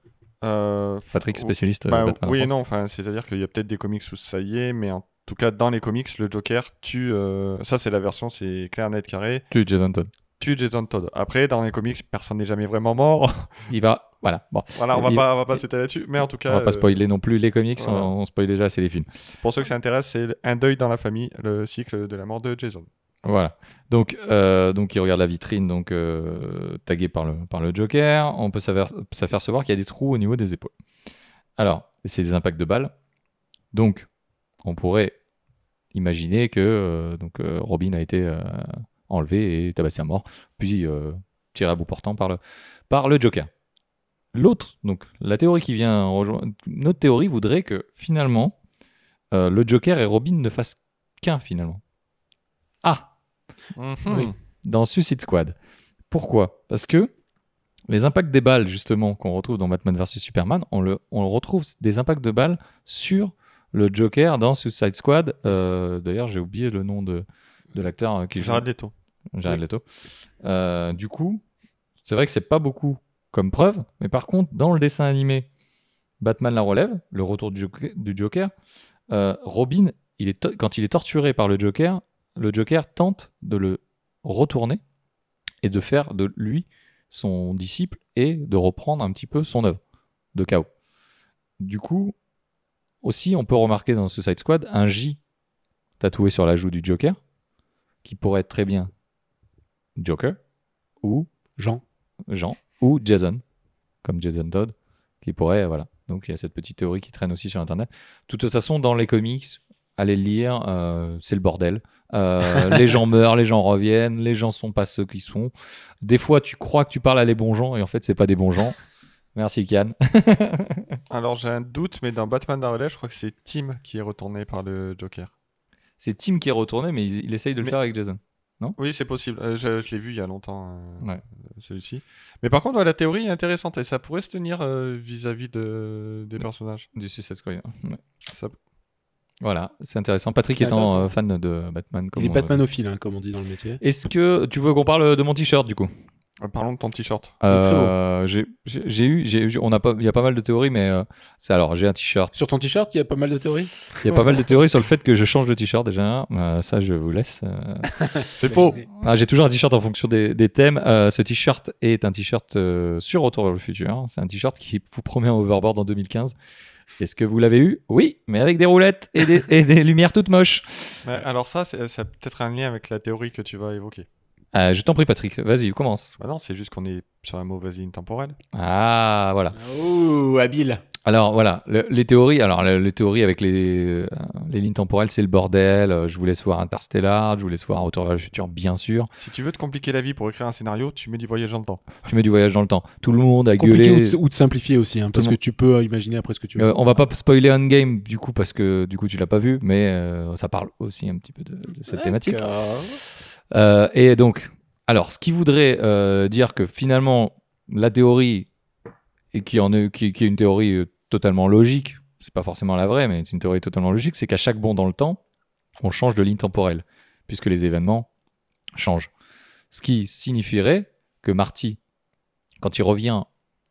Speaker 1: Euh,
Speaker 3: Patrick,
Speaker 1: Oh,
Speaker 3: spécialiste euh,
Speaker 1: bah,
Speaker 3: Batman en
Speaker 1: oui et
Speaker 3: France.
Speaker 1: non, enfin, c'est-à-dire qu'il y a peut-être des comics où ça y est, mais en tout cas, dans les comics, le Joker tue. euh, ça, c'est la version, c'est clair, net, carré.
Speaker 3: Tu, Jason Todd.
Speaker 1: Tue Jason Todd. Après, dans les comics, personne n'est jamais vraiment mort.
Speaker 3: Il va. Voilà, bon,
Speaker 1: voilà, on va
Speaker 3: Il-
Speaker 1: pas, on va pas s'étaler là-dessus. Mais en tout
Speaker 3: on
Speaker 1: cas,
Speaker 3: va pas
Speaker 1: euh,
Speaker 3: spoiler non plus les comics,
Speaker 1: voilà.
Speaker 3: on, on spoil déjà, c'est les films.
Speaker 1: pour ceux que ça intéresse, c'est un deuil dans la famille, le cycle de la mort de Jason.
Speaker 3: Voilà. Donc, euh, donc il regarde la vitrine, donc euh, taguée par le, par le Joker. On peut s'aver- s'apercevoir qu'il y a des trous au niveau des épaules. Alors, c'est des impacts de balles. Donc, on pourrait imaginer que euh, donc, euh, Robin a été euh, enlevé et tabassé à mort, puis euh, tiré à bout portant par le, par le Joker. L'autre, donc la théorie qui vient rejoindre notre théorie voudrait que finalement euh, le Joker et Robin ne fassent qu'un finalement. Ah,
Speaker 1: Mhm.
Speaker 3: Oui. dans Suicide Squad. Pourquoi Parce que les impacts des balles, justement, qu'on retrouve dans Batman vs Superman, on le, on le retrouve des impacts de balles sur le Joker dans Suicide Squad. Euh, D'ailleurs, j'ai oublié le nom de, de l'acteur euh, qui joue
Speaker 1: Jared Leto.
Speaker 3: Jared Leto. Euh, du coup, c'est vrai que c'est pas beaucoup comme preuve, mais par contre, dans le dessin animé, Batman la relève, le retour du Joker, du Joker, euh, Robin, il est to- quand il est torturé par le Joker, le Joker tente de le retourner et de faire de lui son disciple et de reprendre un petit peu son œuvre de chaos. Du coup, aussi, on peut remarquer dans Suicide Squad un J tatoué sur la joue du Joker, qui pourrait être très bien Joker ou
Speaker 2: Jean.
Speaker 3: Jean ou Jason, comme Jason Todd, qui pourrait, euh, voilà. Donc il y a cette petite théorie qui traîne aussi sur Internet. De toute façon, dans les comics, allez le lire, euh, c'est le bordel. Euh, les gens meurent, les gens reviennent, les gens sont pas ceux qu'ils sont. Des fois, tu crois que tu parles à les bons gens et en fait, c'est pas des bons gens. Merci Kian.
Speaker 1: Alors j'ai un doute, mais dans Batman la relève, je crois que c'est Tim qui est retourné par le Joker.
Speaker 3: C'est Tim qui est retourné, mais il, il essaye de le
Speaker 1: Mais-
Speaker 3: faire avec Jason.
Speaker 1: Oui, c'est possible. Euh, je je l'ai vu il y a longtemps, euh,
Speaker 3: Ouais.
Speaker 1: euh, celui-ci. Mais par contre, ouais, la théorie est intéressante et ça pourrait se tenir euh, vis-à-vis de... des personnages.
Speaker 3: Du Suicide Squad. Ouais.
Speaker 1: Ça-
Speaker 3: Voilà, c'est intéressant. Patrick
Speaker 2: C'est
Speaker 3: étant
Speaker 2: intéressant.
Speaker 3: euh, fan de Batman, comme
Speaker 2: Il est
Speaker 3: on-
Speaker 2: Batmanophile, hein, comme on dit dans le métier.
Speaker 3: Est-ce que tu veux qu'on parle de mon t-shirt du coup
Speaker 1: Euh, Parlons de ton t-shirt.
Speaker 2: est très beau.
Speaker 3: Euh, J'ai j'ai- j'ai eu, j'ai eu- on a pas, il y a pas mal de théories, mais euh, c'est alors j'ai un t-shirt.
Speaker 2: Sur ton t-shirt, il y a pas mal de théories.
Speaker 3: Il y a pas mal de théories sur le fait que je change de t-shirt déjà. Euh, ça, je vous laisse. euh.
Speaker 1: C'est faux.
Speaker 3: Ah, j'ai toujours un t-shirt en fonction des, des thèmes. Euh, ce t-shirt est un t-shirt euh, sur Retour vers le futur. Hein. C'est un t-shirt qui vous promet un overboard en 2015. Est-ce que vous l'avez eu Oui, mais avec des roulettes et des, et des lumières toutes moches.
Speaker 1: Ouais, alors ça, c'est- ça a peut-être un lien avec la théorie que tu vas évoquer.
Speaker 3: Euh, je t'en prie, Patrick. Vas-y, commence.
Speaker 1: Bah non, c'est juste qu'on est sur un mauvaise ligne temporelle.
Speaker 3: Ah, voilà.
Speaker 2: Oh, habile.
Speaker 3: Alors voilà, le- les théories. Alors le- les théories avec les, euh, les lignes temporelles, c'est le bordel. Euh, Je voulais voir Interstellar, je voulais voir Retour vers le futur, bien sûr.
Speaker 1: Si tu veux te compliquer la vie pour écrire un scénario, tu mets du voyage dans le temps.
Speaker 3: Tu mets du voyage dans le temps. Tout le monde a
Speaker 2: Compliqué ou
Speaker 3: gueulé.
Speaker 2: de, ou de simplifier aussi, hein, parce
Speaker 3: Tout
Speaker 2: que
Speaker 3: le
Speaker 2: tu peux euh, imaginer après ce que tu veux.
Speaker 3: Euh, on va pas spoiler Endgame du coup parce que du coup tu l'as pas vu, mais euh, ça parle aussi un petit peu de, de cette thématique. Euh, et donc, alors, ce qui voudrait euh, dire que finalement, la théorie, et qui, en est, qui, qui est une théorie euh, totalement logique, c'est pas forcément la vraie, mais c'est une théorie totalement logique, c'est qu'à chaque bond dans le temps, on change de ligne temporelle, puisque les événements changent. Ce qui signifierait que Marty, quand il revient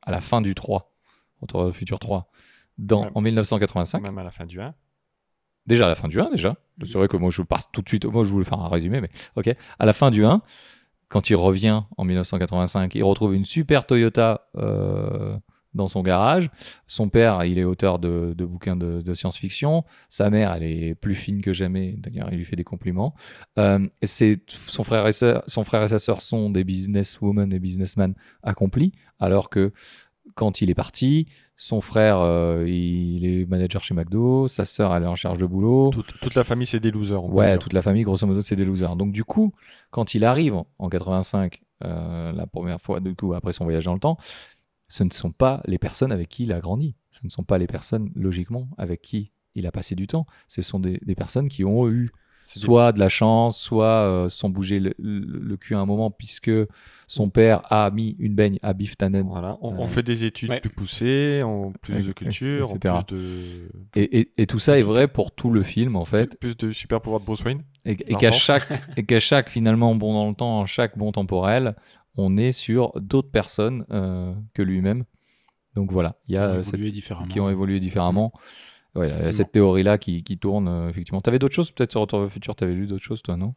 Speaker 3: à la fin du 3, Retour vers le futur 3, dans,
Speaker 1: Ouais.
Speaker 3: en 1985,
Speaker 1: Même à la fin du 1.
Speaker 3: déjà à la fin du 1 déjà. C'est vrai que moi je pars tout de suite, moi je voulais faire un résumé, mais ok. À la fin du 1, quand il revient en 1985, il retrouve une super Toyota euh, dans son garage. Son père, il est auteur de, de bouquins de, de science-fiction. Sa mère, elle est plus fine que jamais. D'ailleurs, il lui fait des compliments. Euh, et c'est son frère et sœur- son frère et sa sœur sont des businesswomen et businessmen accomplis, alors que quand il est parti, son frère, euh, il est manager chez McDo, sa sœur, elle est en charge de boulot.
Speaker 1: Toute, toute la famille, c'est des losers. on peut
Speaker 3: ouais,
Speaker 1: dire.
Speaker 3: toute la famille, grosso modo, c'est des losers. Donc, du coup, quand il arrive en 85, euh, la première fois, du coup, après son voyage dans le temps, ce ne sont pas les personnes avec qui il a grandi. Ce ne sont pas les personnes, logiquement, avec qui il a passé du temps. Ce sont des, des personnes qui ont eu
Speaker 1: C'est des-
Speaker 3: soit de la chance, soit euh, sont bougé le, le- le cul à un moment, puisque son père a mis une baigne à Biftanen
Speaker 1: Voilà, on, on
Speaker 3: Euh,
Speaker 1: fait des études
Speaker 2: ouais.
Speaker 1: plus poussées, en plus
Speaker 3: Et-
Speaker 1: de culture, en
Speaker 3: etc.
Speaker 1: plus de,
Speaker 3: Et, et- et tout ça est vrai pour tout le film, en fait.
Speaker 1: plus de super pouvoir de Bruce Wayne.
Speaker 3: Et, et
Speaker 1: L'enfant.
Speaker 3: qu'à chaque, et qu'à chaque, finalement, bon dans le temps, chaque bon temporel, on est sur d'autres personnes euh, que lui-même. Donc voilà, il y a euh, cette-
Speaker 2: évolué différemment. Mmh.
Speaker 3: qui ont évolué différemment. Ouais, il y a
Speaker 2: Absolument.
Speaker 3: cette théorie-là qui, qui tourne, euh, effectivement. T'avais d'autres choses, peut-être sur Retour vers le futur, t'avais lu d'autres choses, toi, non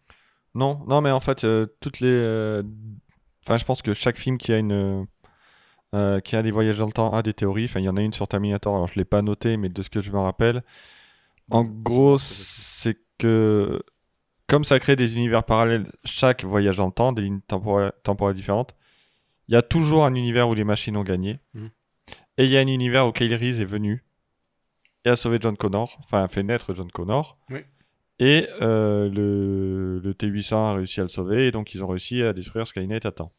Speaker 1: Non, non, mais en fait, euh, toutes les. euh, Enfin, je pense que chaque film qui a une. euh, euh, qui a des voyages dans le temps a des théories. Enfin, il y en a une sur Terminator, alors je l'ai pas noté, mais de ce que je me rappelle. En gros, c'est que. Comme ça crée des univers parallèles, chaque voyage dans le temps, des lignes tempora- temporelles différentes, il y a toujours un univers où les machines ont gagné.
Speaker 2: Mhm.
Speaker 1: Et il y a un univers où Kyle Reese est venu et a sauvé John Connor, enfin a fait naître John Connor.
Speaker 2: Oui.
Speaker 1: Et euh, le, le T800 a réussi à le sauver, et donc ils ont réussi à détruire Skynet à temps.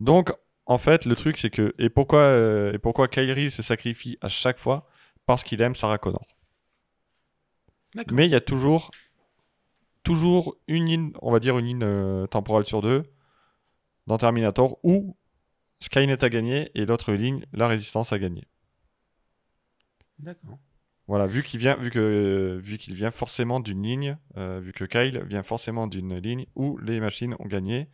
Speaker 1: Donc, en fait, le truc, c'est que. Et pourquoi, euh, et pourquoi Kyle Reese se sacrifie à chaque fois Parce qu'il aime Sarah Connor.
Speaker 2: D'accord.
Speaker 1: Mais il y a toujours, toujours une ligne, on va dire une ligne euh, temporelle sur deux dans Terminator où Skynet a gagné et l'autre ligne, la Résistance a gagné.
Speaker 2: D'accord.
Speaker 1: Voilà, vu qu'il vient, vu que, euh, vu qu'il vient forcément d'une ligne, euh, vu que Kyle vient forcément d'une ligne où les machines ont gagné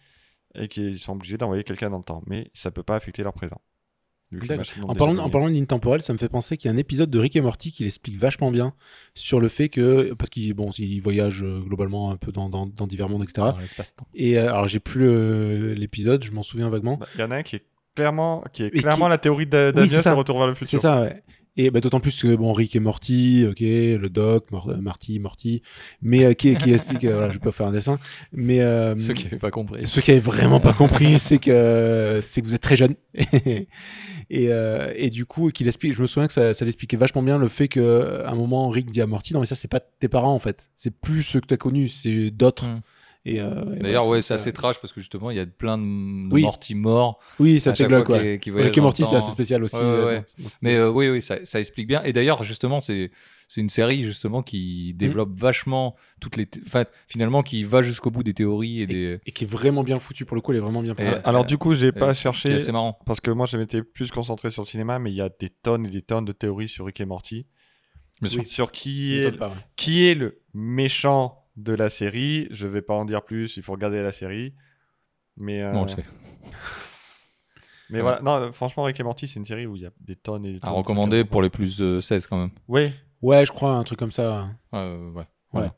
Speaker 1: et qu'ils sont obligés d'envoyer quelqu'un dans le temps, mais ça peut pas affecter leur présent. Vu que les
Speaker 2: D'accord.
Speaker 1: machines ont
Speaker 2: En
Speaker 1: déjà
Speaker 2: parlant,
Speaker 1: gagné.
Speaker 2: en parlant de ligne temporelle, ça me fait penser qu'il y a un épisode de Rick et Morty qui l'explique vachement bien sur le fait que, parce qu'il bon, il voyage euh, globalement un peu dans, dans- dans divers mondes, etc.
Speaker 3: Dans l'espace-temps.
Speaker 2: Et euh, alors, j'ai plus euh, l'épisode, je m'en souviens vaguement.
Speaker 1: Bah, il y en a un qui est clairement, qui est
Speaker 2: qui-
Speaker 1: clairement la théorie de-
Speaker 2: Oui,
Speaker 1: d'Adieu
Speaker 2: c'est ça.
Speaker 1: sur Retour vers le
Speaker 2: C'est
Speaker 1: futur.
Speaker 2: ça, ouais. Et bah, d'autant plus que bon, Rick et Morty, ok, le doc, Mor- euh, Marty, Morty, mais euh, qui, qui explique, euh, voilà, je vais pas faire un dessin, mais euh,
Speaker 3: Ceux qui n'avaient pas compris.
Speaker 2: ceux qui avaient vraiment pas compris, c'est que c'est que vous êtes très jeune. et, euh, et du coup, qu'il explique, je me souviens que ça, ça l'expliquait vachement bien le fait que à un moment, Rick dit à Morty, non mais ça c'est pas tes parents en fait, c'est plus ceux que t'as connus, c'est d'autres.
Speaker 3: Mm.
Speaker 2: Et, euh, et
Speaker 3: D'ailleurs,
Speaker 2: voilà,
Speaker 3: ouais, c'est assez trash parce que justement, il y a plein de, de
Speaker 2: Oui.
Speaker 3: mortis morts.
Speaker 2: Oui, ça
Speaker 3: à
Speaker 2: c'est
Speaker 3: chaque
Speaker 2: glauque
Speaker 3: fois
Speaker 2: quoi.
Speaker 3: qui- qui voyagent
Speaker 2: Rick et
Speaker 3: dans le
Speaker 2: Morty, c'est
Speaker 3: temps. hein.
Speaker 2: assez spécial aussi.
Speaker 3: Ouais, ouais,
Speaker 2: euh,
Speaker 3: ouais.
Speaker 2: dans- dans-
Speaker 3: Mais euh, oui, oui, ça, ça explique bien. Et d'ailleurs, justement, c'est c'est une série justement qui développe vachement toutes les, thé- enfin, finalement, qui va jusqu'au bout des théories et des.
Speaker 2: et qui est vraiment bien foutu pour le coup, elle est vraiment bien.
Speaker 3: Et-
Speaker 2: pensée.
Speaker 1: Alors du coup, j'ai
Speaker 3: euh,
Speaker 1: pas
Speaker 3: C'est
Speaker 1: cherché
Speaker 3: assez marrant.
Speaker 1: parce que moi, je m'étais plus concentré sur le cinéma, mais il y a des tonnes et des tonnes de théories sur Rick et Morty
Speaker 3: Bien sûr.
Speaker 1: sur qui
Speaker 2: M'étonne
Speaker 1: est
Speaker 2: pas, ouais.
Speaker 1: qui est le méchant de la série. Je vais pas en dire plus, il faut regarder la série. Mais, euh,
Speaker 3: Non, on le sait.
Speaker 1: mais voilà, non, euh, franchement, Rick et Morty, c'est une série où il y a des tonnes et des tonnes.
Speaker 3: À
Speaker 1: de
Speaker 3: recommander
Speaker 1: trucs
Speaker 3: pour les plus de 16 quand même.
Speaker 1: Oui,
Speaker 2: Ouais, je crois, un truc comme ça.
Speaker 3: Euh, ouais.
Speaker 2: Ouais.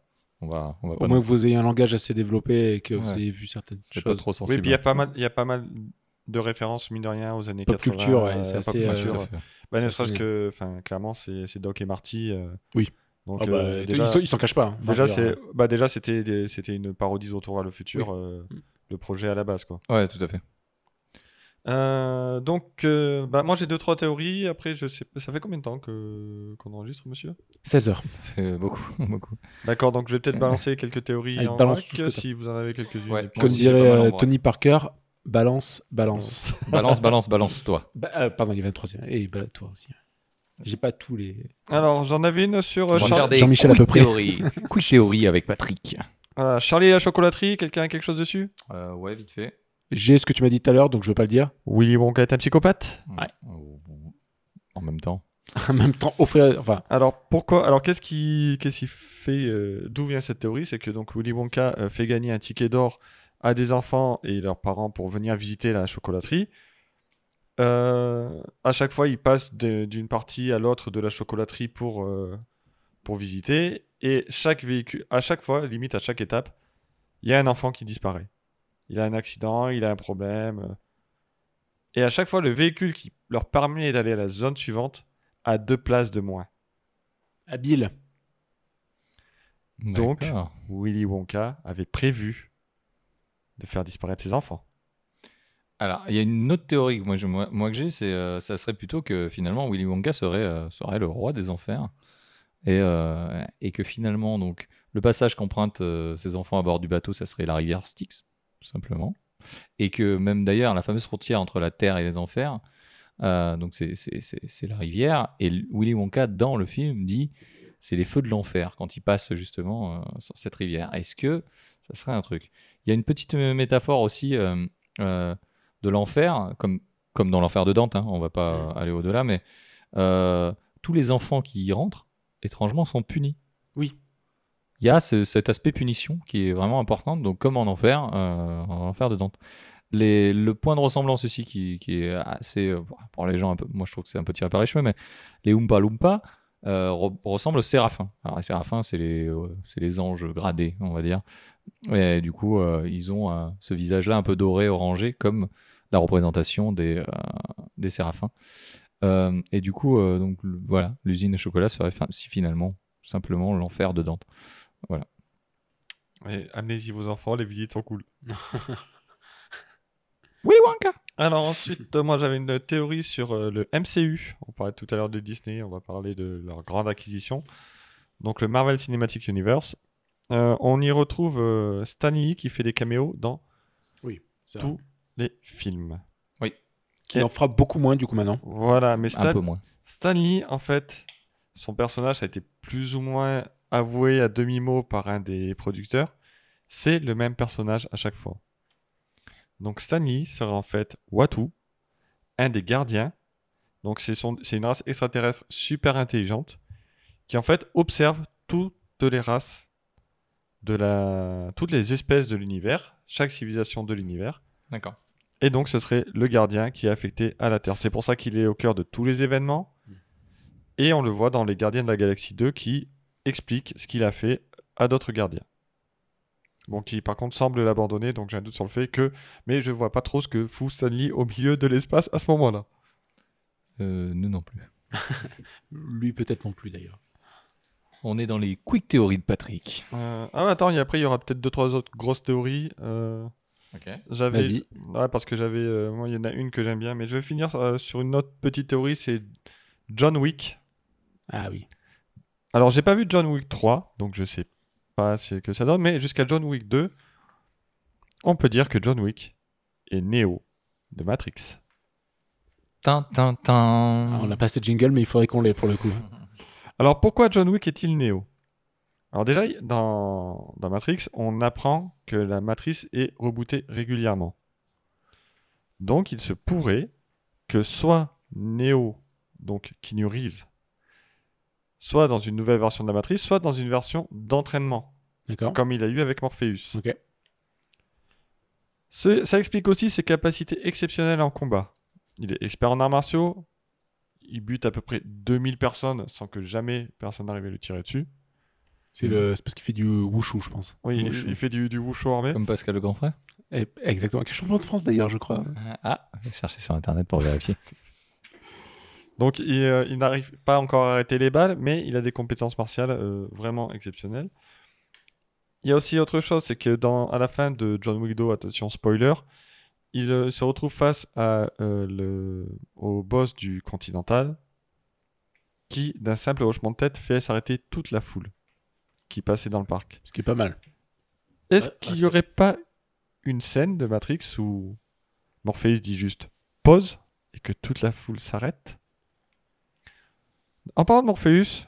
Speaker 3: On va, on va
Speaker 2: Au
Speaker 3: pas,
Speaker 2: moins que vous ayez un langage assez développé et que vous
Speaker 3: Ouais.
Speaker 2: ayez vu certaines
Speaker 3: c'est pas
Speaker 2: choses.
Speaker 3: trop
Speaker 1: oui,
Speaker 3: sensible.
Speaker 1: puis il y a pas mal, il y a pas mal de références mine de rien aux années
Speaker 2: Pop
Speaker 1: 80.
Speaker 2: culture, ouais, c'est
Speaker 1: pop
Speaker 2: assez,
Speaker 3: Ouais,
Speaker 1: culture.
Speaker 3: tout à fait.
Speaker 1: Bah, ne
Speaker 2: ça,
Speaker 1: serait-ce
Speaker 2: c'est-
Speaker 1: que, enfin, clairement, c'est c'est Doc et Marty. euh,
Speaker 2: Oui.
Speaker 1: Donc,
Speaker 2: Ah bah,
Speaker 1: euh,
Speaker 2: il-
Speaker 1: déjà-
Speaker 2: il s'en- il s'en cache pas. hein. Enfin,
Speaker 1: Déjà,
Speaker 2: je veux dire,
Speaker 1: c'est bah déjà c'était des- c'était une parodie de Retour vers le futur, euh,
Speaker 2: Mm.
Speaker 1: le projet à la base quoi.
Speaker 3: Ouais, tout à fait.
Speaker 1: Euh, donc euh, bah, moi j'ai deux trois théories. Après je sais ça fait combien de temps que qu'on enregistre monsieur
Speaker 2: 16 heures.
Speaker 3: Ça fait beaucoup, beaucoup.
Speaker 1: D'accord donc je vais peut-être balancer quelques théories
Speaker 2: Allez,
Speaker 1: en
Speaker 2: balance
Speaker 1: vrac,
Speaker 2: tout ce que t'as.
Speaker 1: si vous en avez quelques unes.
Speaker 3: Ouais.
Speaker 1: Et puis-
Speaker 3: Moi
Speaker 2: Comme
Speaker 3: aussi, j'ai pas
Speaker 2: dirait
Speaker 3: mal en
Speaker 2: euh,
Speaker 3: bras.
Speaker 2: Tony Parker, balance, balance.
Speaker 3: Balance, balance, balance, toi.
Speaker 2: Bah, euh, pardon, il y avait un troisième. Et bah, toi aussi. J'ai pas tous les.
Speaker 1: Alors j'en avais une sur euh,
Speaker 2: J'en ai
Speaker 1: Char-
Speaker 2: regardé Jean-Michel à peu près.
Speaker 3: Théorie. Quick théorie avec Patrick.
Speaker 1: voilà, Charlie et la chocolaterie. Quelqu'un a quelque chose dessus
Speaker 3: Euh, ouais, vite fait.
Speaker 2: J'ai ce que tu m'as dit tout à l'heure, donc je veux pas le dire.
Speaker 1: Willy Wonka est un psychopathe.
Speaker 3: Ouais. En même temps.
Speaker 2: En même temps, offrir. Enfin,
Speaker 1: Alors pourquoi Alors qu'est-ce qui qu'est-ce qui fait euh, D'où vient cette théorie C'est que donc Willy Wonka euh, fait gagner un ticket d'or à des enfants et leurs parents pour venir visiter la chocolaterie. Euh, à chaque fois, ils passent de- d'une partie à l'autre de la chocolaterie pour euh, pour visiter et chaque véhicule, à chaque fois, limite à chaque étape, il y a un enfant qui disparaît. Il a un accident, il a un problème. euh. Et à chaque fois, le véhicule qui leur permet d'aller à la zone suivante a deux places de moins.
Speaker 2: habile.
Speaker 1: Donc,
Speaker 3: D'accord.
Speaker 1: Willy Wonka avait prévu de faire disparaître ses enfants.
Speaker 3: Alors, il y a une autre théorie que moi, je- moi, moi que j'ai, c'est euh, ça serait plutôt que finalement Willy Wonka serait, euh, serait le roi des enfers et, euh, et que finalement donc le passage qu'empruntent euh, ses enfants à bord du bateau, ça serait la rivière Styx, tout simplement, et que même d'ailleurs la fameuse frontière entre la terre et les enfers, euh, donc c'est- c'est c'est- c'est la rivière et l- Willy Wonka dans le film dit c'est les feux de l'enfer quand il passe justement euh, sur cette rivière. Est-ce que ça serait un truc Il y a une petite euh, métaphore aussi. euh, euh, de l'enfer, comme, comme dans l'enfer de Dante, hein, on va pas aller au-delà, mais euh, tous les enfants qui y rentrent, étrangement, sont punis.
Speaker 2: Oui.
Speaker 3: Il y a ce- cet aspect punition qui est vraiment important, donc comme en enfer, euh, en enfer de Dante. Les- le point de ressemblance aussi qui, qui est assez, euh, pour les gens, un peu, moi je trouve que c'est un peu tiré par les cheveux, mais les Oompa Loompa euh, re- ressemblent aux séraphins. Alors les séraphins, c'est les, euh, c'est les anges gradés, on va dire. Et du coup, euh, ils ont euh, ce visage-là un peu doré, orangé, comme la représentation des, euh, des séraphins. Euh, et du coup, euh, donc, le- voilà, l'usine à chocolat serait fin- si finalement simplement l'enfer de Dante.
Speaker 1: Ouais, Amenez-y vos enfants, les visites sont cool.
Speaker 3: Willy Wonka
Speaker 1: Alors ensuite, euh, moi j'avais une théorie sur euh, le MCU. On parlait tout à l'heure de Disney, on va parler de leur grande acquisition. Donc le Marvel Cinematic Universe. Euh, on y retrouve euh, Stan Lee qui fait des caméos dans
Speaker 2: Oui, ça.
Speaker 1: Tout. les films.
Speaker 2: Qui en fera beaucoup moins du coup maintenant.
Speaker 1: Voilà, mais
Speaker 3: Un
Speaker 1: Stan,
Speaker 3: peu moins.
Speaker 1: Stan Lee, en fait, son personnage a été plus ou moins avoué à demi-mot par un des producteurs. C'est le même personnage à chaque fois. Donc Stan Lee serait en fait Watu, un des gardiens. Donc c'est son- c'est une race extraterrestre super intelligente qui en fait observe toutes les races de la toutes les espèces de l'univers, chaque civilisation de l'univers.
Speaker 3: D'accord.
Speaker 1: Et donc, ce serait le gardien qui est affecté à la Terre. C'est pour ça qu'il est au cœur de tous les événements. Et on le voit dans Les Gardiens de la Galaxie 2 qui explique ce qu'il a fait à d'autres gardiens. Bon, qui par contre semble l'abandonner, donc j'ai un doute sur le fait que. Mais je vois pas trop ce que fout Stanley au milieu de l'espace à ce moment-là.
Speaker 3: Euh, nous non plus.
Speaker 2: Lui peut-être non plus d'ailleurs.
Speaker 3: On est dans les quick théories de Patrick.
Speaker 1: Euh, Ah, attends, et après, il y aura peut-être deux, trois autres grosses théories. Euh,
Speaker 3: Ok.
Speaker 1: J'avais.
Speaker 2: Vas-y.
Speaker 1: Ouais, parce que j'avais. euh, moi, il y en a une que j'aime bien, mais je vais finir euh, sur une autre petite théorie c'est John Wick.
Speaker 2: Ah oui.
Speaker 1: Alors, j'ai pas vu John Wick 3, donc je sais pas ce que ça donne, mais jusqu'à John Wick 2, on peut dire que John Wick est Neo de Matrix.
Speaker 3: Tin, tin,
Speaker 2: Ah, on
Speaker 3: tin.
Speaker 2: n'a pas assez de jingle mais il faudrait qu'on l'ait pour le coup.
Speaker 1: Alors, pourquoi John Wick est-il Neo Alors, déjà, y- dans, dans Matrix, on apprend que la matrice est rebootée régulièrement. Donc, il se pourrait que soit Neo, donc Keanu Reeves, soit dans une nouvelle version de la matrice, soit dans une version d'entraînement,
Speaker 2: D'accord.
Speaker 1: comme il a eu avec Morpheus.
Speaker 2: Ok.
Speaker 1: Ce- ça explique aussi ses capacités exceptionnelles en combat. Il est expert en arts martiaux. Il bute à peu près 2000 personnes sans que jamais personne n'arrive à lui tirer dessus.
Speaker 2: C'est le c'est parce qu'il fait du wushu je pense.
Speaker 1: Oui, il-
Speaker 2: Wushu.
Speaker 1: il fait du, du wushu armé.
Speaker 3: Comme Pascal le grand frère
Speaker 2: Et- Eh, Exactement. Qui est champion de France d'ailleurs je crois.
Speaker 3: Ah, je vais chercher sur internet pour vérifier.
Speaker 1: Donc il, euh, il n'arrive pas encore à arrêter les balles, mais il a des compétences martiales euh, vraiment exceptionnelles. Il y a aussi autre chose, c'est que dans, à la fin de John Wick 2, attention spoiler, il euh, se retrouve face à, euh, le, au boss du Continental, qui d'un simple hochement de tête fait s'arrêter toute la foule qui passait dans le parc.
Speaker 2: Ce qui est pas mal.
Speaker 1: Est-ce
Speaker 2: Ouais,
Speaker 1: qu'il n'y aurait pas une scène de Matrix où Morpheus dit juste pause et que toute la foule s'arrête En parlant de Morpheus,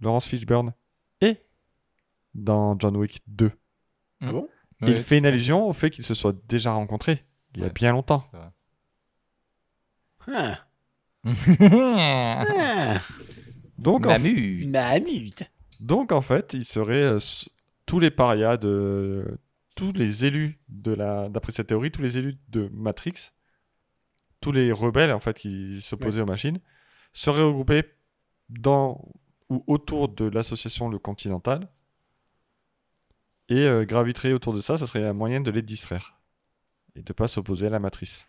Speaker 1: Laurence Fishburne est dans John Wick 2.
Speaker 2: Ah bon
Speaker 1: il fait une allusion au fait qu'ils se soient déjà rencontrés il y a
Speaker 3: Ouais.
Speaker 1: bien longtemps.
Speaker 2: Ah.
Speaker 3: une.
Speaker 2: Ah.
Speaker 1: Donc en,
Speaker 3: Mamute.
Speaker 2: Mamute.
Speaker 1: donc en fait, il serait euh, s- tous les parias de tous les élus de la d'après cette théorie, tous les élus de Matrix, tous les rebelles en fait qui s'opposaient aux machines seraient regroupés dans ou autour de l'association Le Continental et euh, graviteraient autour de ça, ça serait un moyen de les distraire et de pas s'opposer à la matrice.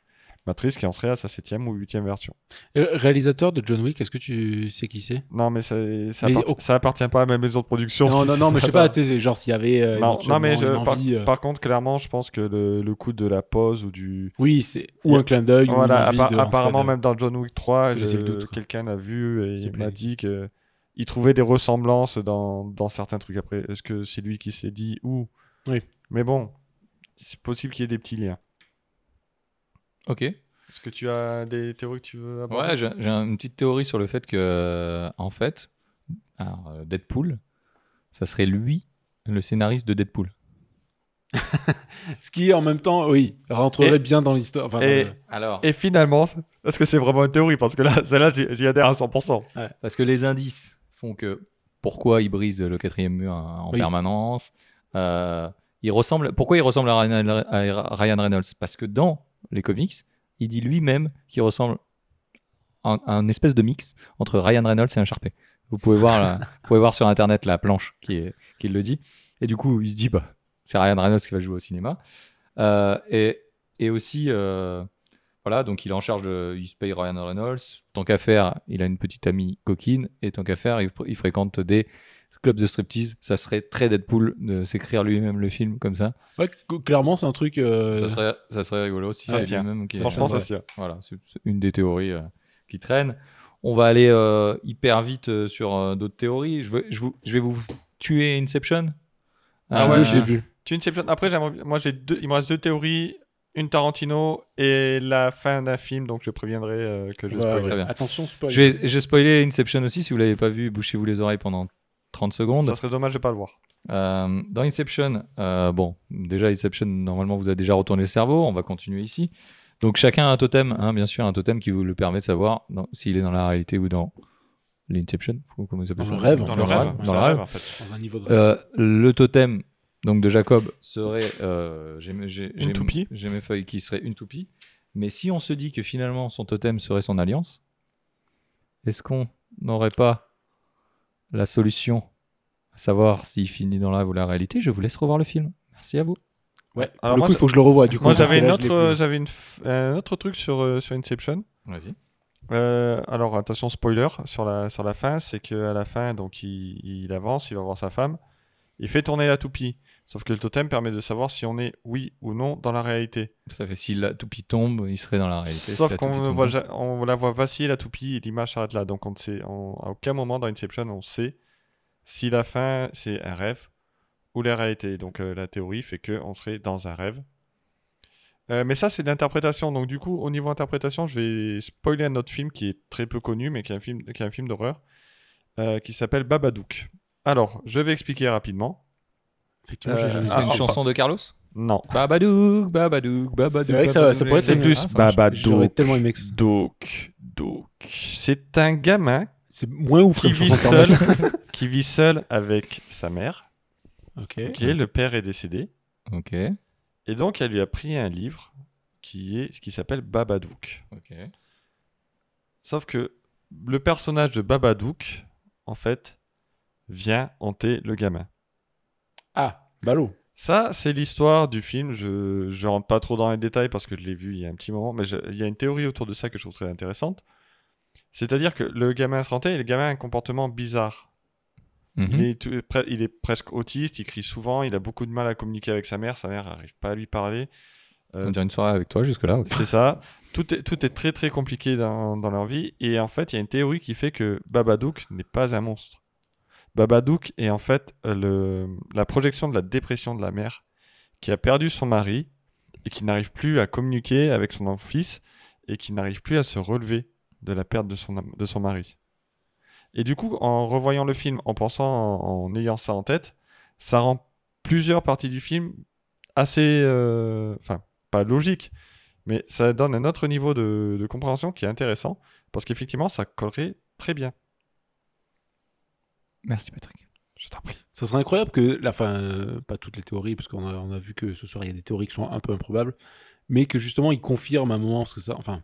Speaker 1: Matrix qui en serait à sa septième ou huitième version.
Speaker 2: Euh, réalisateur de John Wick, est-ce que tu sais qui c'est
Speaker 1: Non, mais ça, ça,
Speaker 2: Mais
Speaker 1: apparti-
Speaker 2: au-
Speaker 1: ça appartient pas à ma maison de production.
Speaker 2: Non,
Speaker 1: si
Speaker 2: non,
Speaker 1: c'est
Speaker 2: non, mais je
Speaker 1: ça
Speaker 2: sais pas,
Speaker 1: va.
Speaker 2: tu sais, genre s'il y avait. euh,
Speaker 1: Non, non, mais je-
Speaker 2: éventuellement une
Speaker 1: par,
Speaker 2: envie, euh,
Speaker 1: par contre, clairement, je pense que le, le coup de la pause ou du.
Speaker 2: Oui, c'est ou un clin d'œil
Speaker 1: Voilà,
Speaker 2: ou
Speaker 1: appa-
Speaker 2: une envie de- en tout cas,
Speaker 1: apparemment,
Speaker 2: de-
Speaker 1: même dans John Wick 3,
Speaker 2: de laisser le
Speaker 1: je-
Speaker 2: doute, quoi.
Speaker 1: quelqu'un l'a vu et
Speaker 2: S'il
Speaker 1: il
Speaker 2: plaît.
Speaker 1: m'a dit que il trouvait des ressemblances dans, dans certains trucs. Après, est-ce que c'est lui qui s'est dit ou
Speaker 2: Oui.
Speaker 1: Mais bon, c'est possible qu'il y ait des petits liens.
Speaker 3: Ok.
Speaker 1: Est-ce que tu as des théories que tu veux aborder
Speaker 3: Ouais, j'ai j'ai une petite théorie sur le fait que, euh, en fait, alors, euh, Deadpool, ça serait lui, le scénariste de Deadpool.
Speaker 2: Ce qui, en même temps, oui, rentrerait
Speaker 1: Et-
Speaker 2: bien dans l'histoire. enfin, dans
Speaker 1: et-
Speaker 2: le-
Speaker 3: Alors,
Speaker 1: Et finalement, c'est- est-ce que c'est vraiment une théorie Parce que là, celle-là, j'y j'y adhère à 100%.
Speaker 3: parce que les indices font que pourquoi il brise le quatrième mur en en
Speaker 2: Oui.
Speaker 3: permanence. euh, il ressemble. Pourquoi il ressemble à Ryan, à Ryan Reynolds Parce que dans les comics, il dit lui-même qu'il ressemble à à un espèce de mix entre Ryan Reynolds et un Sharpay. Vous pouvez voir, la- vous pouvez voir sur internet la planche qui, est- qui le dit. Et du coup, il se dit, bah, c'est Ryan Reynolds qui va jouer au cinéma. Euh, et, et aussi, euh, voilà, donc il est en charge, de, il se paye Ryan Reynolds. Tant qu'à faire, il a une petite amie coquine. Et tant qu'à faire, il, fr- il fréquente des clubs de striptease. Ça serait très Deadpool de s'écrire lui-même le film comme ça.
Speaker 2: Ouais, cl- clairement, c'est un truc. euh,
Speaker 3: Ça, serait, ça serait rigolo si
Speaker 1: Ah, Ça se
Speaker 3: c'est
Speaker 1: tient.
Speaker 3: lui-même qui
Speaker 1: Franchement,
Speaker 2: Ouais.
Speaker 1: ça s'y a.
Speaker 3: voilà, c'est c'est une des théories euh, qui traîne. On va aller euh, hyper vite euh, sur euh, d'autres théories. Je, veux- je, vous- je vais vous tuer Inception.
Speaker 1: Ah
Speaker 2: je
Speaker 1: ouais,
Speaker 2: l'ai-
Speaker 3: Euh,
Speaker 2: je l'ai vu.
Speaker 1: Tu une exception. Après, j'aimerais bien- moi, j'ai deux... il me reste deux théories une Tarantino et la fin d'un film, donc je préviendrai euh, que je
Speaker 2: Ouais,
Speaker 1: spoil.
Speaker 2: ouais.
Speaker 3: très bien.
Speaker 2: Attention, spoil.
Speaker 3: Je vais, je vais spoiler Inception aussi. Si vous l'avez pas vu, bouchez-vous les oreilles pendant 30 secondes.
Speaker 1: Ça serait dommage de pas le voir.
Speaker 3: Euh, dans Inception, euh, bon, déjà Inception, normalement, vous a déjà retourné le cerveau. On va continuer ici. Donc chacun a un totem, hein, bien sûr, un totem qui vous le permet de savoir dans- s'il est dans la réalité ou dans l'Inception. Comment ils appellent
Speaker 2: Dans
Speaker 3: ça
Speaker 2: le rêve, hein. en
Speaker 1: Dans
Speaker 2: fait.
Speaker 1: le rêve,
Speaker 3: Dans
Speaker 1: c'est
Speaker 3: le
Speaker 1: un
Speaker 3: rêve.
Speaker 1: en fait.
Speaker 2: Dans un niveau de.
Speaker 3: Euh, le totem donc de Jacob serait euh, j'ai mes- j'ai- j'ai-
Speaker 1: toupie.
Speaker 3: j'ai mes feuilles qui serait une toupie mais si on se dit que finalement son totem serait son alliance est-ce qu'on n'aurait pas la solution à savoir s'il finit dans la ou la réalité je vous laisse revoir le film merci à vous
Speaker 2: Ouais. pour
Speaker 1: Alors
Speaker 2: le
Speaker 1: moi,
Speaker 2: coup, il faut que je le revoie. Du coup,
Speaker 1: Moi,
Speaker 2: parce
Speaker 1: j'avais
Speaker 2: que
Speaker 1: une
Speaker 2: là, je l'ai
Speaker 1: autre,
Speaker 2: plus.
Speaker 1: euh, j'avais une f- un autre truc sur, euh, sur Inception.
Speaker 3: vas-y
Speaker 1: Euh, alors attention spoiler sur la sur la fin, c'est que à la fin donc il, il avance, il va voir sa femme, il fait tourner la toupie. Sauf que le totem permet de savoir si on est oui ou non dans la réalité.
Speaker 3: ça fait si la toupie tombe il serait dans la réalité Si
Speaker 1: Sauf
Speaker 3: la
Speaker 1: qu'on
Speaker 3: toupie
Speaker 1: ne
Speaker 3: tombe
Speaker 1: voit
Speaker 3: pas-
Speaker 1: ja- on la voit vaciller la toupie et l'image s'arrête là. Donc on ne sait on- à aucun moment dans Inception on sait si la fin c'est un rêve ou la réalité. Donc euh, la théorie fait que on serait dans un rêve. Euh, mais ça c'est de l'interprétation. Donc du coup au niveau interprétation je vais spoiler un autre film qui est très peu connu mais qui est un film qui est un film d'horreur euh, qui s'appelle Babadook. Alors je vais expliquer rapidement.
Speaker 2: Effectivement, je l'ai
Speaker 1: euh,
Speaker 2: jamais
Speaker 3: c'est
Speaker 2: vu.
Speaker 1: ah,
Speaker 3: une
Speaker 1: oh,
Speaker 3: chanson de Carlos
Speaker 1: Non.
Speaker 3: Babadook Babadook Babadook
Speaker 2: C'est vrai que ça-
Speaker 3: Babadook,
Speaker 2: ça pourrait être
Speaker 1: C'est
Speaker 3: Babadook.
Speaker 1: plus
Speaker 3: Ah, ça marche.
Speaker 1: Babadouk.
Speaker 2: J'aurais tellement aimé que ce-
Speaker 1: Douk, Douk. C'est un gamin
Speaker 2: C'est moins ouf
Speaker 1: qui
Speaker 2: comme
Speaker 1: vit
Speaker 2: chanson quand même.
Speaker 1: seul, qui vit seul avec sa mère.
Speaker 2: Ok.
Speaker 1: Ok, le père est décédé,
Speaker 3: ok
Speaker 1: et donc elle lui a pris un livre qui est qui s'appelle Babadook.
Speaker 3: ok
Speaker 1: Sauf que le personnage de Babadook, en fait, vient hanter le gamin.
Speaker 2: Ah, ballot.
Speaker 1: Ça, c'est l'histoire du film. Je je rentre pas trop dans les détails parce que je l'ai vu il y a un petit moment, mais je- il y a une théorie autour de ça que je trouve très intéressante. C'est-à-dire que le gamin se hantait et le gamin a un comportement bizarre.
Speaker 3: Mhm.
Speaker 1: Il est, tout- pre- il est presque autiste, il crie souvent, il a beaucoup de mal à communiquer avec sa mère, sa mère n'arrive pas à lui parler. Euh,
Speaker 3: On dirait une soirée avec toi jusque-là. ok.
Speaker 1: C'est ça. Tout est, tout est très très compliqué dans, dans leur vie. Et en fait, il y a une théorie qui fait que Babadook n'est pas un monstre. Babadook est en fait euh, le, la projection de la dépression de la mère qui a perdu son mari et qui n'arrive plus à communiquer avec son fils et qui n'arrive plus à se relever de la perte de son, de son mari. Et du coup, en revoyant le film, en pensant, en, en ayant ça en tête, ça rend plusieurs parties du film assez... euh, Enfin, pas logique, mais ça donne un autre niveau de, de compréhension qui est intéressant, parce qu'effectivement, ça collerait très bien.
Speaker 3: Merci Patrick.
Speaker 1: Je t'en prie.
Speaker 2: Ça serait incroyable que, la fin, euh, pas toutes les théories, parce qu'on a, on a vu que ce soir il y a des théories qui sont un peu improbables, mais que justement ils confirment à un moment, parce que ça, enfin,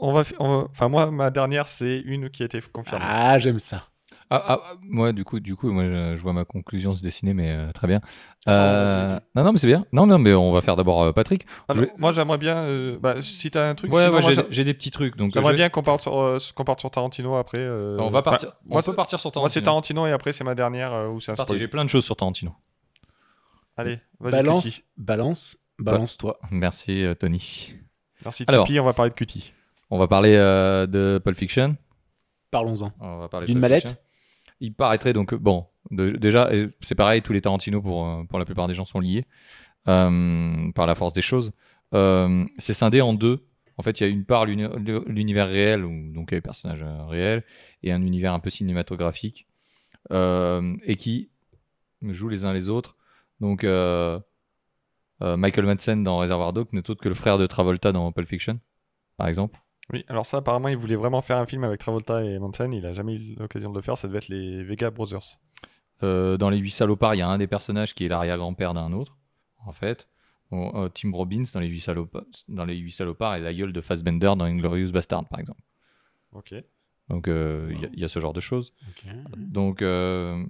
Speaker 1: On va, fi- on va- Enfin, moi, ma dernière, c'est une qui a été confirmée.
Speaker 2: ah j'aime ça.
Speaker 3: Ah, ah, moi, du coup, du coup, moi, je, je vois ma conclusion se dessiner, mais euh, très bien.
Speaker 1: Attends,
Speaker 3: Euh,
Speaker 1: vas-y,
Speaker 3: non, non, mais c'est bien. Non, non, mais on va faire d'abord euh, Patrick.
Speaker 1: Alors,
Speaker 3: Je-
Speaker 1: Moi, j'aimerais bien. euh, bah, si t'as un truc.
Speaker 3: ouais,
Speaker 1: sinon,
Speaker 3: ouais,
Speaker 1: moi,
Speaker 3: j'ai-
Speaker 1: j'a-
Speaker 3: j'ai des petits trucs. Donc,
Speaker 1: j'aimerais
Speaker 3: je-
Speaker 1: bien qu'on parte sur, euh, qu'on parte sur Tarantino après. euh,
Speaker 3: Bah, on va
Speaker 1: enfin,
Speaker 3: partir.
Speaker 1: moi,
Speaker 3: on peut
Speaker 1: c'est-
Speaker 3: partir sur Tarantino.
Speaker 1: Moi, c'est Tarantino et après, c'est ma dernière euh, où c'est un
Speaker 3: Parti,
Speaker 1: spoil.
Speaker 3: J'ai plein de choses sur Tarantino.
Speaker 1: Allez, vas-y.
Speaker 2: Balance,
Speaker 1: Cutie.
Speaker 2: balance, balance-toi.
Speaker 3: Merci, euh, Tony.
Speaker 1: Merci,
Speaker 3: Alors.
Speaker 1: Tipeee. On va parler de Cutie.
Speaker 3: On va parler euh, de Pulp Fiction.
Speaker 2: Parlons-en.
Speaker 3: On va parler
Speaker 2: D'une
Speaker 3: Pulp
Speaker 2: mallette
Speaker 3: Fiction. Il paraîtrait donc, bon, de- déjà, euh, c'est pareil, tous les Tarantino pour, euh, pour la plupart des gens sont liés euh, par la force des choses. Euh, c'est scindé en deux. En fait, il y a une part l'uni- l'univers réel, où donc il y a les personnages euh, réels, et un univers un peu cinématographique, euh, et qui joue les uns les autres. Donc, euh, euh, Michael Madsen dans Reservoir Dogs n'est autre que le frère de Travolta dans Pulp Fiction, par exemple.
Speaker 1: Oui, alors ça, apparemment, il voulait vraiment faire un film avec Travolta et Manson. Il a jamais eu l'occasion de le faire. Ça devait être les Vega Brothers.
Speaker 3: Euh, dans Les Huit Salopards, il y a un des personnages qui est l'arrière-grand-père d'un autre, en fait. Bon, euh, Tim Robbins dans Les Huit Salopards, dans les Huit Salopards est la gueule de Fassbender dans Inglorious Bastard, par exemple.
Speaker 1: Ok.
Speaker 3: Donc euh, il y a- il y, a ce genre de choses. Donc euh,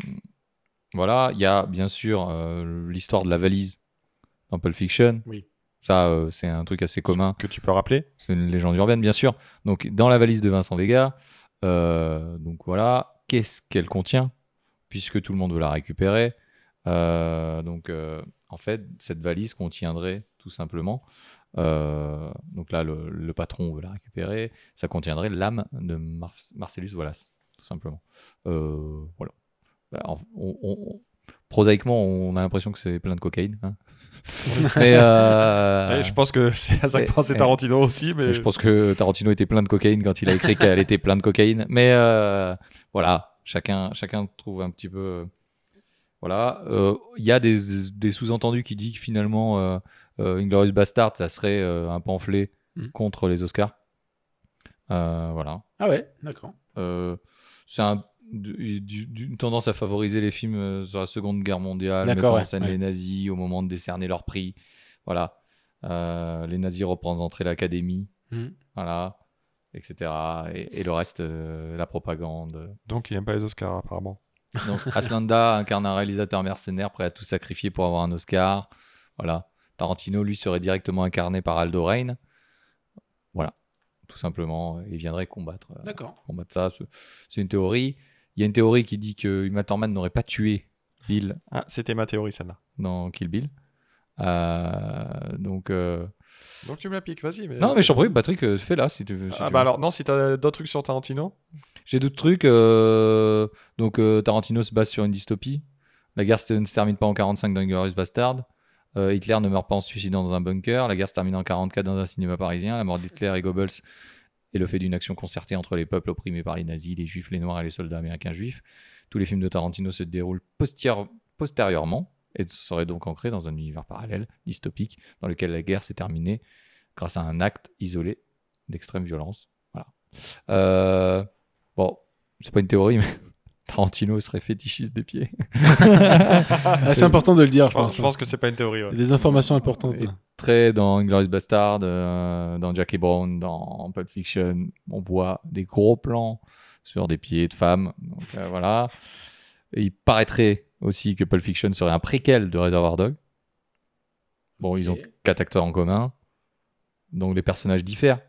Speaker 3: voilà, il y a bien sûr euh, l'histoire de la valise dans Pulp Fiction.
Speaker 2: Oui.
Speaker 3: Ça, euh, c'est un truc assez commun.
Speaker 1: Que tu peux rappeler.
Speaker 3: C'est une légende urbaine, bien sûr. Donc, dans la valise de Vincent Vega, euh, donc voilà, qu'est-ce qu'elle contient Puisque tout le monde veut la récupérer. Euh, donc, euh, en fait, cette valise contiendrait tout simplement. euh, donc là, le, le patron veut la récupérer. Ça contiendrait l'âme de Mar- Marcellus Wallace, tout simplement. Euh, voilà. Bah, en- on- on- prosaïquement, on a l'impression que c'est plein de cocaïne. hein. Mais euh,
Speaker 1: Eh, je pense que c'est à ça que
Speaker 3: Eh,
Speaker 1: pensait
Speaker 3: eh.
Speaker 1: Tarantino aussi. Mais...
Speaker 3: et Je pense que Tarantino était plein de cocaïne quand il a écrit qu'elle était plein de cocaïne. Mais euh, voilà, chacun, chacun trouve un petit peu. euh, Voilà. Euh, Il y a des, des sous-entendus qui disent que finalement, euh, euh, Inglourious Bastard, ça serait euh, un pamphlet
Speaker 2: Mhm.
Speaker 3: contre les Oscars. Euh, voilà.
Speaker 2: Ah ouais, d'accord.
Speaker 3: Euh, c'est un- du- du- du- une tendance à favoriser les films euh, sur la Seconde Guerre mondiale,
Speaker 2: D'accord,
Speaker 3: mettant en
Speaker 2: ouais,
Speaker 3: scène
Speaker 2: ouais.
Speaker 3: les nazis au moment de décerner leur prix. Voilà. Euh, les nazis représenteraient l'Académie.
Speaker 2: Mhm.
Speaker 3: Voilà. Etc. Et, et le reste, euh, la propagande.
Speaker 1: Donc, il aime pas les Oscars, apparemment.
Speaker 3: Donc, Aslanda incarne un réalisateur mercenaire prêt à tout sacrifier pour avoir un Oscar. Voilà. Tarantino, lui, serait directement incarné par Aldo Rain. Voilà. Tout simplement. Il viendrait combattre. euh,
Speaker 2: D'accord.
Speaker 3: combattre ça. c'est- C'est une théorie. Il y a une théorie qui dit que Uma Thurman n'aurait pas tué Bill
Speaker 1: Ah, c'était ma théorie, celle-là.
Speaker 3: dans Kill Bill. Euh, donc, euh,
Speaker 1: Donc, tu me la piques, vas-y. Mais...
Speaker 3: non, mais je t'en prie, Patrick, euh, fais-la si tu veux. si
Speaker 1: Ah,
Speaker 3: tu
Speaker 1: bah
Speaker 3: veux.
Speaker 1: alors, non, si t'as d'autres trucs sur Tarantino.
Speaker 3: J'ai d'autres trucs. euh, donc, euh, Tarantino se base sur une dystopie. La guerre se- ne se termine pas en 45 dans Inglourious Bastard. Euh, Hitler ne meurt pas en se suicidant dans un bunker. La guerre se termine en 44 dans un cinéma parisien. La mort d'Hitler et Goebbels est le fait d'une action concertée entre les peuples opprimés par les nazis, les juifs, les noirs et les soldats américains juifs. Tous les films de Tarantino se déroulent postière- postérieurement et seraient donc ancrés dans un univers parallèle, dystopique, dans lequel la guerre s'est terminée grâce à un acte isolé d'extrême violence. Voilà. Euh, bon, c'est pas une théorie, mais Tarantino serait fétichiste des pieds.
Speaker 2: Ah, c'est important de le dire, je
Speaker 1: Enfin,
Speaker 2: pense.
Speaker 1: je pense que c'est pas une théorie. ouais.
Speaker 2: Des informations importantes.
Speaker 3: Et très dans Inglourious Bastard, euh, dans Jackie Brown, dans Pulp Fiction, on voit des gros plans sur des pieds de femmes. Donc euh, voilà. Et il paraîtrait aussi que Pulp Fiction serait un préquel de Reservoir Dog. Bon, ils ont
Speaker 2: Ok.
Speaker 3: quatre acteurs en commun, donc les personnages diffèrent.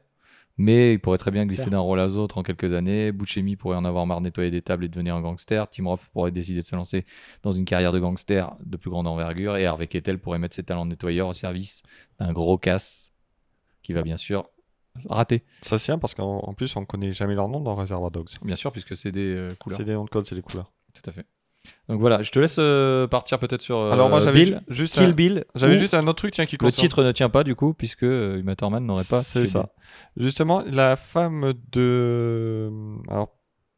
Speaker 3: Mais il pourrait très bien glisser
Speaker 2: Claire.
Speaker 3: d'un rôle à l'autre en quelques années. Buscemi pourrait en avoir marre de nettoyer des tables et devenir un gangster. Tim Roth pourrait décider de se lancer dans une carrière de gangster de plus grande envergure. Et Harvey Kettel pourrait mettre ses talents de nettoyeur au service d'un gros casse qui va bien sûr rater.
Speaker 1: Ça, c'est bien parce qu'en en plus, on connaît jamais leur nom dans Reservoir Dogs.
Speaker 3: Bien sûr, puisque c'est des euh, couleurs.
Speaker 1: C'est des noms de code, c'est des couleurs.
Speaker 3: Tout à fait. Donc voilà, je te laisse euh, partir peut-être sur euh,
Speaker 1: Alors, moi, j'avais
Speaker 3: Bill.
Speaker 1: ju- juste,
Speaker 3: Kill
Speaker 1: un...
Speaker 3: Bill.
Speaker 1: j'avais
Speaker 3: ou
Speaker 1: juste un autre truc tiens, qui
Speaker 3: Le
Speaker 1: concerne.
Speaker 3: titre ne tient pas du coup, puisque euh, Uma Thurman n'aurait pas.
Speaker 1: C'est
Speaker 3: tué
Speaker 1: ça. Justement, la femme de. Alors,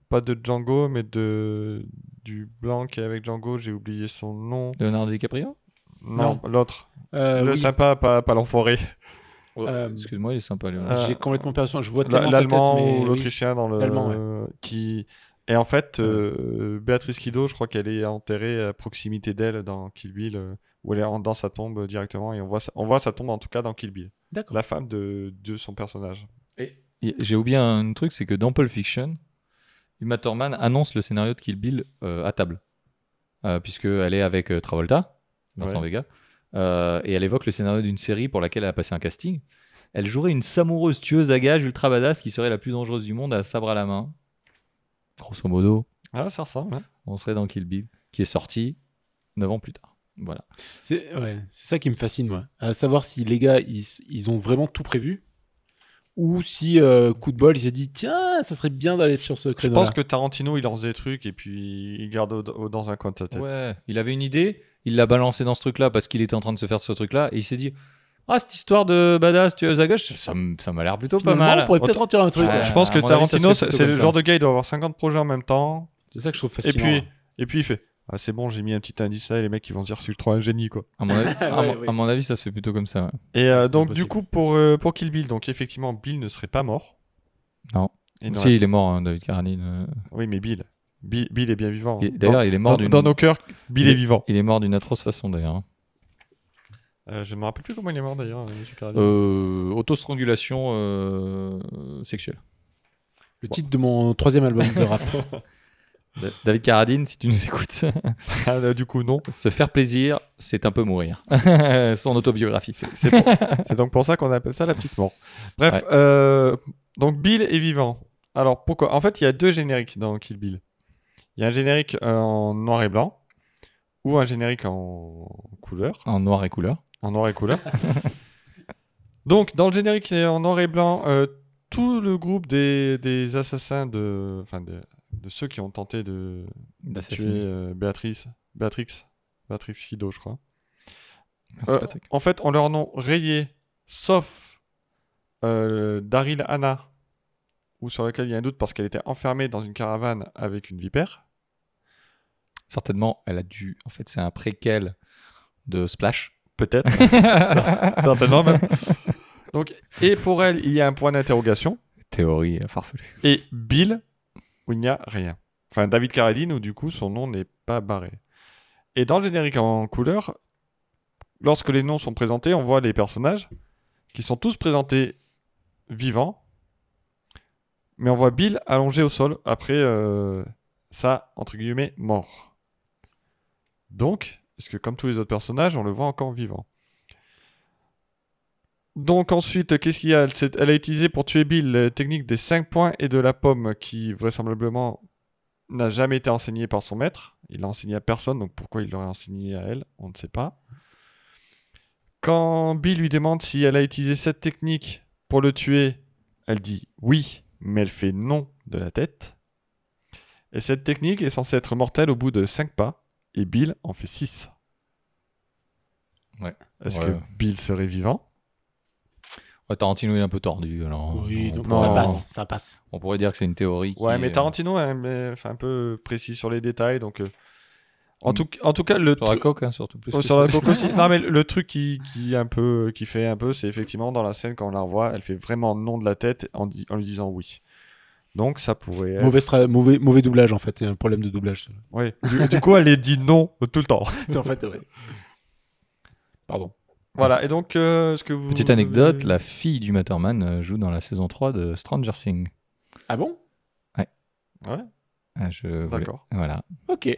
Speaker 1: pas de Django, mais de. Du blanc qui est avec Django, j'ai oublié son nom.
Speaker 3: Bill. Leonardo DiCaprio
Speaker 1: Non, l'autre.
Speaker 2: Euh,
Speaker 1: Le
Speaker 2: oui,
Speaker 1: sympa, pas, pas l'enfoiré.
Speaker 2: Euh,
Speaker 3: Excuse-moi, il est sympa, Léon.
Speaker 1: euh,
Speaker 2: J'ai complètement perdu. son- Je vois
Speaker 1: La-
Speaker 2: tellement sa tête,
Speaker 1: L'allemand
Speaker 2: mais
Speaker 1: ou
Speaker 2: oui.
Speaker 1: l'autrichien dans le.
Speaker 2: L'Allemand, ouais.
Speaker 1: euh, Qui. Et en fait, euh, Béatrice Kiddo, je crois qu'elle est enterrée à proximité d'elle dans Kill Bill, euh, où elle est en- dans sa tombe euh, directement, et on voit, sa- on voit sa tombe en tout cas dans Kill Bill.
Speaker 2: D'accord.
Speaker 1: La femme de, de son personnage.
Speaker 3: Et J'ai oublié un truc, c'est que dans Pulp Fiction, Uma Thurman annonce le scénario de Kill Bill euh, à table, Euh, puisqu'elle est avec euh, Travolta, Vincent
Speaker 1: Ouais.
Speaker 3: Vega, euh, et elle évoque le scénario d'une série pour laquelle elle a passé un casting. Elle jouerait une samoureuse tueuse à gages ultra badass qui serait la plus dangereuse du monde à sabre à la main. Grosso modo,
Speaker 1: Ah, ça ressemble. hein.
Speaker 3: on serait dans Kill Bill, qui est sorti 9 ans plus tard. Voilà.
Speaker 2: C'est ouais, c'est ça qui me fascine, moi. À savoir si les gars, ils, s- ils ont vraiment tout prévu. Ou si, euh, coup de bol, ils s'est dit, tiens, ça serait bien d'aller sur ce
Speaker 1: Je
Speaker 2: créneau.
Speaker 1: pense que Tarantino, il lance des trucs et puis il garde au- au- dans un coin de sa tête.
Speaker 3: Ouais, il avait une idée, il l'a balancé dans ce truc-là parce qu'il était en train de se faire ce truc-là, et il s'est dit Ah, cette histoire de badass tueuse à gauche, ça, m- ça m'a l'air plutôt pas
Speaker 2: on
Speaker 3: mal.
Speaker 2: pourrait peut-être en tirer un truc.
Speaker 3: Ouais.
Speaker 2: quoi.
Speaker 1: Je pense
Speaker 3: à
Speaker 1: que
Speaker 3: mon avis, ça
Speaker 1: Tarantino,
Speaker 3: serait
Speaker 1: c'est
Speaker 3: plutôt
Speaker 1: c'est le
Speaker 3: comme ça.
Speaker 1: genre de gars, il doit avoir 50 projets en même temps.
Speaker 2: C'est ça que je trouve
Speaker 1: Et
Speaker 2: fascinant.
Speaker 1: puis, et puis il fait Ah, c'est bon, j'ai mis un petit indice là et les mecs, ils vont se dire Je suis trop un génie, quoi.
Speaker 3: À mon, avis, à mon-
Speaker 2: Ouais, ouais.
Speaker 3: à mon avis, ça se fait plutôt comme ça. ouais.
Speaker 1: Et euh,
Speaker 2: c'est pas
Speaker 1: donc,
Speaker 2: possible.
Speaker 1: du coup, pour, euh, pour Kill Bill, donc effectivement, Bill ne serait pas mort.
Speaker 3: Non.
Speaker 1: Et dans
Speaker 3: si,
Speaker 1: la-
Speaker 3: il est mort, hein, David Carradine. euh.
Speaker 1: Oui, mais Bill. Bill, Bill est bien vivant.
Speaker 3: Il- D'ailleurs, il est
Speaker 1: dans,
Speaker 3: mort d'une.
Speaker 1: dans nos cœurs, Bill est vivant.
Speaker 3: Il est mort d'une atroce façon d'ailleurs. hein.
Speaker 1: Euh, je me rappelle plus comment il est mort d'ailleurs, euh, Monsieur Carradine.
Speaker 3: Euh, Auto-strangulation euh, euh, sexuelle.
Speaker 2: Le titre de mon troisième album de rap.
Speaker 3: Da- David Carradine, si tu nous écoutes,
Speaker 1: Ah, là, du coup, non.
Speaker 3: se faire plaisir, c'est un peu mourir. Son autobiographie.
Speaker 1: C'est pour- c'est donc pour ça qu'on appelle ça la petite mort. Bref,
Speaker 3: Ouais.
Speaker 1: euh, donc Bill est vivant. Alors pourquoi En fait, il y a deux génériques dans Kill Bill. Il y a un générique euh, en noir et blanc ou un générique en couleur,
Speaker 3: En noir et couleur.
Speaker 1: en noir et couleur. donc dans le générique qui est en noir et blanc, euh, tout le groupe des, des assassins de, enfin de, de ceux qui ont tenté de de tuer
Speaker 3: D'assassiner.
Speaker 1: euh, Béatrice, Béatrix, Béatrix Kido, je crois.
Speaker 3: Merci,
Speaker 1: Euh,
Speaker 3: Patrick.
Speaker 1: en fait, on leur nom rayé, sauf euh, Daryl Anna, ou sur laquelle il y a un doute parce qu'elle était enfermée dans une caravane avec une vipère.
Speaker 3: Certainement, elle a dû. En fait, c'est un préquel de Splash.
Speaker 1: Peut-être. Certainement même. Donc, et pour elle, il y a un point d'interrogation.
Speaker 3: Théorie euh, farfelue.
Speaker 1: Et Bill, où il n'y a rien. Enfin, David Carradine, où du coup, son nom n'est pas barré. Et dans le générique en couleur, lorsque les noms sont présentés, on voit les personnages qui sont tous présentés vivants. Mais on voit Bill allongé au sol après euh, ça, entre guillemets, mort. Donc, parce que comme tous les autres personnages, on le voit encore vivant. Donc ensuite, qu'est-ce qu'il y a elle, s'est- elle a utilisé pour tuer Bill la technique des 5 points et de la pomme qui vraisemblablement n'a jamais été enseignée par son maître. Il l'a enseignée à personne, donc pourquoi il l'aurait enseignée à elle, on ne sait pas. Quand Bill lui demande si elle a utilisé cette technique pour le tuer, elle dit oui, mais elle fait non de la tête. Et cette technique est censée être mortelle au bout de 5 pas, et Bill en fait 6.
Speaker 3: Ouais.
Speaker 1: Est-ce
Speaker 3: Ouais.
Speaker 1: que Bill serait vivant
Speaker 3: Ouais, Tarantino est un peu tordu. Alors,
Speaker 2: oui,
Speaker 3: on
Speaker 2: donc
Speaker 3: pourrait-
Speaker 2: ça
Speaker 1: non.
Speaker 2: passe, ça passe.
Speaker 3: On pourrait dire que c'est une théorie. qui
Speaker 1: Ouais,
Speaker 3: est- euh,
Speaker 1: mais Tarantino est mais, enfin, un peu précis sur les détails, donc. euh, en, tout, en tout cas, le
Speaker 3: Hmm. Sur la
Speaker 1: tru-
Speaker 3: coque, hein, surtout plus.
Speaker 1: Oh,
Speaker 3: que
Speaker 1: sur
Speaker 3: ça.
Speaker 1: la coque aussi. Non, mais le le truc qui, qui est un peu, qui fait un peu, c'est effectivement dans la scène quand on la revoit, elle fait vraiment non de la tête en, di- en lui disant oui. Donc ça pourrait. Être...
Speaker 2: Mauvais, stra- mauvais, mauvais doublage, en fait. et Un problème de doublage. ça.
Speaker 1: Ouais. Du, du coup, elle est dit non tout le temps.
Speaker 2: en fait, ouais.
Speaker 3: Pardon.
Speaker 1: voilà. Et donc, euh, ce que vous.
Speaker 3: Petite anecdote la fille du Matterman euh, joue dans la saison 3 de Stranger Things.
Speaker 2: Ah bon
Speaker 1: Ouais.
Speaker 3: Ah, je voulais-
Speaker 1: D'accord.
Speaker 3: Voilà.
Speaker 2: Ok.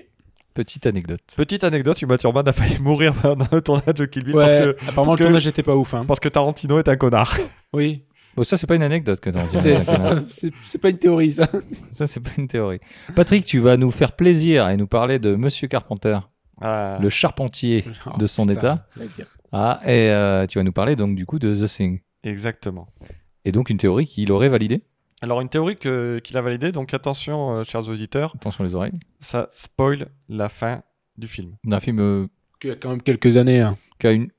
Speaker 3: Petite anecdote.
Speaker 1: Petite anecdote, Uma Thurman a failli mourir dans le tournage de Kill Bill parce,
Speaker 2: Ouais,
Speaker 1: que,
Speaker 2: apparemment,
Speaker 1: parce que-
Speaker 2: le tournage était pas ouf. hein.
Speaker 1: parce que Tarantino est un connard.
Speaker 2: Oui.
Speaker 3: Bon, ça, c'est pas une anecdote que Tarantino.
Speaker 2: C'est-
Speaker 3: raconte, hein.
Speaker 2: C'est c'est pas une théorie, ça.
Speaker 3: ça, c'est pas une théorie. Patrick, tu vas nous faire plaisir et nous parler de Monsieur Carpenter,
Speaker 1: Ah.
Speaker 3: le charpentier de son état.
Speaker 2: Je vais le dire.
Speaker 3: Ah, et euh, tu vas nous parler donc du coup de The Thing.
Speaker 1: Exactement.
Speaker 3: Et donc une théorie qu'il aurait validée.
Speaker 1: Alors une théorie que- qu'il a validée, donc attention, euh, chers auditeurs,
Speaker 3: Attention les oreilles.
Speaker 1: ça spoil la fin du film.
Speaker 3: D'un film euh,
Speaker 2: Il y a quand même quelques années. hein.
Speaker 3: qui a une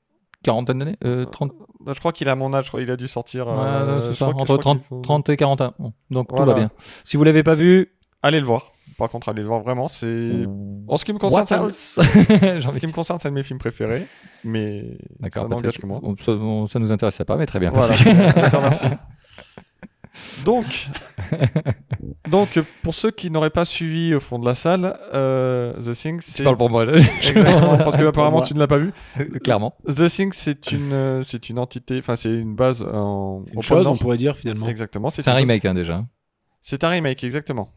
Speaker 3: quarantaine d'années, euh, 30,
Speaker 1: Bah, je crois qu'il a mon âge, je crois, il a dû sortir.
Speaker 3: Ouais,
Speaker 1: euh,
Speaker 3: non,
Speaker 1: je
Speaker 3: c'est ça,
Speaker 1: crois que-
Speaker 3: entre
Speaker 1: je crois
Speaker 3: 30,
Speaker 1: qu'il faut-
Speaker 3: 30 et 40 ans. Bon, donc tout
Speaker 1: Voilà.
Speaker 3: va bien. Si vous l'avez pas vu,
Speaker 1: Allez le voir. Par contre, allez le voir vraiment. C'est. En ce qui me concerne,
Speaker 3: what
Speaker 1: c'est un-
Speaker 3: else J'ai
Speaker 1: en ce
Speaker 3: envie de
Speaker 1: qui me
Speaker 3: dire.
Speaker 1: concerne, c'est un de mes films préférés, mais ça
Speaker 3: D'accord,
Speaker 1: n'engage
Speaker 3: Patrick.
Speaker 1: que moi.
Speaker 3: On- ça, on- ça nous intéressait pas, mais très bien.
Speaker 1: Voilà.
Speaker 3: Patrick.
Speaker 1: Je te remercie. Donc, donc, pour ceux qui n'auraient pas suivi au fond de la salle, euh, The Thing,
Speaker 3: tu
Speaker 1: c'est
Speaker 3: parles pour moi, là.
Speaker 1: exactement parce que apparemment
Speaker 2: moi.
Speaker 1: tu ne l'as pas vu.
Speaker 3: clairement.
Speaker 1: The Thing, c'est une, euh, c'est une entité, enfin c'est une base euh, en. au
Speaker 2: Une
Speaker 1: pôle
Speaker 2: chose,
Speaker 1: Nord.
Speaker 2: on pourrait dire, finalement.
Speaker 1: Exactement. C'est
Speaker 3: C'est un
Speaker 1: une-
Speaker 3: remake hein, déjà.
Speaker 1: C'est un remake, exactement.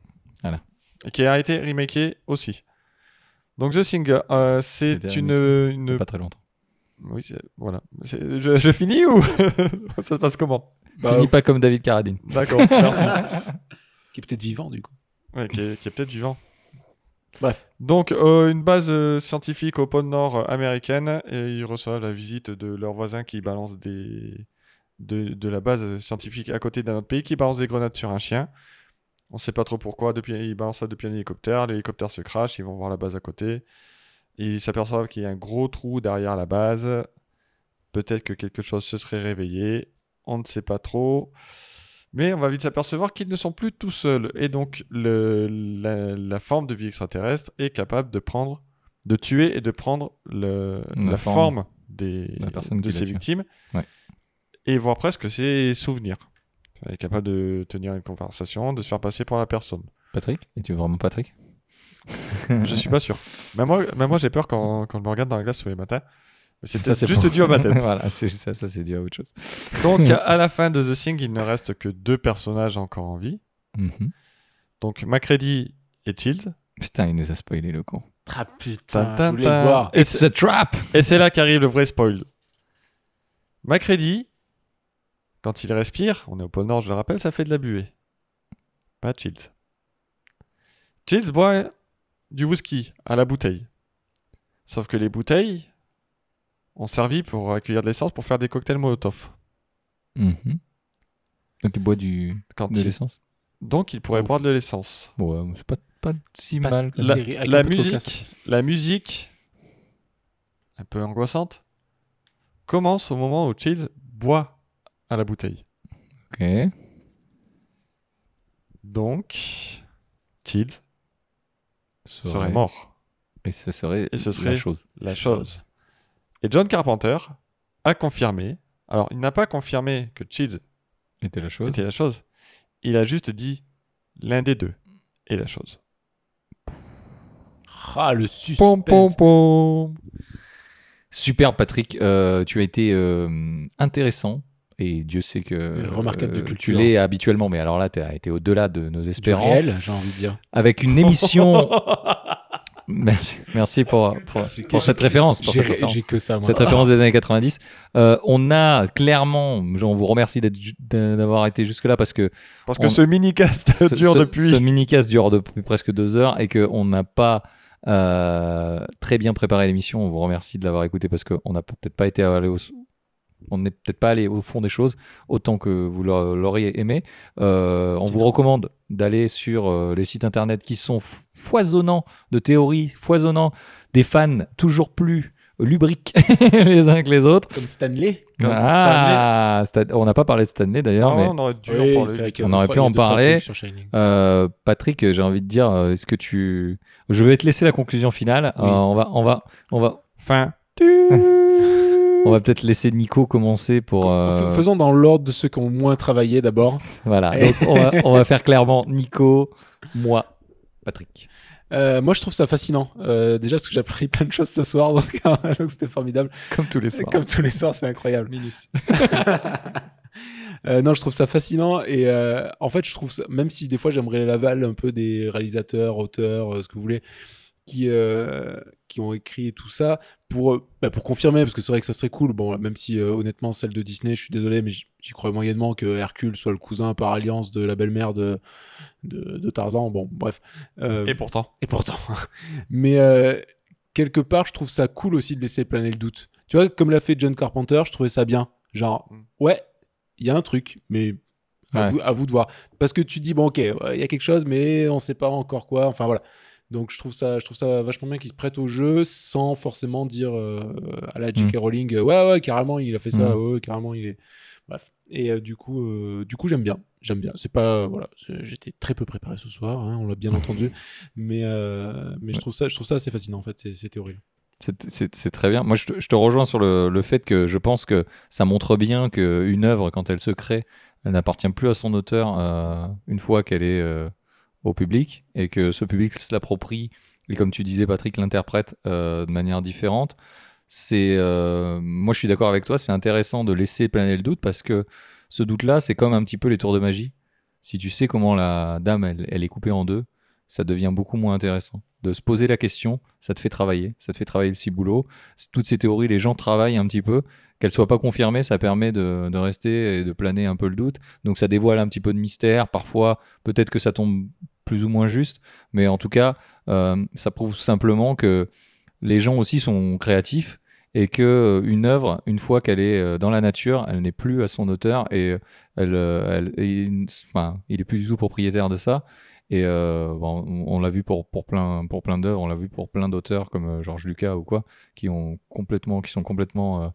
Speaker 3: Voilà.
Speaker 1: Et qui a été remaké aussi. Donc The Singer, euh,
Speaker 3: C'était
Speaker 1: c'est
Speaker 3: un
Speaker 1: une, euh, une-
Speaker 3: Pas très longtemps.
Speaker 1: Oui, c'est- voilà. C'est- Je, je finis ou ça se passe comment oh.
Speaker 3: Finis pas comme David Carradine.
Speaker 1: D'accord, merci.
Speaker 3: oh.
Speaker 2: Qui est peut-être vivant, du coup.
Speaker 1: Ouais, qui est, qui est peut-être vivant.
Speaker 2: Bref.
Speaker 1: Donc, euh, une base euh, scientifique au pôle nord euh, américaine, et il reçoit la visite de leurs voisins qui balancent des... de, de la base scientifique à côté d'un autre pays qui balance des grenades sur un chien. On sait pas trop pourquoi, depuis, ils balancent ça depuis un hélicoptère, l'hélicoptère se crache, ils vont voir la base à côté, et ils s'aperçoivent qu'il y a un gros trou derrière la base. Peut-être que quelque chose se serait réveillé, on ne sait pas trop. Mais on va vite s'apercevoir qu'ils ne sont plus tout seuls. Et donc, le- la, la forme de vie extraterrestre est capable de prendre, de tuer et de prendre le- la,
Speaker 3: La
Speaker 1: forme,
Speaker 3: forme.
Speaker 1: des,
Speaker 3: La personne
Speaker 1: de
Speaker 3: qui l'a
Speaker 1: ses
Speaker 3: tué.
Speaker 1: victimes.
Speaker 3: Ouais.
Speaker 1: Et voire presque ses souvenirs. Elle est capable de tenir une conversation, de se faire passer pour la personne.
Speaker 3: Patrick Es-tu vraiment Patrick
Speaker 1: Je suis pas sûr. Même moi, même moi j'ai peur quand, quand je me regarde dans la glace tous les matins. Mais c'était
Speaker 3: Ça, c'est
Speaker 1: juste
Speaker 3: pour-
Speaker 1: dû à ma tête.
Speaker 3: voilà, c'est- ça, ça c'est dû à autre chose.
Speaker 1: Donc, à- à la fin de The Thing, il ne reste que deux personnages encore en vie.
Speaker 3: Mhm.
Speaker 1: Donc, Macready et Tilt.
Speaker 3: Putain, il nous a spoilé le con.
Speaker 2: Ah putain,
Speaker 1: Tintin,
Speaker 2: je voulais
Speaker 1: tintin.
Speaker 2: le voir.
Speaker 1: Et
Speaker 3: It's
Speaker 1: c'est-
Speaker 3: a trap
Speaker 1: et c'est là qu'arrive le vrai spoil. Macready, quand il respire, on est au pôle Nord, je le rappelle, ça fait de la buée. Pas Chills. Chills boit du whisky à la bouteille. Sauf que les bouteilles ont servi pour accueillir de l'essence pour faire des cocktails Molotov.
Speaker 3: Mhm. Donc il boit du...
Speaker 1: Quand
Speaker 3: de
Speaker 1: il-
Speaker 3: l'essence
Speaker 1: Donc il pourrait
Speaker 2: Ouf.
Speaker 1: boire de l'essence.
Speaker 3: Ouais, mais c'est pas, pas si
Speaker 2: Pas-
Speaker 3: mal. que
Speaker 1: La,
Speaker 3: ça.
Speaker 2: Terri- avec
Speaker 1: la
Speaker 2: un peu de coca, ça
Speaker 1: musique, la musique, un peu angoissante, commence au moment où Chills boit à la bouteille.
Speaker 3: Ok.
Speaker 1: Donc, Chills
Speaker 3: Serait-
Speaker 1: serait mort.
Speaker 3: Et ce serait,
Speaker 1: Et ce
Speaker 3: la
Speaker 1: serait-
Speaker 3: chose.
Speaker 1: La chose. Et John Carpenter a confirmé. Alors, il n'a pas confirmé que Chills
Speaker 3: Était la chose.
Speaker 1: était la chose. Il a juste dit l'un des deux est la chose.
Speaker 2: Ah, le suspense.
Speaker 1: pom.
Speaker 3: Super Patrick, euh, tu as été euh, intéressant et Dieu sait que
Speaker 2: Euh, remarquable de
Speaker 3: tu
Speaker 2: culture.
Speaker 3: l'es habituellement, mais alors là tu as été au-delà de nos
Speaker 2: Du
Speaker 3: espérances
Speaker 2: réel, j'ai envie de dire.
Speaker 3: avec une émission. merci, merci pour pour, pour cette référence. Pour
Speaker 2: Ah, J'ai-
Speaker 3: cette référence.
Speaker 2: J'ai que ça, moi.
Speaker 3: Cette référence des années 90. Euh, on a clairement, on vous remercie d'être ju- d'avoir été jusque-là parce que
Speaker 1: Parce que
Speaker 3: On-
Speaker 1: ce mini-cast
Speaker 3: ce,
Speaker 1: dure
Speaker 3: ce-
Speaker 1: depuis.
Speaker 3: ce minicast dure depuis presque deux heures et qu'on n'a pas euh, très bien préparé l'émission. On vous remercie de l'avoir écouté parce qu'on n'a peut-être pas été allé au on n'est peut-être pas allé au fond des choses autant que vous l'a- l'auriez aimé. Euh, on vous recommande d'aller sur euh, les sites internet qui sont f- foisonnants de théories, foisonnants des fans toujours plus lubriques les uns que les autres.
Speaker 2: Comme Stanley.
Speaker 1: Comme
Speaker 3: ah, Stan- on n'a pas parlé de Stanley d'ailleurs,
Speaker 1: Non,
Speaker 3: mais
Speaker 1: on aurait dû
Speaker 2: Oui,
Speaker 1: en
Speaker 2: c'est
Speaker 1: parler.
Speaker 2: vrai qu'il y a
Speaker 3: On
Speaker 2: deux,
Speaker 3: aurait
Speaker 2: trois- il
Speaker 3: pu
Speaker 2: y a
Speaker 3: en
Speaker 2: deux, trois
Speaker 3: parler.
Speaker 2: trucs sur Shining.
Speaker 3: Euh, Patrick, j'ai envie de dire, euh, est-ce que tu, je vais te laisser la conclusion finale.
Speaker 2: Oui.
Speaker 3: Euh, on va, on va, on va,
Speaker 1: Fin.
Speaker 3: on va peut-être laisser Nico commencer pour. euh,
Speaker 2: F- Faisons dans l'ordre de ceux qui ont moins travaillé d'abord.
Speaker 3: Voilà. Donc, on, va, on va faire clairement Nico, moi, Patrick.
Speaker 2: Euh, moi, je trouve ça fascinant. Euh, déjà, parce que j'ai appris plein de choses ce soir, donc donc c'était formidable.
Speaker 3: Comme tous les soirs.
Speaker 2: Comme tous les soirs, c'est incroyable.
Speaker 1: Minus.
Speaker 2: Euh, non, je trouve ça fascinant et euh, en fait, je trouve ça, même si des fois j'aimerais l'aval un peu des réalisateurs, auteurs, euh, ce que vous voulez, qui, euh, qui ont écrit tout ça pour, euh, bah, pour confirmer, parce que c'est vrai que ça serait cool. Bon, même si euh, honnêtement, celle de Disney, je suis désolé, mais j- j'y crois moyennement que Hercule soit le cousin par alliance de la belle-mère de, de, de Tarzan. Bon, bref. Euh,
Speaker 1: Et pourtant.
Speaker 2: et pourtant. Mais euh, quelque part, je trouve ça cool aussi de laisser planer le doute. Tu vois, comme l'a fait John Carpenter, je trouvais ça bien. Genre,
Speaker 1: Mm.
Speaker 2: ouais, il y a un truc, mais à,
Speaker 3: Ouais.
Speaker 2: vous, à vous de voir. Parce que tu te dis, bon, ok, ouais, il y a quelque chose, mais on sait pas encore quoi. Enfin, voilà. Donc, je trouve ça, je trouve ça vachement bien qu'il se prête au jeu sans forcément dire euh, à la J.K. Rowling, euh, ouais, ouais, carrément, il a fait ça,
Speaker 3: Mm.
Speaker 2: ouais, ouais, carrément, il est. Bref. Et euh, du coup, euh, du coup, j'aime bien. J'aime bien. C'est pas voilà, c'est- j'étais très peu préparé ce soir, hein, on l'a bien entendu, mais euh, mais je trouve ça, je trouve ça assez fascinant en fait, ces, ces théories.
Speaker 3: C'est- C'est c'est très bien. Moi, je te, je te rejoins sur le, le fait que je pense que ça montre bien qu'une œuvre, quand elle se crée, elle n'appartient plus à son auteur euh, une fois qu'elle est euh, au public et que ce public se l'approprie et, comme tu disais, Patrick, l'interprète euh, de manière différente. C'est, euh, moi, je suis d'accord avec toi. C'est intéressant de laisser planer le doute parce que ce doute-là, c'est comme un petit peu les tours de magie. Si tu sais comment la dame, elle, elle est coupée en deux, ça devient beaucoup moins intéressant. De se poser la question, ça te fait travailler, ça te fait travailler le ciboulot. Toutes ces théories, les gens travaillent un petit peu. Qu'elles soient pas confirmées, ça permet de, de rester et de planer un peu le doute. Donc ça dévoile un petit peu de mystère. Parfois, peut-être que ça tombe plus ou moins juste, mais en tout cas, euh, ça prouve simplement que les gens aussi sont créatifs et que euh, une œuvre, une fois qu'elle est euh, dans la nature, elle n'est plus à son auteur et euh, elle, elle- il, enfin, il est plus du tout propriétaire de ça. Et euh, bon, on on l'a vu pour, pour plein pour plein d'œuvres, on l'a vu pour plein d'auteurs comme euh, Georges Lucas ou quoi, qui ont complètement, qui sont complètement euh,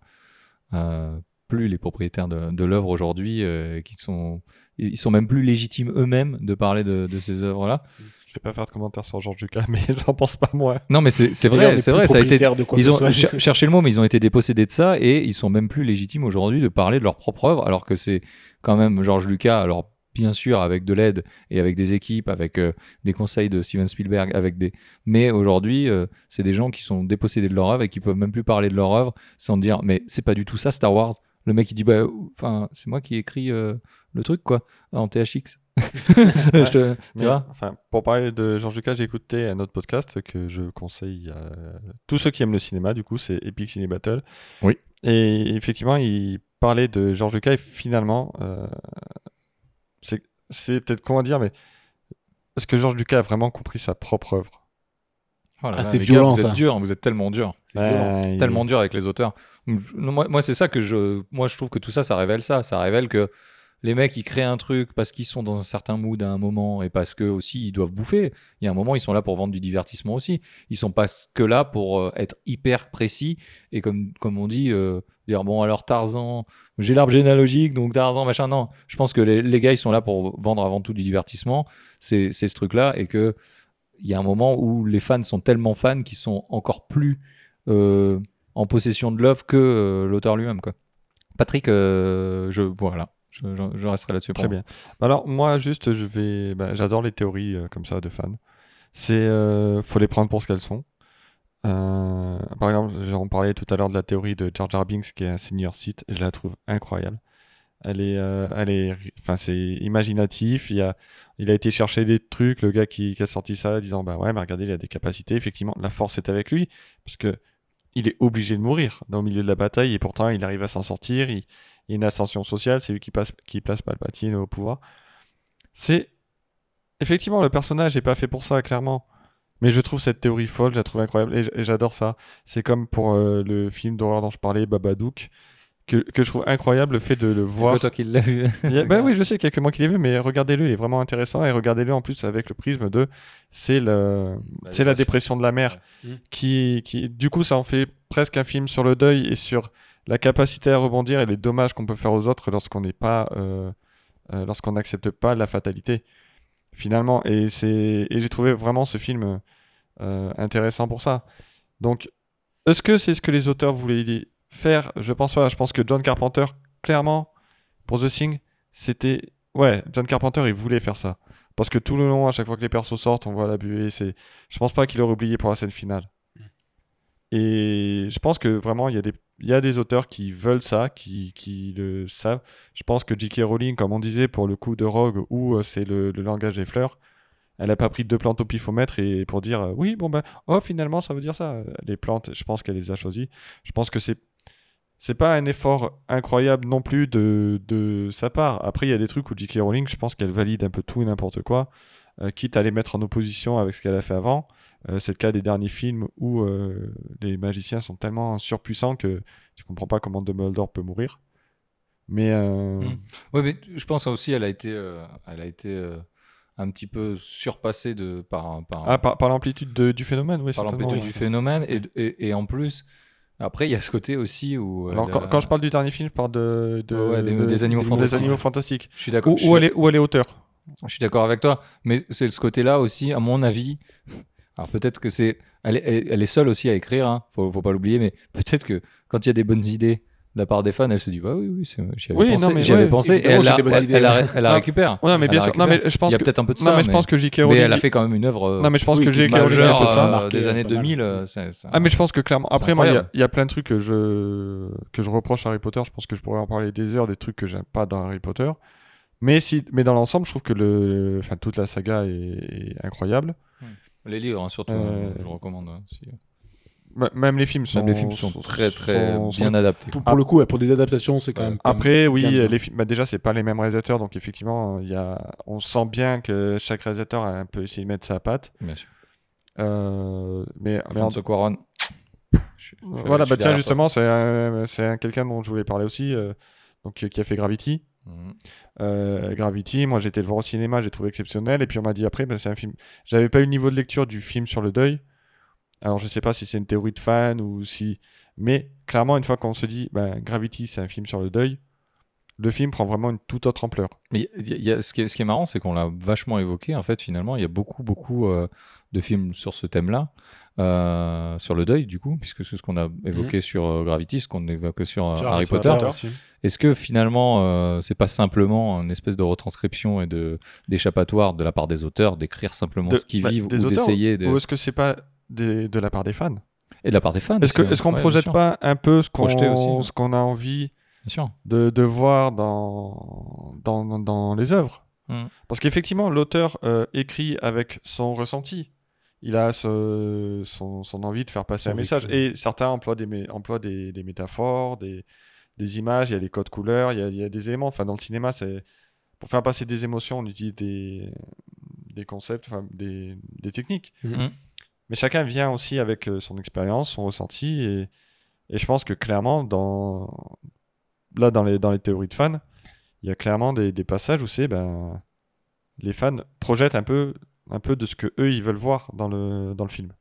Speaker 3: euh, plus les propriétaires de, de l'œuvre aujourd'hui, euh, et qui sont ils sont même plus légitimes eux-mêmes de parler de, de ces œuvres-là.
Speaker 1: Je vais pas faire de commentaires sur Georges Lucas, mais j'en pense pas moins.
Speaker 3: Non, mais c'est c'est
Speaker 2: D'ailleurs, on
Speaker 3: vrai,
Speaker 2: est
Speaker 3: c'est
Speaker 2: plus
Speaker 3: vrai, ça a été
Speaker 2: propriétaire de quoi que
Speaker 3: ils
Speaker 2: ce
Speaker 3: ont
Speaker 2: soit.
Speaker 3: cher- cherché le mot, mais ils ont été dépossédés de ça et ils sont même plus légitimes aujourd'hui de parler de leur propre œuvre, alors que c'est quand même Georges Lucas. Alors bien sûr, avec de l'aide et avec des équipes, avec euh, des conseils de Steven Spielberg, avec des. Mais aujourd'hui, euh, c'est des gens qui sont dépossédés de leur œuvre et qui peuvent même plus parler de leur œuvre sans dire mais c'est pas du tout ça Star Wars. Le mec il dit bah enfin c'est moi qui ai écrit euh, le truc quoi en THX. Je te-
Speaker 1: Mais,
Speaker 3: tu vois
Speaker 1: enfin, pour parler de Georges Lucas, j'ai écouté un autre podcast que je conseille à tous ceux qui aiment le cinéma, du coup, c'est Epic Ciné Battle.
Speaker 3: Oui.
Speaker 1: Et effectivement, il parlait de Georges Lucas et finalement, euh, c'est c'est peut-être con à dire, mais est-ce que Georges Lucas a vraiment compris sa propre œuvre
Speaker 3: Oh là
Speaker 2: Ah,
Speaker 3: là,
Speaker 2: c'est
Speaker 3: les
Speaker 2: violent,
Speaker 3: vous
Speaker 2: ça.
Speaker 3: êtes dur, vous êtes tellement dur.
Speaker 1: Euh, il-
Speaker 3: tellement dur avec les auteurs. Je- non, Moi, moi, c'est ça que je, moi, je trouve que tout ça, ça révèle ça. Ça révèle que les mecs, ils créent un truc parce qu'ils sont dans un certain mood à un moment et parce que aussi ils doivent bouffer. Il y a un moment, ils sont là pour vendre du divertissement aussi. Ils sont pas que là pour euh, être hyper précis et comme, comme on dit, euh, dire bon alors Tarzan, j'ai l'arbre généalogique donc Tarzan machin. Non, je pense que les, les gars, ils sont là pour vendre avant tout du divertissement. C'est c'est ce truc-là et que il y a un moment où les fans sont tellement fans qu'ils sont encore plus euh, en possession de l'œuvre que euh, l'auteur lui-même. quoi. Patrick, euh, je voilà, je, je- je resterai là-dessus.
Speaker 1: Très
Speaker 3: pour
Speaker 1: bien. Alors moi juste je vais bah, j'adore les théories euh, comme ça de fans. C'est euh, faut les prendre pour ce qu'elles sont. Euh, par exemple, genre, on parlait tout à l'heure de la théorie de Jar Jar Binks qui est un senior site, je la trouve incroyable. Elle est euh, elle est ri- enfin c'est imaginatif, il y a il a été chercher des trucs le gars qui, qui a sorti ça disant bah ouais, mais regardez, il a des capacités, effectivement, la force est avec lui parce que il est obligé de mourir dans le milieu de la bataille et pourtant il arrive à s'en sortir, il, il y a une ascension sociale, c'est lui qui, passe, qui place Palpatine au pouvoir. C'est. Effectivement, le personnage n'est pas fait pour ça, clairement. Mais je trouve cette théorie folle, je la trouve incroyable et j- et j'adore ça. C'est comme pour euh, le film d'horreur dont je parlais, Babadook, que, que je trouve incroyable le fait de le
Speaker 3: C'est pas
Speaker 1: voir.
Speaker 3: toi qui l'as vu.
Speaker 1: Il y a- bah oui, je sais qu'il y a que moi qui l'ai vu, mais regardez-le, il est vraiment intéressant et regardez-le en plus avec le prisme de c'est le
Speaker 3: Bah,
Speaker 1: c'est la dépression de la mère
Speaker 2: Ouais. Mm.
Speaker 1: qui, qui du coup ça en fait presque un film sur le deuil et sur la capacité à rebondir et les dommages qu'on peut faire aux autres lorsqu'on n'est pas euh, euh, lorsqu'on n'accepte pas la fatalité finalement et c'est et j'ai trouvé vraiment ce film euh, intéressant pour ça donc est-ce que c'est ce que les auteurs voulaient y faire je pense pas je pense que John Carpenter clairement pour The Thing c'était ouais John Carpenter il voulait faire ça parce que tout le long, à chaque fois que les persos sortent, on voit la buée. C'est, je pense pas qu'il aurait oublié pour la scène finale. Et je pense que vraiment, il y a des, il y a des auteurs qui veulent ça, qui, qui le savent. Je pense que J.K. Rowling, comme on disait pour le coup de Rogue, où euh, c'est le, le langage des fleurs, elle a pas pris deux plantes au pifomètre et pour dire euh, oui, bon ben, oh finalement ça veut dire ça. Les plantes, je pense qu'elle les a choisies. Je pense que c'est c'est pas un effort incroyable non plus de, de sa part. Après, il y a des trucs où J.K. Rowling, je pense qu'elle valide un peu tout et n'importe quoi, euh, quitte à les mettre en opposition avec ce qu'elle a fait avant. Euh, c'est le cas des derniers films où euh, les magiciens sont tellement surpuissants que tu comprends pas comment Dumbledore peut mourir. Mais euh,
Speaker 3: Mm. Oui, mais je pense aussi elle a été, euh, elle a été euh, un petit peu surpassée de par par,
Speaker 1: ah, par, par l'amplitude de- du phénomène, oui,
Speaker 3: par
Speaker 1: certainement,
Speaker 3: l'amplitude
Speaker 1: oui.
Speaker 3: du phénomène et, et, et en plus après il y a ce côté aussi où euh, elle
Speaker 1: Alors,
Speaker 3: a-
Speaker 1: quand, quand je parle du dernier film, je parle de, de-
Speaker 3: Ouais, ouais, des-
Speaker 1: de-
Speaker 3: des animaux fantastiques.
Speaker 1: animaux fantastiques.
Speaker 3: je suis d'accord
Speaker 1: Où,
Speaker 3: je suis-
Speaker 1: où elle est, où elle est auteur
Speaker 3: Je suis d'accord avec toi, mais c'est ce côté-là aussi, à mon avis. Alors peut-être que c'est, elle, est- elle- elle est seule aussi à écrire, hein, faut, faut pas l'oublier, mais peut-être que quand il y a des bonnes idées de la part des fans, elle se dit bah oui oui, c'est- j'y avais
Speaker 1: Oui, non,
Speaker 3: pensé,
Speaker 1: mais
Speaker 3: j'y avais
Speaker 2: ouais,
Speaker 3: pensé, et
Speaker 2: évidemment,
Speaker 3: elle
Speaker 2: j'ai
Speaker 3: la,
Speaker 2: des bonnes
Speaker 3: elle-
Speaker 2: idées.
Speaker 3: elle la ré- elle la
Speaker 1: Non,
Speaker 3: récupère.
Speaker 1: Ouais, Non, mais
Speaker 3: Elle
Speaker 1: bien
Speaker 3: la
Speaker 1: sûr. Non,
Speaker 3: récupère.
Speaker 1: mais je
Speaker 3: il
Speaker 1: pense
Speaker 3: y a
Speaker 1: que.
Speaker 3: peut-être un peu de
Speaker 1: Non,
Speaker 3: ça,
Speaker 1: mais je pense que J.K.
Speaker 3: mais
Speaker 1: Rowling.
Speaker 3: elle a fait quand même une œuvre euh,
Speaker 1: Non, mais je pense
Speaker 2: Oui,
Speaker 1: que
Speaker 2: qui
Speaker 1: J.K. Rowling a
Speaker 3: majeure
Speaker 1: un peu de ça.
Speaker 3: euh,
Speaker 2: marqué,
Speaker 3: des
Speaker 2: euh,
Speaker 3: années
Speaker 2: pas mal.
Speaker 3: 2000. euh, c'est- c'est-
Speaker 1: Ah mais je pense que clairement.
Speaker 3: C'est
Speaker 1: Après moi, il y a-
Speaker 3: incroyable.
Speaker 1: il y, a plein de trucs que je que je reproche à Harry Potter. Je pense que je pourrais en parler des heures, des trucs que j'aime pas dans Harry Potter. Mais, si, mais dans l'ensemble, je trouve que le, enfin, toute la saga est, est incroyable.
Speaker 3: Les livres, hein, surtout,
Speaker 1: Euh,
Speaker 3: je vous recommande. hein, si-
Speaker 1: M- même les films sont,
Speaker 3: Même les films sont très très
Speaker 1: sont-
Speaker 3: bien adaptés.
Speaker 2: Pour, pour le coup, ouais, pour des adaptations, c'est quand même. quand même-
Speaker 1: Après, oui,
Speaker 2: bien,
Speaker 1: euh,
Speaker 2: hein.
Speaker 1: les films, bah, déjà, c'est pas les mêmes réalisateurs, donc effectivement, il y a, on sent bien que chaque réalisateur a un peu essayé de mettre sa patte.
Speaker 3: Bien sûr.
Speaker 1: Euh, mais, mais en-
Speaker 3: Alfonso Cuarón. Je- je-
Speaker 1: voilà,
Speaker 3: je suis
Speaker 1: bah tiens,
Speaker 3: derrière
Speaker 1: justement, c'est un- c'est un- quelqu'un dont je voulais parler aussi, euh, donc euh, qui a fait Gravity.
Speaker 3: toi. Mhm.
Speaker 1: Euh, Gravity, moi j'étais le voir au cinéma, j'ai trouvé exceptionnel, et puis on m'a dit après, bah, c'est un film. J'avais pas eu le niveau de lecture du film sur le deuil. Alors je sais pas si c'est une théorie de fan ou si. Mais clairement, une fois qu'on se dit, bah, Gravity, c'est un film sur le deuil, le film prend vraiment une toute autre ampleur.
Speaker 3: Mais il y a- il y a- ce, qui est, ce qui est marrant, c'est qu'on l'a vachement évoqué. En fait, finalement, il y a beaucoup, beaucoup euh, de films sur ce thème-là, euh, sur le deuil, du coup, puisque c'est ce qu'on a évoqué
Speaker 1: Mhm.
Speaker 3: sur euh, Gravity, ce qu'on évoque sur, euh,
Speaker 2: Sur
Speaker 3: Harry Potter.
Speaker 2: aussi.
Speaker 3: Est-ce que finalement, euh, c'est pas simplement une espèce de retranscription et de d'échappatoire de la part des auteurs d'écrire simplement
Speaker 1: De-
Speaker 3: ce qu'ils
Speaker 1: bah,
Speaker 3: vivent
Speaker 1: des
Speaker 3: ou
Speaker 1: auteurs,
Speaker 3: d'essayer de...
Speaker 1: Ou est-ce que c'est pas des- de la part des fans
Speaker 3: et de la part des fans
Speaker 1: Est-ce que-
Speaker 3: aussi,
Speaker 1: est-ce qu'on
Speaker 3: ouais, bien
Speaker 1: projette
Speaker 3: sûr.
Speaker 1: pas un peu ce qu'on
Speaker 3: Projeter aussi, ouais.
Speaker 1: ce qu'on a envie
Speaker 3: Bien sûr.
Speaker 1: de, de voir dans, dans, dans- dans les œuvres.
Speaker 3: Mm.
Speaker 1: Parce qu'effectivement, l'auteur euh, écrit avec son ressenti. Il a ce- son, son envie de faire passer
Speaker 2: Son
Speaker 1: un message.
Speaker 2: vécu.
Speaker 1: Et certains emploient des, mé- emploient des, des métaphores, des, des images, il y a les codes couleurs, il y a, il y a des éléments. Enfin, dans le cinéma, c'est pour faire passer des émotions, on utilise des, des concepts, enfin, des, des techniques.
Speaker 2: Mhm.
Speaker 1: Mais chacun vient aussi avec euh, son expérience, son ressenti. Et, et je pense que clairement, dans, là, dans les, dans les théories de fans, il y a clairement des, des passages où c'est ben, les fans projettent un peu, un peu de ce que eux ils veulent voir dans le, dans le film.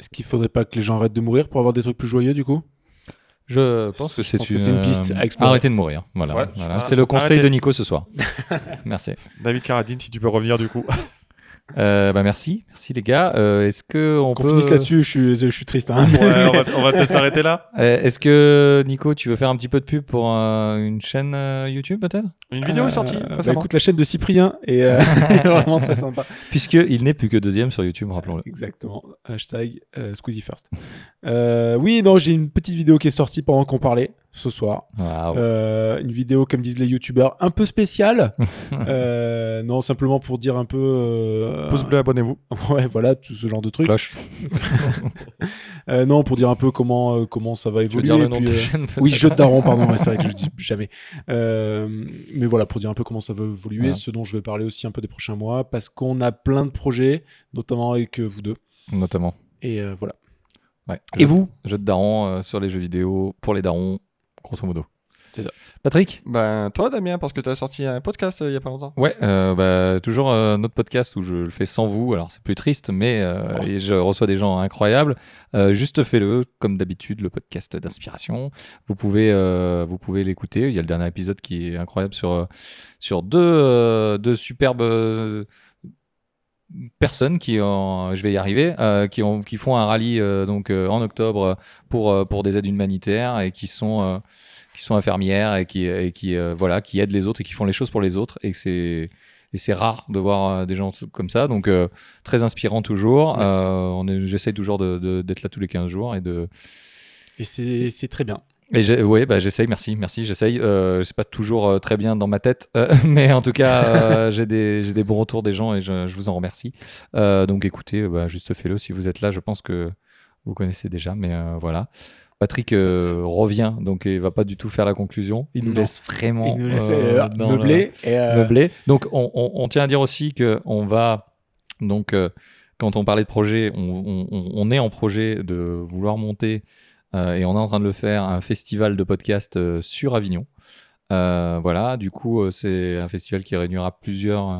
Speaker 2: Est-ce qu'il faudrait pas que les gens arrêtent de mourir pour avoir des trucs plus joyeux du coup
Speaker 3: Je pense que c'est
Speaker 2: pense que
Speaker 3: une... euh,
Speaker 2: c'est une piste à explorer.
Speaker 3: Arrêtez de mourir. Voilà.
Speaker 1: Ouais,
Speaker 3: Voilà.
Speaker 1: je-
Speaker 3: C'est le conseil
Speaker 1: arrêtez.
Speaker 3: de Nico ce soir. Merci.
Speaker 1: David Carradine, si tu peux revenir du coup.
Speaker 3: Euh, bah merci, merci les gars. Euh, est-ce que on
Speaker 2: Qu'on
Speaker 3: peut
Speaker 2: finisse là-dessus, je suis, je suis triste. Hein.
Speaker 1: Ouais, on va, on va peut-être s'arrêter là.
Speaker 3: Euh, Est-ce que Nico, tu veux faire un petit peu de pub pour euh, une chaîne euh, YouTube peut-être
Speaker 1: Une vidéo est sortie.
Speaker 2: Euh, bah,
Speaker 1: récemment.
Speaker 2: écoute la chaîne de Cyprien et euh, c'est vraiment très sympa.
Speaker 3: Puisque il n'est plus que deuxième sur YouTube, rappelons-le.
Speaker 2: Exactement. Hashtag euh, Squeezie First. Euh, oui, non, j'ai une petite vidéo qui est sortie pendant qu'on parlait ce soir.
Speaker 3: Waouh.
Speaker 2: Euh, une vidéo, comme disent les youtubeurs, un peu spéciale. Euh, non, simplement pour dire un peu. euh,
Speaker 1: Pouce bleu, abonnez-vous.
Speaker 2: Ouais, voilà, tout ce genre de trucs.
Speaker 3: Cloche.
Speaker 2: Euh, non, pour dire un peu comment, euh, comment ça va
Speaker 3: Tu veux
Speaker 2: évoluer.
Speaker 3: dire le
Speaker 2: et
Speaker 3: nom
Speaker 2: puis,
Speaker 3: de ta
Speaker 2: euh,
Speaker 3: chaîne
Speaker 2: Oui, jeu de daron, pardon, ouais, c'est vrai que je le dis jamais. Euh, mais voilà, pour dire un peu comment ça va évoluer,
Speaker 3: Voilà.
Speaker 2: ce dont je vais parler aussi un peu des prochains mois, parce qu'on a plein de projets, notamment avec euh, vous deux.
Speaker 3: Notamment.
Speaker 2: Et euh, voilà.
Speaker 3: Ouais.
Speaker 2: Et vous
Speaker 3: Jeu de daron euh, sur les jeux vidéo pour les darons, grosso modo.
Speaker 2: C'est ça.
Speaker 3: Patrick
Speaker 1: Ben, toi, Damien, parce que tu as sorti un podcast euh, il y a pas longtemps.
Speaker 3: Ouais, euh, bah, toujours euh, notre podcast où je le fais sans vous, alors c'est plus triste, mais euh,
Speaker 2: Oh.
Speaker 3: et je reçois des gens incroyables. Euh, juste fais-le, comme d'habitude, le podcast d'inspiration. Vous pouvez, euh, vous pouvez l'écouter. Il y a le dernier épisode qui est incroyable sur, euh, sur deux, euh, deux superbes euh, personnes qui, ont, je vais y arriver, euh, qui, ont, qui font un rallye euh, donc, euh, en octobre pour, euh, pour des aides humanitaires et qui sont. euh, qui sont infirmières et qui, et qui euh, voilà, qui aident les autres et qui font les choses pour les autres et que c'est et c'est rare de voir euh, des gens comme ça, donc euh, très inspirant toujours. Euh, on est- j'essaie toujours de- de- d'être là tous les 15 jours et de.
Speaker 2: Et c'est c'est très bien.
Speaker 3: Et j'ai- ouais, bah, j'essaye, merci, merci, j'essaye. Euh, c'est pas toujours euh, très bien dans ma tête, euh, mais en tout cas, euh, j'ai des, j'ai des bons retours des gens et je, je vous en remercie. Euh, donc écoutez, euh, bah, juste fais-le si vous êtes là. Je pense que vous connaissez déjà, mais euh, voilà. Patrick euh, revient, donc il va pas du tout faire la conclusion. Il nous
Speaker 2: Non.
Speaker 3: laisse vraiment
Speaker 2: Il nous laisse
Speaker 3: euh,
Speaker 2: euh,
Speaker 3: dans la-
Speaker 2: meubler. Et, euh,
Speaker 3: meublé. Donc, on, on- on tient à dire aussi que on va donc euh, quand on parlait de projet, on, on- on- on est en projet de vouloir monter euh, et on est en train de le faire un festival de podcasts euh, sur Avignon. Euh, voilà, du coup, euh, c'est un festival qui réunira plusieurs euh,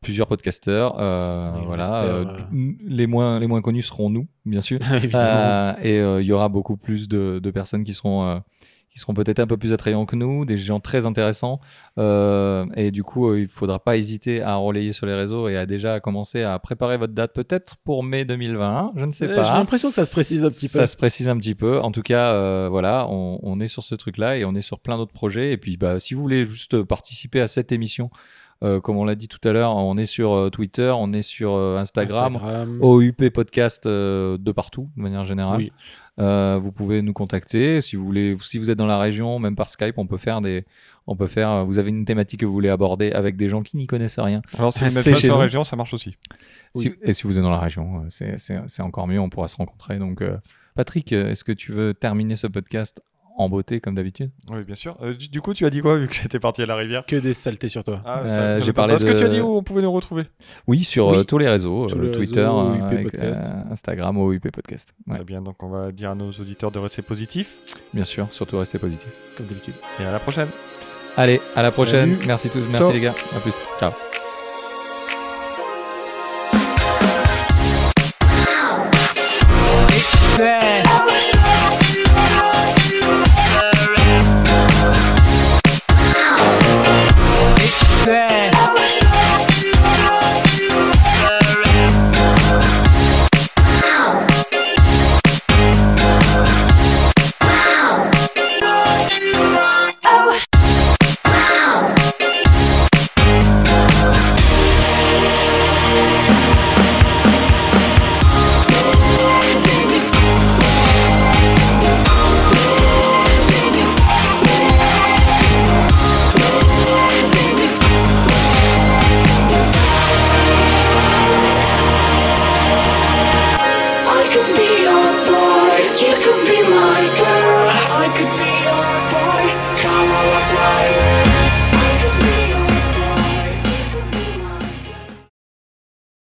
Speaker 3: plusieurs podcasteurs. euh,
Speaker 2: Oui, on
Speaker 3: voilà,
Speaker 2: espère,
Speaker 3: euh,
Speaker 2: euh.
Speaker 3: n- les moins les moins connus seront nous, bien sûr.
Speaker 2: évidemment.
Speaker 3: Euh, et euh, il y aura beaucoup plus de, de personnes qui seront, euh, qui seront peut-être un peu plus attrayants que nous, des gens très intéressants. Euh, et du coup, euh, il ne faudra pas hésiter à relayer sur les réseaux et à déjà commencer à préparer votre date peut-être pour mai 2021. hein, Je ne sais
Speaker 2: Euh, J'ai
Speaker 3: pas.
Speaker 2: l'impression que ça se précise un petit peu.
Speaker 3: Ça se précise un petit peu. En tout cas, euh, voilà, on, on est sur ce truc-là et on est sur plein d'autres projets. Et puis, bah, si vous voulez juste participer à cette émission Euh, comme on l'a dit tout à l'heure, on est sur euh, Twitter, on est sur euh, Instagram, OUP Podcast euh, de partout, de manière générale.
Speaker 2: Mm. Oui.
Speaker 3: Euh, vous pouvez nous contacter si vous voulez. Si vous êtes dans la région, même par Skype, on peut faire des. On peut faire. euh, Vous avez une thématique que vous voulez aborder avec des gens qui n'y connaissent rien.
Speaker 1: Alors, si
Speaker 3: Ah,
Speaker 1: vous
Speaker 3: c'est
Speaker 1: n'êtes pas
Speaker 3: chez
Speaker 1: sur la
Speaker 3: nous.
Speaker 1: région, ça marche aussi.
Speaker 3: Si- et si vous êtes dans la région, euh, c'est- c'est c'est encore mieux. On pourra se rencontrer. Donc, euh, Patrick, euh, est-ce que tu veux terminer ce podcast en beauté comme d'habitude
Speaker 1: Oui, bien sûr. Euh, du, du coup, tu as dit quoi, vu que j'étais parti à la rivière
Speaker 2: Que des saletés sur toi.
Speaker 1: Ah,
Speaker 3: Euh,
Speaker 1: ça- ça
Speaker 3: j'ai
Speaker 1: m'étonne
Speaker 3: parlé
Speaker 1: pas. Est-ce que tu as
Speaker 3: de-
Speaker 1: dit où on pouvait nous retrouver
Speaker 3: Oui, sur
Speaker 2: Oui.
Speaker 3: euh, tous les réseaux,
Speaker 2: Tous
Speaker 3: euh,
Speaker 2: les
Speaker 3: Twitter,
Speaker 2: réseaux,
Speaker 3: euh,
Speaker 2: OUP
Speaker 3: avec, euh,
Speaker 2: Podcast.
Speaker 3: Instagram, OUP Podcast. Ouais,
Speaker 1: Très bien, donc on va dire à nos auditeurs de rester positifs.
Speaker 3: bien sûr, surtout restez positif.
Speaker 2: Comme d'habitude.
Speaker 1: Et à la prochaine
Speaker 3: Allez, à la prochaine.
Speaker 2: Salut.
Speaker 3: Merci tous, merci
Speaker 2: Ciao.
Speaker 3: les gars. À plus. Ciao.